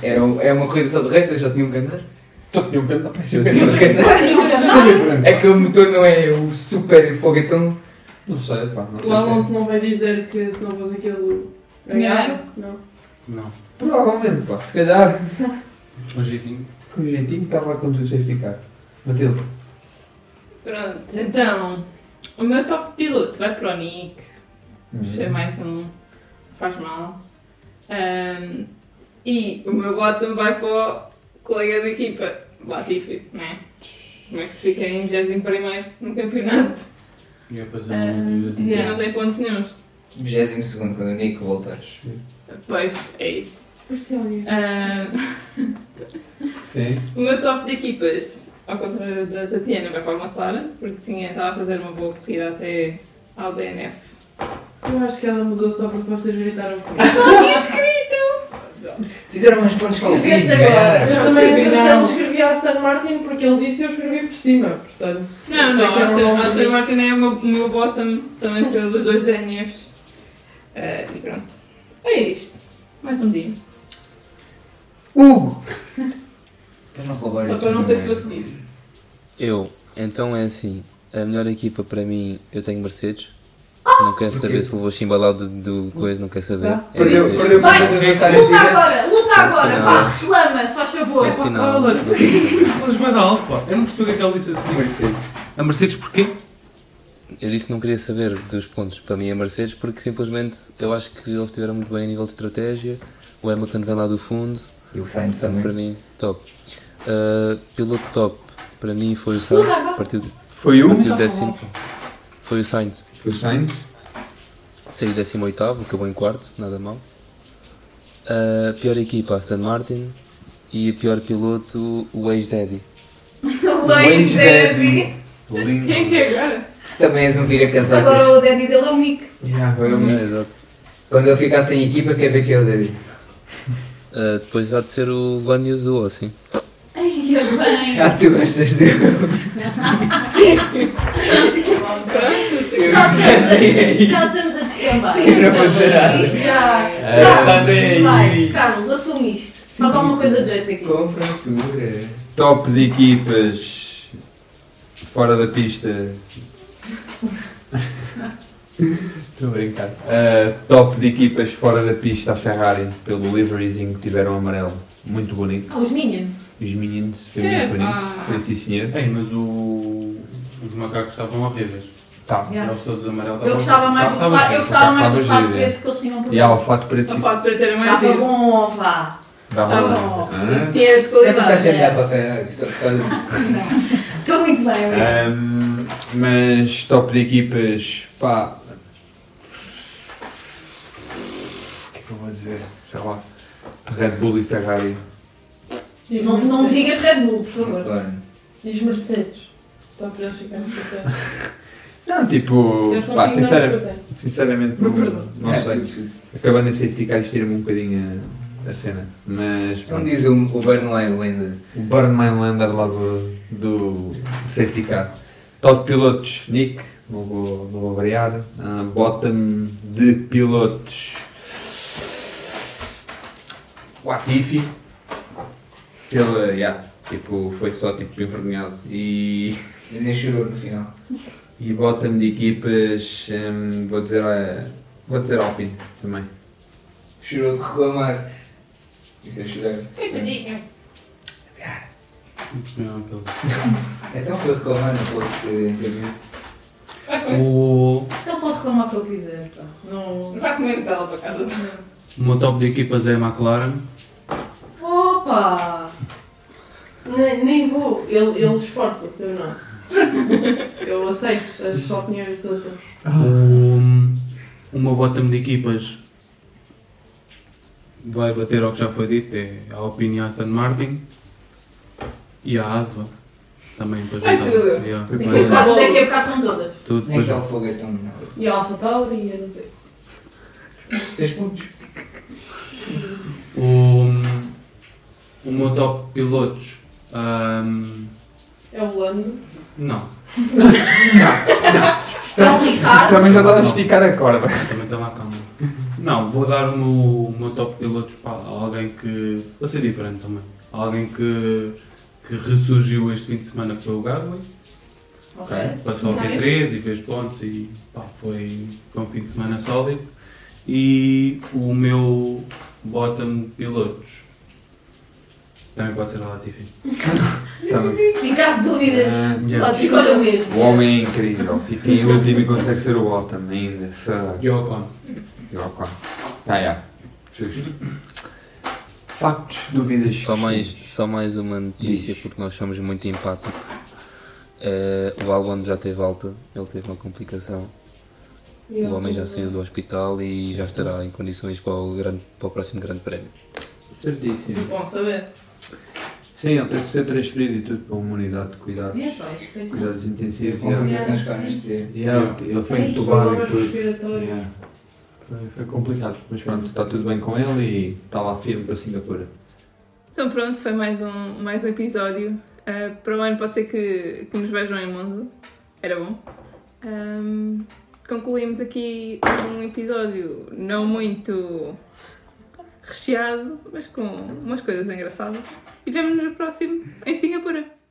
[SPEAKER 7] Era um- é uma corrida só de reta, já tinha um cantar.
[SPEAKER 5] Só tinha um canto para
[SPEAKER 7] Já tinha um cantar. Aquele motor não é o super foguetão.
[SPEAKER 5] Não sei, pá, não
[SPEAKER 6] O
[SPEAKER 5] sei se é
[SPEAKER 6] Alonso não vai dizer que se não fosse aquilo ganhar? Não.
[SPEAKER 8] Não.
[SPEAKER 5] é. Provavelmente, pá, se calhar,
[SPEAKER 8] Um jeitinho.
[SPEAKER 5] com jeitinho estava a conduzir o safety car. Matilde,
[SPEAKER 14] Pronto, então, o meu top piloto vai para o Nick.
[SPEAKER 10] Uhum.
[SPEAKER 14] Puxei mais um, faz mal. Ahm, e o meu bottom vai para o colega de equipa, Latifi, não é? Como é que fica em 21 no campeonato?
[SPEAKER 8] E depois eu
[SPEAKER 6] Uhum.
[SPEAKER 8] não
[SPEAKER 14] Ahm,
[SPEAKER 8] assim.
[SPEAKER 14] eu não tem pontos nenhuns.
[SPEAKER 7] 22 quando o Nico voltar.
[SPEAKER 14] Pois, é isso.
[SPEAKER 6] Marcelo.
[SPEAKER 14] Ahm,
[SPEAKER 5] sim.
[SPEAKER 14] Ah, O meu top de equipas, ao contrário da Tatiana, vai para a McLaren, porque tinha, estava a fazer uma boa corrida até ao DNF.
[SPEAKER 6] Eu acho que ela mudou só porque vocês gritaram com
[SPEAKER 14] Não tinha escrito!
[SPEAKER 7] Fizeram mais pontos que eu fiz.
[SPEAKER 10] Escreveste agora.
[SPEAKER 6] Eu
[SPEAKER 10] Eu
[SPEAKER 6] também,
[SPEAKER 10] escrevi,
[SPEAKER 6] entretanto,
[SPEAKER 10] não.
[SPEAKER 6] escrevi ao Stan Martin porque ele disse e eu escrevi por cima. Portanto,
[SPEAKER 14] Não,
[SPEAKER 6] sei
[SPEAKER 14] não,
[SPEAKER 6] que era um
[SPEAKER 14] a
[SPEAKER 6] bom
[SPEAKER 14] Aston
[SPEAKER 6] vídeo.
[SPEAKER 14] Martin é o meu, o meu bottom também pelos dois DNFs. Eh, e pronto. É isto. Mais um dia.
[SPEAKER 5] Hugo!
[SPEAKER 7] Estás a roubar
[SPEAKER 14] Só
[SPEAKER 7] isso,
[SPEAKER 14] que eu não sei se vou
[SPEAKER 7] é?
[SPEAKER 14] seguir.
[SPEAKER 4] Eu, então é assim, a melhor equipa para mim, eu tenho Mercedes. Não quero saber se levou chimbalado do, do coisa, não quero saber. É
[SPEAKER 7] Perdeu,
[SPEAKER 4] Mercedes.
[SPEAKER 7] perdeu para
[SPEAKER 10] Vai,
[SPEAKER 7] fazer avançar
[SPEAKER 10] Luta
[SPEAKER 7] as
[SPEAKER 10] agora, luta agora,
[SPEAKER 4] Não.
[SPEAKER 10] pá, reclama-se, faz favor.
[SPEAKER 4] Ponto final.
[SPEAKER 8] Mas manda algo, pá. Eu não percebi o que é que ele disse assim.
[SPEAKER 7] Mercedes.
[SPEAKER 8] A Mercedes porquê?
[SPEAKER 4] Eu disse que não queria saber dos pontos para mim a Mercedes porque simplesmente eu acho que eles estiveram muito bem a nível de estratégia. O Hamilton vem lá do fundo,
[SPEAKER 7] E o Sainz
[SPEAKER 4] portanto, para
[SPEAKER 7] também.
[SPEAKER 4] mim, top. Uh, piloto top, para mim foi o Sainz, partiu,
[SPEAKER 5] Foi o?
[SPEAKER 4] partiu décimo. Foi o Sainz,
[SPEAKER 5] Foi o Sainz.
[SPEAKER 4] saiu 18, acabou em quarto, nada mal. A pior equipa, Aston Martin. E o pior piloto, o ex-daddy.
[SPEAKER 10] Leis, Daddy.
[SPEAKER 5] Lindo.
[SPEAKER 14] Quem que é agora?
[SPEAKER 7] Também és um vira-casacas.
[SPEAKER 10] Agora o Daddy dele é o Nick.
[SPEAKER 5] Yeah, foi o
[SPEAKER 7] Hum.
[SPEAKER 4] É,
[SPEAKER 5] Lindo.
[SPEAKER 4] exato.
[SPEAKER 7] Quando eu ficar sem equipa, quer ver que é o Daddy.
[SPEAKER 4] Ah, depois há de ser o Guan Yu Zhou, assim.
[SPEAKER 10] Ai, eu bem.
[SPEAKER 7] Ah, tu gostas dele.
[SPEAKER 10] Já estamos a- já estamos a descambar.
[SPEAKER 7] Quero
[SPEAKER 10] Já estamos
[SPEAKER 7] fazer
[SPEAKER 10] a-
[SPEAKER 7] nada.
[SPEAKER 10] Isto já-
[SPEAKER 5] Está bem.
[SPEAKER 10] Carlos, vai, Carlos, assume isto. Faz alguma coisa de jeito aqui.
[SPEAKER 7] Com fratura.
[SPEAKER 5] Top de equipas fora da pista. Estou a brincar. Ah, top de equipas fora da pista a Ferrari pelo liveryzinho que tiveram amarelo. Muito bonito.
[SPEAKER 10] Ah, os Minions.
[SPEAKER 5] Os meninos, foi
[SPEAKER 14] É,
[SPEAKER 5] muito
[SPEAKER 14] pá.
[SPEAKER 5] bonito. Foi sim senhor.
[SPEAKER 8] Ei, mas o... os macacos estavam horríveis.
[SPEAKER 5] Tá.
[SPEAKER 10] Yeah.
[SPEAKER 8] Eles todos amarelos
[SPEAKER 10] Eu gostava mais do
[SPEAKER 8] Estavam
[SPEAKER 10] fato, eu
[SPEAKER 8] horríveis.
[SPEAKER 10] gostava mais do
[SPEAKER 5] Estava
[SPEAKER 10] fato
[SPEAKER 5] giro,
[SPEAKER 10] preto que eles tinham por
[SPEAKER 5] E há o fato preto
[SPEAKER 14] A foto para ter a mais
[SPEAKER 10] Estava
[SPEAKER 14] vida.
[SPEAKER 10] Tá bom, vá.
[SPEAKER 5] dava
[SPEAKER 14] Tá
[SPEAKER 5] lá.
[SPEAKER 10] bom.
[SPEAKER 5] Ah.
[SPEAKER 14] Sim, é de
[SPEAKER 7] Já pensaste a
[SPEAKER 14] qualidade.
[SPEAKER 7] olhar para a Ferrari só por causa disso?
[SPEAKER 10] Estou muito bem, obrigada.
[SPEAKER 5] Ahm, mas top de equipas, pá. O que é que eu vou dizer? Sei lá. Red Bull e Ferrari.
[SPEAKER 6] Diz
[SPEAKER 10] Não, não
[SPEAKER 6] Mercedes.
[SPEAKER 10] digas Red Bull, por favor.
[SPEAKER 7] Claro.
[SPEAKER 6] Diz Mercedes. Só para eles ficarem chateados.
[SPEAKER 5] Não, tipo,
[SPEAKER 6] Eles não
[SPEAKER 5] pá,
[SPEAKER 6] têm nada
[SPEAKER 5] sincera-
[SPEAKER 6] a esconder.
[SPEAKER 5] sinceramente não, não
[SPEAKER 7] É,
[SPEAKER 5] sei.
[SPEAKER 7] tipo,
[SPEAKER 5] Acabando em safety car, estira-me um bocadinho a, a cena. Mas
[SPEAKER 7] Então
[SPEAKER 5] pronto,
[SPEAKER 7] diz o, o Burn ainda.
[SPEAKER 5] o Burn Mainlander lá do, do safety car. Top pilotos, Nick, não vou, não vou variar. Ah, bottom de pilotos, o Atifi. Ele, yeah, tipo, foi só tipo envergonhado. E,
[SPEAKER 7] E nem chorou no final.
[SPEAKER 5] e bottom de equipas, ah, hum, vou dizer a. Vou dizer Alpine também.
[SPEAKER 7] Chorou de reclamar. Isso é chorar.
[SPEAKER 6] Coitadinho.
[SPEAKER 8] Não percebi nada daquilo.
[SPEAKER 7] Então foi reclamar no post de interview.
[SPEAKER 8] O,
[SPEAKER 15] Ele pode reclamar o que ele quiser, pá. Não.
[SPEAKER 6] Vai comer Nutella para casa.
[SPEAKER 8] o meu top de equipas é a McLaren.
[SPEAKER 15] Opa!
[SPEAKER 10] Nem, nem vou, ele, ele esforça-se, eu não. Eu aceito as opiniões dos outros.
[SPEAKER 8] O, o meu bottom Um, de equipas vai bater ao que já foi dito, é a Alpine e a Aston Martin e a Asva também para
[SPEAKER 10] Ai,
[SPEAKER 8] juntar.
[SPEAKER 10] tudo.
[SPEAKER 8] Yeah.
[SPEAKER 10] Tem que ficar-
[SPEAKER 6] é
[SPEAKER 8] Mas-
[SPEAKER 10] tem que ficar são todas.
[SPEAKER 8] Tudo,
[SPEAKER 7] Nem
[SPEAKER 8] pois-
[SPEAKER 7] que é o foguetão, nada.
[SPEAKER 10] E a Alfa Tauri e a não sei.
[SPEAKER 7] Fez pontos.
[SPEAKER 8] O, o meu top de pilotos. ahm,
[SPEAKER 10] É o Lando.
[SPEAKER 8] não.
[SPEAKER 10] Está o Ricardo.
[SPEAKER 5] Também já estás a esticar a corda.
[SPEAKER 8] Também está lá calma. Não, vou dar o meu, o meu top de pilotos para alguém que. Vou ser diferente também. Alguém que, que ressurgiu este fim de semana que foi o Gasly.
[SPEAKER 10] Ok.
[SPEAKER 8] Passou ao
[SPEAKER 10] Ok.
[SPEAKER 8] P3 e fez pontos e pá, foi, foi um fim de semana sólido. E o meu bottom de pilotos também pode ser a Latifi.
[SPEAKER 15] Em caso de dúvidas,
[SPEAKER 5] Ah, yeah.
[SPEAKER 15] lá fica o mesmo.
[SPEAKER 5] O homem é incrível. Fica em último e consegue ser o bottom ainda. Fuck.
[SPEAKER 8] E o Ocon.
[SPEAKER 5] E o Ocon. Ah, yeah. Justo. Factos, dúvidas.
[SPEAKER 4] Só mais, só mais uma notícia, porque nós somos muito empáticos. Eh, o Albon já teve alta, ele teve uma complicação.
[SPEAKER 10] E
[SPEAKER 4] O homem já
[SPEAKER 10] ele-
[SPEAKER 4] saiu do hospital e já estará em condições para o, grande, para o próximo grande prémio.
[SPEAKER 5] Certíssimo.
[SPEAKER 6] Bom saber.
[SPEAKER 5] Sim, ele teve que ser transferido e tudo para uma unidade de cuidados.
[SPEAKER 15] É, pá, isto é
[SPEAKER 5] Cuidados intensivos.
[SPEAKER 7] Com
[SPEAKER 5] yeah.
[SPEAKER 7] complicações com a anestesia.
[SPEAKER 5] Yeah, é- Ele foi
[SPEAKER 10] Ei,
[SPEAKER 5] entubado e
[SPEAKER 10] problemas
[SPEAKER 5] tudo.
[SPEAKER 10] respiratórios.
[SPEAKER 5] Yeah. Foi, foi complicado, mas pronto, está tudo bem com ele e está lá firme para Singapura.
[SPEAKER 6] Então pronto, foi mais um, mais um episódio. Ah, para o ano pode ser que, que nos vejam em Monza. Era bom. Ahm, concluímos aqui um episódio não muito recheado, mas com umas coisas engraçadas. E vemo-nos no próximo em Singapura.